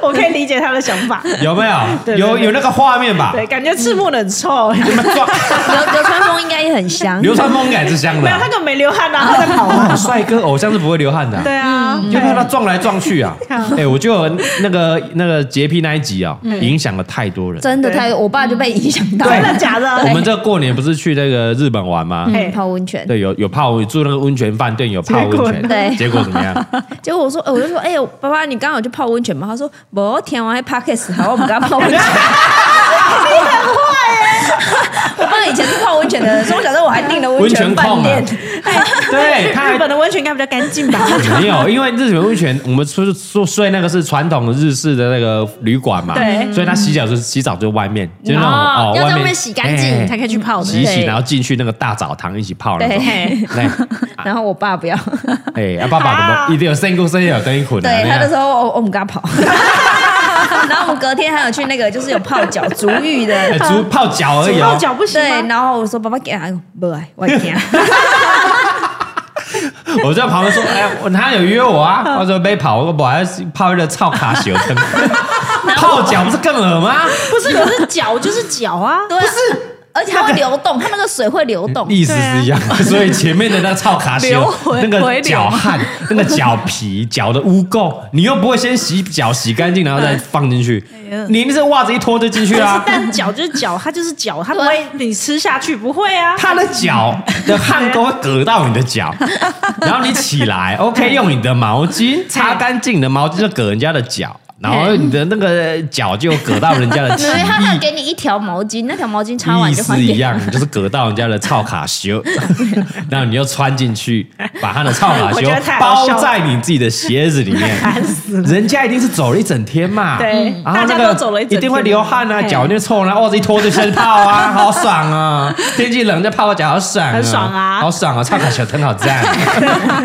S2: 我可以理解他的想 法。
S1: 有没有？
S2: 对对
S1: 有
S2: 对
S1: 有那个画面吧？
S2: 对，感觉赤木的很臭，
S1: 你们撞
S4: 流流川枫应该也很香。
S1: 流川枫感是香的
S2: 没有，
S1: 啊
S2: 他，根本没流汗啊，他在跑啊。
S1: 哇帅哥偶像是不会流汗的啊。
S2: 对啊，
S1: 你就看他撞来撞去啊！
S2: 嗯
S1: 哎，我就有那个那个洁癖那一集啊，影响了太多人。
S4: 真的太，我爸就被
S7: 嗯
S4: 影响到
S2: 真
S1: 对
S4: 了。嗯
S2: 的假的？
S1: 我们这过年不是去那个日本玩吗？
S3: 嗯
S2: 嘿
S4: 泡温泉，
S1: 对，有有泡温住那个温泉饭店，有泡温泉，
S4: 结果呢
S1: 结果怎么样？
S4: 结果我说，呃我就说，哎、呦，爸爸，你刚好去泡温泉吗？他说，我 天王还 p a r k e s 好，我们刚泡温泉。你很坏耶！我爸 以前是泡温泉的人，所以我小时候我还订了温泉饭店
S1: 温。对，他
S2: 哎日
S1: 还
S2: 本的温泉应该比较干 净吧？
S1: 没有，因为日本温泉，我们出住睡那个是传统日式的那个旅馆嘛，
S2: 对
S1: 所以他洗脚就是洗澡就外面，就那种哦，
S7: 要在
S1: 外哎
S7: 外面洗干净才可以去泡的。
S1: 洗一洗，
S4: 对
S1: 然后进去那个大澡堂一起泡那种。
S4: 对
S1: 来，
S4: 然后我爸不要，
S1: 哎，啊爸爸怎么一定有身骨身有跟一捆啊？
S4: 对
S1: 你
S4: 他
S1: 看
S4: 就说哦我我们跟他跑。 然后我们隔天还有去那个就是有泡脚足浴的，
S1: 哎煮泡脚而已
S2: 泡
S1: 哦，
S2: 脚不行
S4: 对，
S2: 吗？
S4: 然后我说爸爸给他不爱，我给他。
S1: 我在旁边说，哎，我他有约我啊，我说没跑，我说我还是泡一个操卡洗的，泡脚不是更恶吗？
S7: 不是，可是脚就是脚啊，
S4: 对、啊，不是，而且它会流动，它那个水会流动。
S1: 意思是一样，所以前面的那个超卡西
S5: 流回
S1: 那
S5: 回
S1: 个
S5: 流
S1: 脚汗、那个脚皮、脚的污垢，你又不会先洗脚洗干净，然后再放进去，你那这袜子一脱就进去啊啦、
S2: 但脚 就是脚，它就是脚，它不会你吃下去不会啊。
S1: 他的 脚的汗都会隔到你的脚，然后你起来，OK，用你的毛巾擦干净，你的毛巾就隔人家的脚，然后你的那个脚就隔到人家 的体
S4: 所以他还
S1: 液。
S4: 给你一条毛巾，那条毛巾擦完
S1: 意
S4: 就还
S1: 思一
S4: 给。
S1: 样，你 就是隔到人家的操卡 修，然后你又穿进去，把他的操卡
S2: 我
S1: 修
S2: 觉得太好笑
S1: 包
S2: 了
S1: 在你自己的鞋子里面。
S2: 烦死了！
S1: 人家一定是走了一整天嘛，
S2: 对
S1: 然后嗯啊那
S2: 大家
S1: 个
S2: 都走了一
S1: 一
S2: 整天哎
S1: 定会流汗啊，
S2: 嘿
S1: 脚就臭然后袜子一脱就先泡 啊，好爽啊！天气冷就泡个脚，好爽，
S2: 很爽啊
S1: 好爽啊！操卡小很好 赞，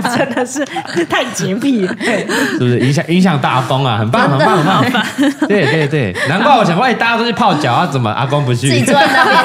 S2: 真的是太洁癖了。
S1: 哦是不是？影响影响大风啊，很棒，很棒，很棒！对对对，难怪我想说，哎，大家都去泡脚啊，怎么阿光不去？
S4: 自己坐在那边，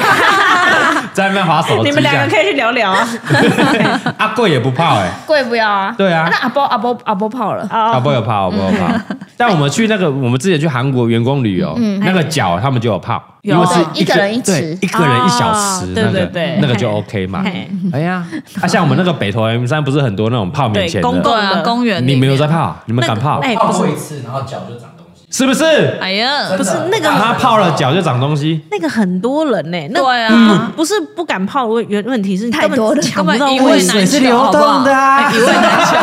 S1: 在那边划手机，
S2: 你们两个可以去聊聊啊。
S1: 以，阿贵也不泡哎。
S4: 贵不要啊。
S1: 对啊
S4: 那阿波阿波阿波泡了，
S1: 啊，不有泡，不有泡。
S2: 嗯
S1: 但我们去那个，我们之前去韩国员工旅游，那个脚他们就有泡，因为是
S4: 对一个人一匙
S1: 对一个人一小时
S2: 哦，
S1: 那
S2: 对
S1: 个
S2: 对对
S1: 那个就 OK 嘛
S2: 嘿。
S1: 哎呀，啊，像我们那个北投 M 山不是很多那种泡面前
S2: 对公
S1: 的，
S5: 对
S2: 共
S5: 啊
S2: 的，
S5: 公园里
S1: 你
S5: 面
S1: 们有在泡？你们敢泡？
S2: 哎，
S6: 泡
S2: 不
S6: 过
S2: 是
S6: 一次，然后脚就长东西。啊
S1: 是不是？
S5: 哎呀，
S6: 不
S2: 是那个
S1: 他泡了脚就长东西，
S2: 那个很多人呢，那
S5: 对啊，
S2: 不是不敢泡问原问题是
S4: 太多了
S2: 根本
S5: 根本
S2: 抢
S5: 一
S2: 不到位
S5: 位
S2: 置
S5: 难求，好不好？
S1: 啊
S5: 一位难 求，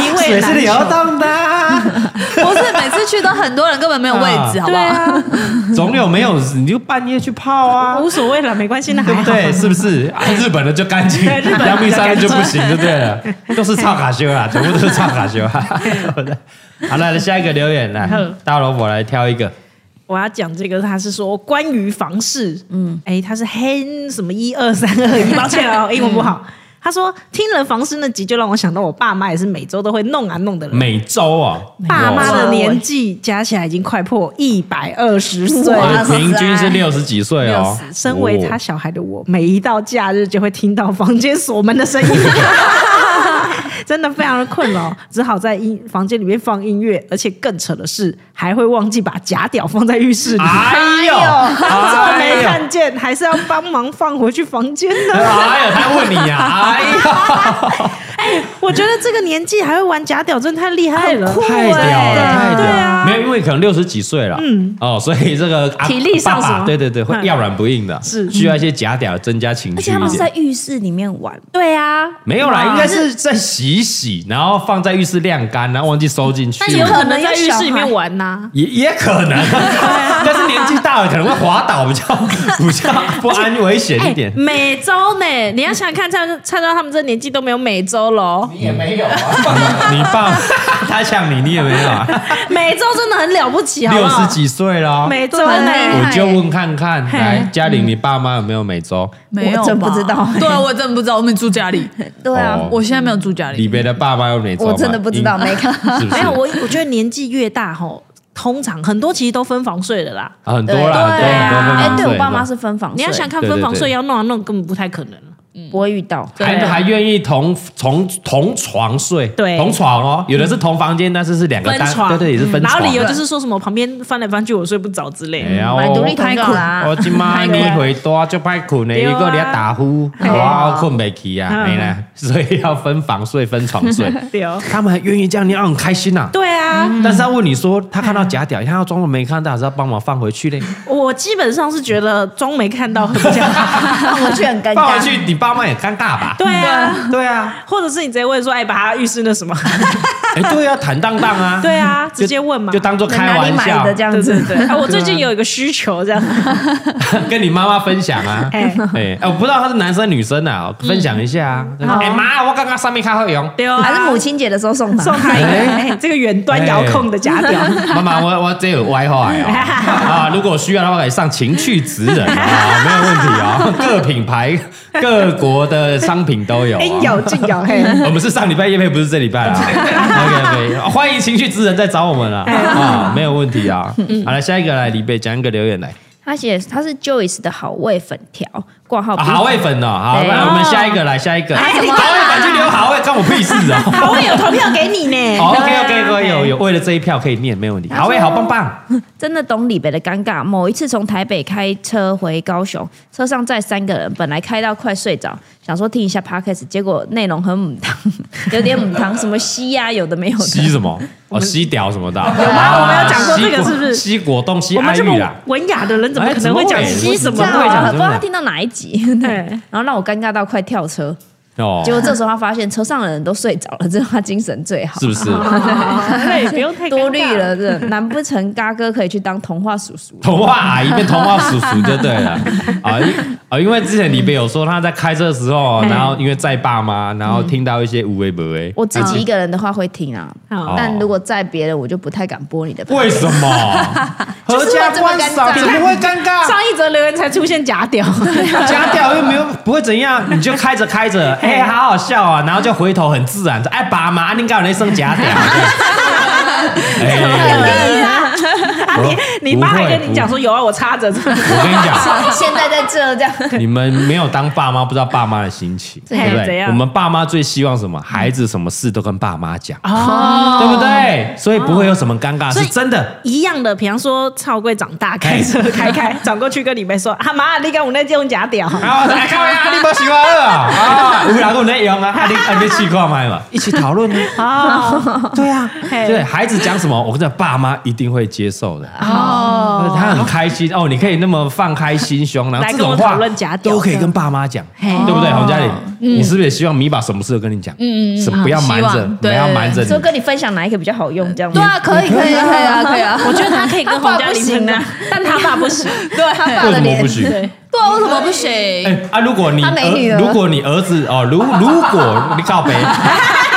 S2: 一位难求
S1: 动的啊，
S5: 不是每次去都很多人，根本没有位置，好不
S2: 对
S5: 好？
S2: 啊，
S1: 总有没有你就半夜去泡啊，
S2: 无所谓了，没关系，那
S1: 对
S2: 还
S1: 不
S2: 好。
S1: 对？是不是？啊、日本的就干净，
S2: 对日本的
S1: 阳明山的就不行，就对了，都是唱卡修 啊，全部都是唱卡修啊。 好的好了，下一个留言来，大萝卜来挑一个，
S2: 我要讲这个，他是说关于房事，嗯，哎，他是 hen 什么一二三二一，抱歉哦，英文不好。他说听了房事那集，就让我想到我爸妈也是每周都会弄啊弄 的人。
S1: 每周哦，
S2: 爸妈
S1: 哇
S2: 的年纪加起来已经快破一百二十岁
S1: 我
S2: 了
S1: 的。平均是六十几岁哦。
S2: 身为他小孩的我，每一到假日就会听到房间锁门的声音，真的非常的困扰，只好在音房间里面放音乐，而且更扯的是，还会忘记把假屌放在浴室里，
S1: 哎呦，
S2: 当
S1: 哎
S2: 做
S1: 呦
S2: 没看见，还是要帮忙放回去房间呢。
S1: 哎呦，他问你呀、 哎呦，
S2: 我觉得这个年纪还会玩假屌，真的太厉害了，
S1: 太屌了，太屌
S2: 对
S1: 了！
S2: 啊
S1: 没有，因为可能六十几岁了，嗯，哦，所以这个啊
S2: 体力上
S1: 爸爸
S2: 什么
S1: 对对对，会
S2: 嗯
S1: 要软不硬的，
S2: 是
S1: 需要一些假屌增加情
S4: 而
S1: 趣
S4: 且他们
S1: 一
S4: 是
S1: 点
S4: 在。浴室里面玩，
S2: 对啊，
S1: 没有啦，应该是在洗一洗，然后放在浴室晾干，然后忘记收进去。
S7: 但有可能在浴室里面玩呐、
S1: 也也可 能，但是年纪大了可能会滑倒，比较比较不安危险一点。
S7: 每周呢，你要想想看，蔡蔡庄他们这年纪都没有每周喽，
S6: 你也没有啊，
S4: 哎
S1: 你爸 他像你，你也没有 啊，
S7: 每周真的很了不
S4: 啊
S7: 起，好不
S1: 六十
S7: 好？
S1: 几岁了哦，
S2: 每周呢。
S4: 哎
S1: 我就问看看，来嘉玲，你爸妈有没有每周？
S5: 没有吧，
S4: 我真不知道
S5: 对啊，我真不知道，我们住家里，
S4: 对啊，
S1: 哦
S5: 我现在没有住家里。
S1: 李别的爸妈有每周吗？
S4: 我真的不知道，
S1: 应
S4: 没看。
S1: 是不
S2: 没
S1: 是
S2: 有，？我我觉得年纪越大吼，通常很多其实都分房睡了啦。
S1: 啊很 多
S4: 对
S1: 啦，很多很多分
S4: 哎，
S1: 房
S4: 对
S1: 睡
S4: 我爸妈是分房睡，
S2: 你要想看
S1: 哦对对
S2: 分房
S1: 对
S2: 睡要弄啊弄，根本不太可能。
S4: 不会遇到，
S5: 对
S1: 还
S5: 啊
S1: 还愿意同同同床睡，
S2: 对
S1: 同床哦，有的是同房间，但是是两个
S2: 分
S1: 单，
S2: 床
S1: 对对，也是分
S2: 然
S1: 床。
S2: 后理由就是说什么旁边翻来翻去我睡不着之类
S1: 哎
S2: 的。
S1: 呀，
S4: 买
S1: 我
S4: 独立同就啦
S3: 啊
S1: 我今晚你回多就歹困的，
S2: 对啊
S1: 一个你打呼，我困不起啊，
S2: 嗯
S1: 没啦， 所以要分房睡、分床睡。
S2: 对哦，
S1: 他们还愿意这样，你要很开心呐。
S2: 对啊，
S1: 但是他问你说，他看到假屌，他要装作没看到，还是要帮忙放
S2: 嗯
S1: 回去嘞？
S2: 我基本上是觉得装没看到很假。
S4: 我去很尴
S1: 放回
S4: 尬。
S1: 去，你爸爸妈也尴尬吧？
S7: 对啊，
S1: 对啊，
S7: 或者是你直接问说，哎，把它浴室那什 么？
S1: 哎，对啊，坦荡荡啊，
S7: 对啊，
S1: 就
S7: 直接问嘛
S1: 就。当做开
S4: 哪里
S1: 玩
S4: 买
S1: 笑
S4: 的，这样
S7: 对
S4: 子
S7: 对？对，啊我最近有一个需求， 这样
S1: 跟你妈妈分享啊。
S2: 哎，
S1: 哎，哎我不知道他是男生女生啊，分享一下啊。哎妈，我刚刚上面看会用，
S7: 对啊，
S4: 还是母亲节的时候送
S2: 哦送
S4: 他？
S2: 他一个哎这个远端遥控的假表，
S1: 妈妈，我我这有 WiFi 哦，啊，如果需要的话，可以上情趣职人啊，没有问题啊，各品牌、各国的商品都有啊。
S2: 应有尽有，嘿，
S1: 我们是上礼拜夜配，不是这礼拜啊。OK OK，欢迎情绪之人再找我们啦，啊，没有问题啊。好了，下一个来李贝讲一个留言来
S3: 他写他是 Joyce 的好味粉条，挂号
S1: 啊，好味粉哦，好，那我们下一个来下一个，好味粉去留好味，关我屁事啊。
S2: 好，我有投票给你 呢。
S1: 好 OK OK，各哦位有有为了这一票可以念，没有问题。好
S2: 啊
S1: 味好棒棒，
S3: 真的懂李北的尴尬。某一次从台北开车回高雄，车上载三个人，本来开到快睡着，想说听一下 podcast，结果内容很母汤，有点母汤，什么吸呀、有的没 有
S1: 吸
S3: 的。
S1: 什 么？哦，吸屌什么的啊。
S2: 有吗我们有讲过这个
S1: 啊吸果
S2: 是不是
S1: 吸果冻、吸
S2: 我们
S1: 爱
S2: 这
S1: 玉啦
S2: 么。文雅的人，怎么可能会讲
S1: 哎怎么
S2: 西
S1: 会
S2: 什
S1: 我
S2: 么
S1: 怎么会
S2: 呢？
S1: 讲
S3: 不知道他听到哪一 集，对
S2: 对，
S3: 然后让我尴尬到快跳车。
S1: 哦
S3: 结，果这时候他发现车上的人都睡着了，这是他精神最好
S1: 是。 不是？
S7: 对，不用太尴尬
S3: 多虑。了，这难不成嘎哥可以去当童话叔叔？
S1: 童话阿姨变童话叔叔就对 了啊因啊！因为之前李贝有说他在开车的时候，然后因为载爸妈，然后听到一些无微不
S2: 嗯
S1: 微，
S3: 我自己一个人的话会听啊，
S1: 哦
S3: 但如果在别人，我就不太敢播你的。
S1: 为什 么合家观赏怎么会尴尬？
S2: 上一则留言才出现假屌，
S1: 夹掉又没有不会怎样，你就开着开 着，哎，好好笑啊，然后就回头很自然，哎，爸妈，你搞那声夹掉。 哎，
S2: 啊你
S1: 不
S2: 爸
S1: 会
S2: 还跟你讲说有啊，我插着。
S1: 我跟你讲，
S4: 现在在这这样，
S1: 你们没有当爸妈，不知道爸妈的心情，对不
S2: 怎
S1: 对？
S2: 样
S1: 我们爸妈最希望什么？孩子什么事都跟爸妈讲，
S2: 哦
S1: 对不对？所以不会有什么尴尬，是真的。
S2: 一样的，比方说超贵长大开车开开，转过去跟你妹说：“啊妈，你敢我那用假屌
S1: 然后来啊哎看呀，你不喜欢我啊？啊，有老公在用啊，啊你啊你去看麦嘛，一起讨 论啊。
S2: 哦，
S1: 对啊，
S2: 嘿
S1: 对孩子讲什么，我跟你讲，爸妈一定会接受的。
S5: 哦，
S1: 他很开心哦，你可以那么放开心胸，然后
S2: 来
S1: 这
S2: 跟我
S1: 种话
S2: 讨论假屌
S1: 都可以跟爸妈讲，对不对？洪嘉玲，你是不是也希望米爸什么事都跟你讲？嗯嗯，不要瞒
S5: 希
S1: 着
S5: 望，
S1: 不要
S5: 对
S1: 瞒着你
S3: 说。跟你分享哪一个比较好用，这样
S5: 对
S3: 吗？
S5: 啊，可以可以可以啊可以啊，
S7: 我觉得他可以跟洪嘉玲分
S2: 呢
S7: 呢，但他爸不行。
S5: 对啊
S1: 为什么不行？
S5: 对啊，为什么不行？
S1: 哎啊，如果你
S4: 他没女
S1: 儿，
S4: 儿
S1: 如果你儿子哦，如如果你告白，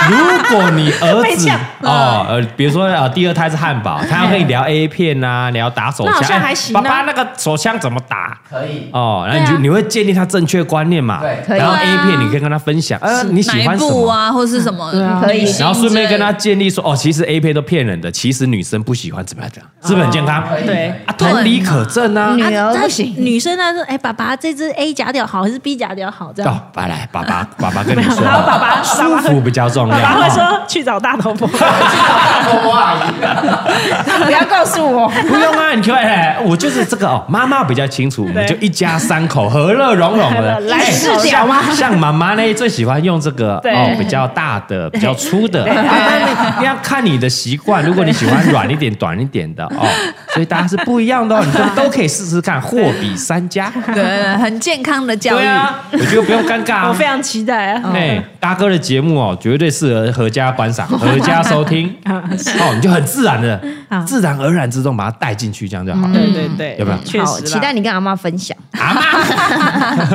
S1: 如果你儿子哦，呃，比如说呃，第二胎是汉堡，他要跟你聊 A 片啊，聊打手枪，
S2: 那好像
S1: 哎
S2: 还行
S1: 爸
S2: 啊
S1: 爸那个手枪怎么打？
S6: 可以，
S1: 哦，然后你就你会建立他正确观念嘛？
S6: 对可
S1: 然后
S5: 对
S1: A
S5: 啊
S1: 片你可以跟他分享，呃，你喜
S5: 哪
S1: 欢
S5: 一
S1: 什
S5: 部
S1: 么？
S5: 啊，或是什么？
S4: 可以
S1: 然后顺便跟他
S5: 之类
S1: 建立说，哦，其实 A 片都骗人的，其实女生不喜欢怎么样怎么样，是不是很健
S5: 哦
S1: 康？
S6: 可以，
S2: 对
S6: 可以
S1: 啊，同理可证啊。
S4: 女儿不行。
S2: 女生呢说：“哎，爸爸，这只 A 假屌好还是 B 假屌好？”这样，
S1: 哦，爸来，爸爸，爸爸跟你 说，
S2: 然后爸爸
S1: 舒服比较重要。
S2: 爸爸会说：“去找大头佛。
S6: 我阿姨，
S3: 不要告诉我，
S1: 不用啊，你来，我就是这个 哦，妈妈比较清楚，我们就一家三口和乐融融的。
S2: 来
S1: 哎
S2: 试屌吗
S1: 像像妈妈呢，最喜欢用这个哦，比较大的、比较粗的。啊你要看你的习惯，如果你喜欢软一点、短一点的哦，所以大家是不一样的哦，你都都可以试试看，货比三家。
S5: 的对，很健康的教育
S1: 对。啊，我觉得不用尴尬啊。
S2: 我非常期待啊！
S1: 哎，大哥的节目哦，绝对适合合家观赏、合家收 听哦，你就很自然的、自然而然之中把它带进去，这样就好了。
S2: 对对对，
S1: 要不要
S2: 确
S3: 好，
S2: 实
S3: 期
S2: 啦
S3: 待你跟阿妈分 享。
S1: 阿妈，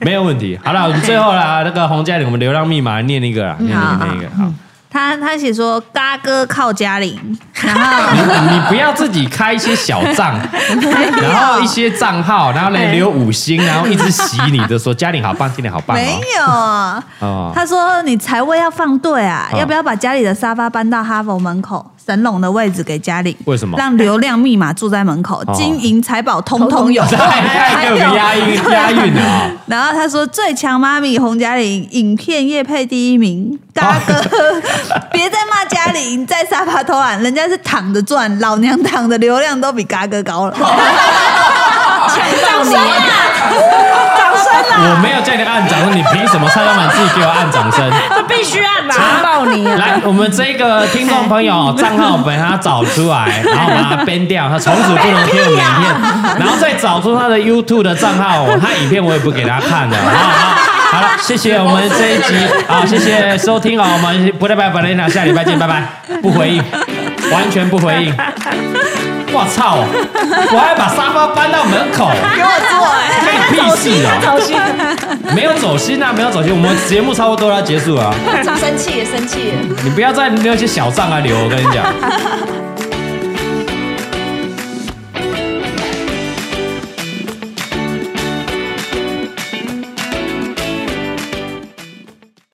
S1: 没有问题。好 了，我们最后啦，那个洪嘉玲，我们流浪密码念一个啦，念一个，念一个。好，
S5: 他他写说嘎哥靠嘉 玲，然后
S1: 你你不要自己开一些小账，然后一些账号，然后来留五星，然后一直洗你的说嘉玲好棒，嘉玲好棒
S5: 没
S1: 哦。
S5: 有。啊
S1: 哦，
S5: 他说：“你财位要放对啊，
S1: 嗯
S5: 要不要把家里的沙发搬到哈佛门口神龙的位置给家里？
S1: 为什么
S5: 让流量密码住在门口，
S1: 哦
S5: 金银财宝通通 有。
S1: 太太给我个押韵押韵了 啊！
S5: 然后他说：“最强妈咪洪嘉玲，影片夜配第一名，嘎哥，别再骂嘉玲，在沙发偷懒，人家是躺着赚，老娘躺的流量都比嘎哥高了。
S2: 掌声啦！掌声啦！
S1: 我没有叫你按掌声，你凭什么蔡老板自己给我按掌声？
S2: 这必须按
S1: 啊
S2: 啦！
S3: 抱你啊！
S1: 来，我们这个听众朋友账号把他找出来，然后把它编掉，他从此不能贴我们影片，然后再找出他的 YouTube 的账号，他影片我也不给他看的，好不好？好好了，谢谢我们这一集，好，谢谢收听哦，我们不代表本来场，下礼拜见，拜拜。不回应，完全不回应。我操！我还把沙发搬到门口，给我坐、干屁事啊！
S2: 小心，
S1: 没有走心啊，没有走心，我们节目差不多要结束了啊、
S4: 生气了，生气了。
S1: 你不要再留一些小账啊，留我跟你讲。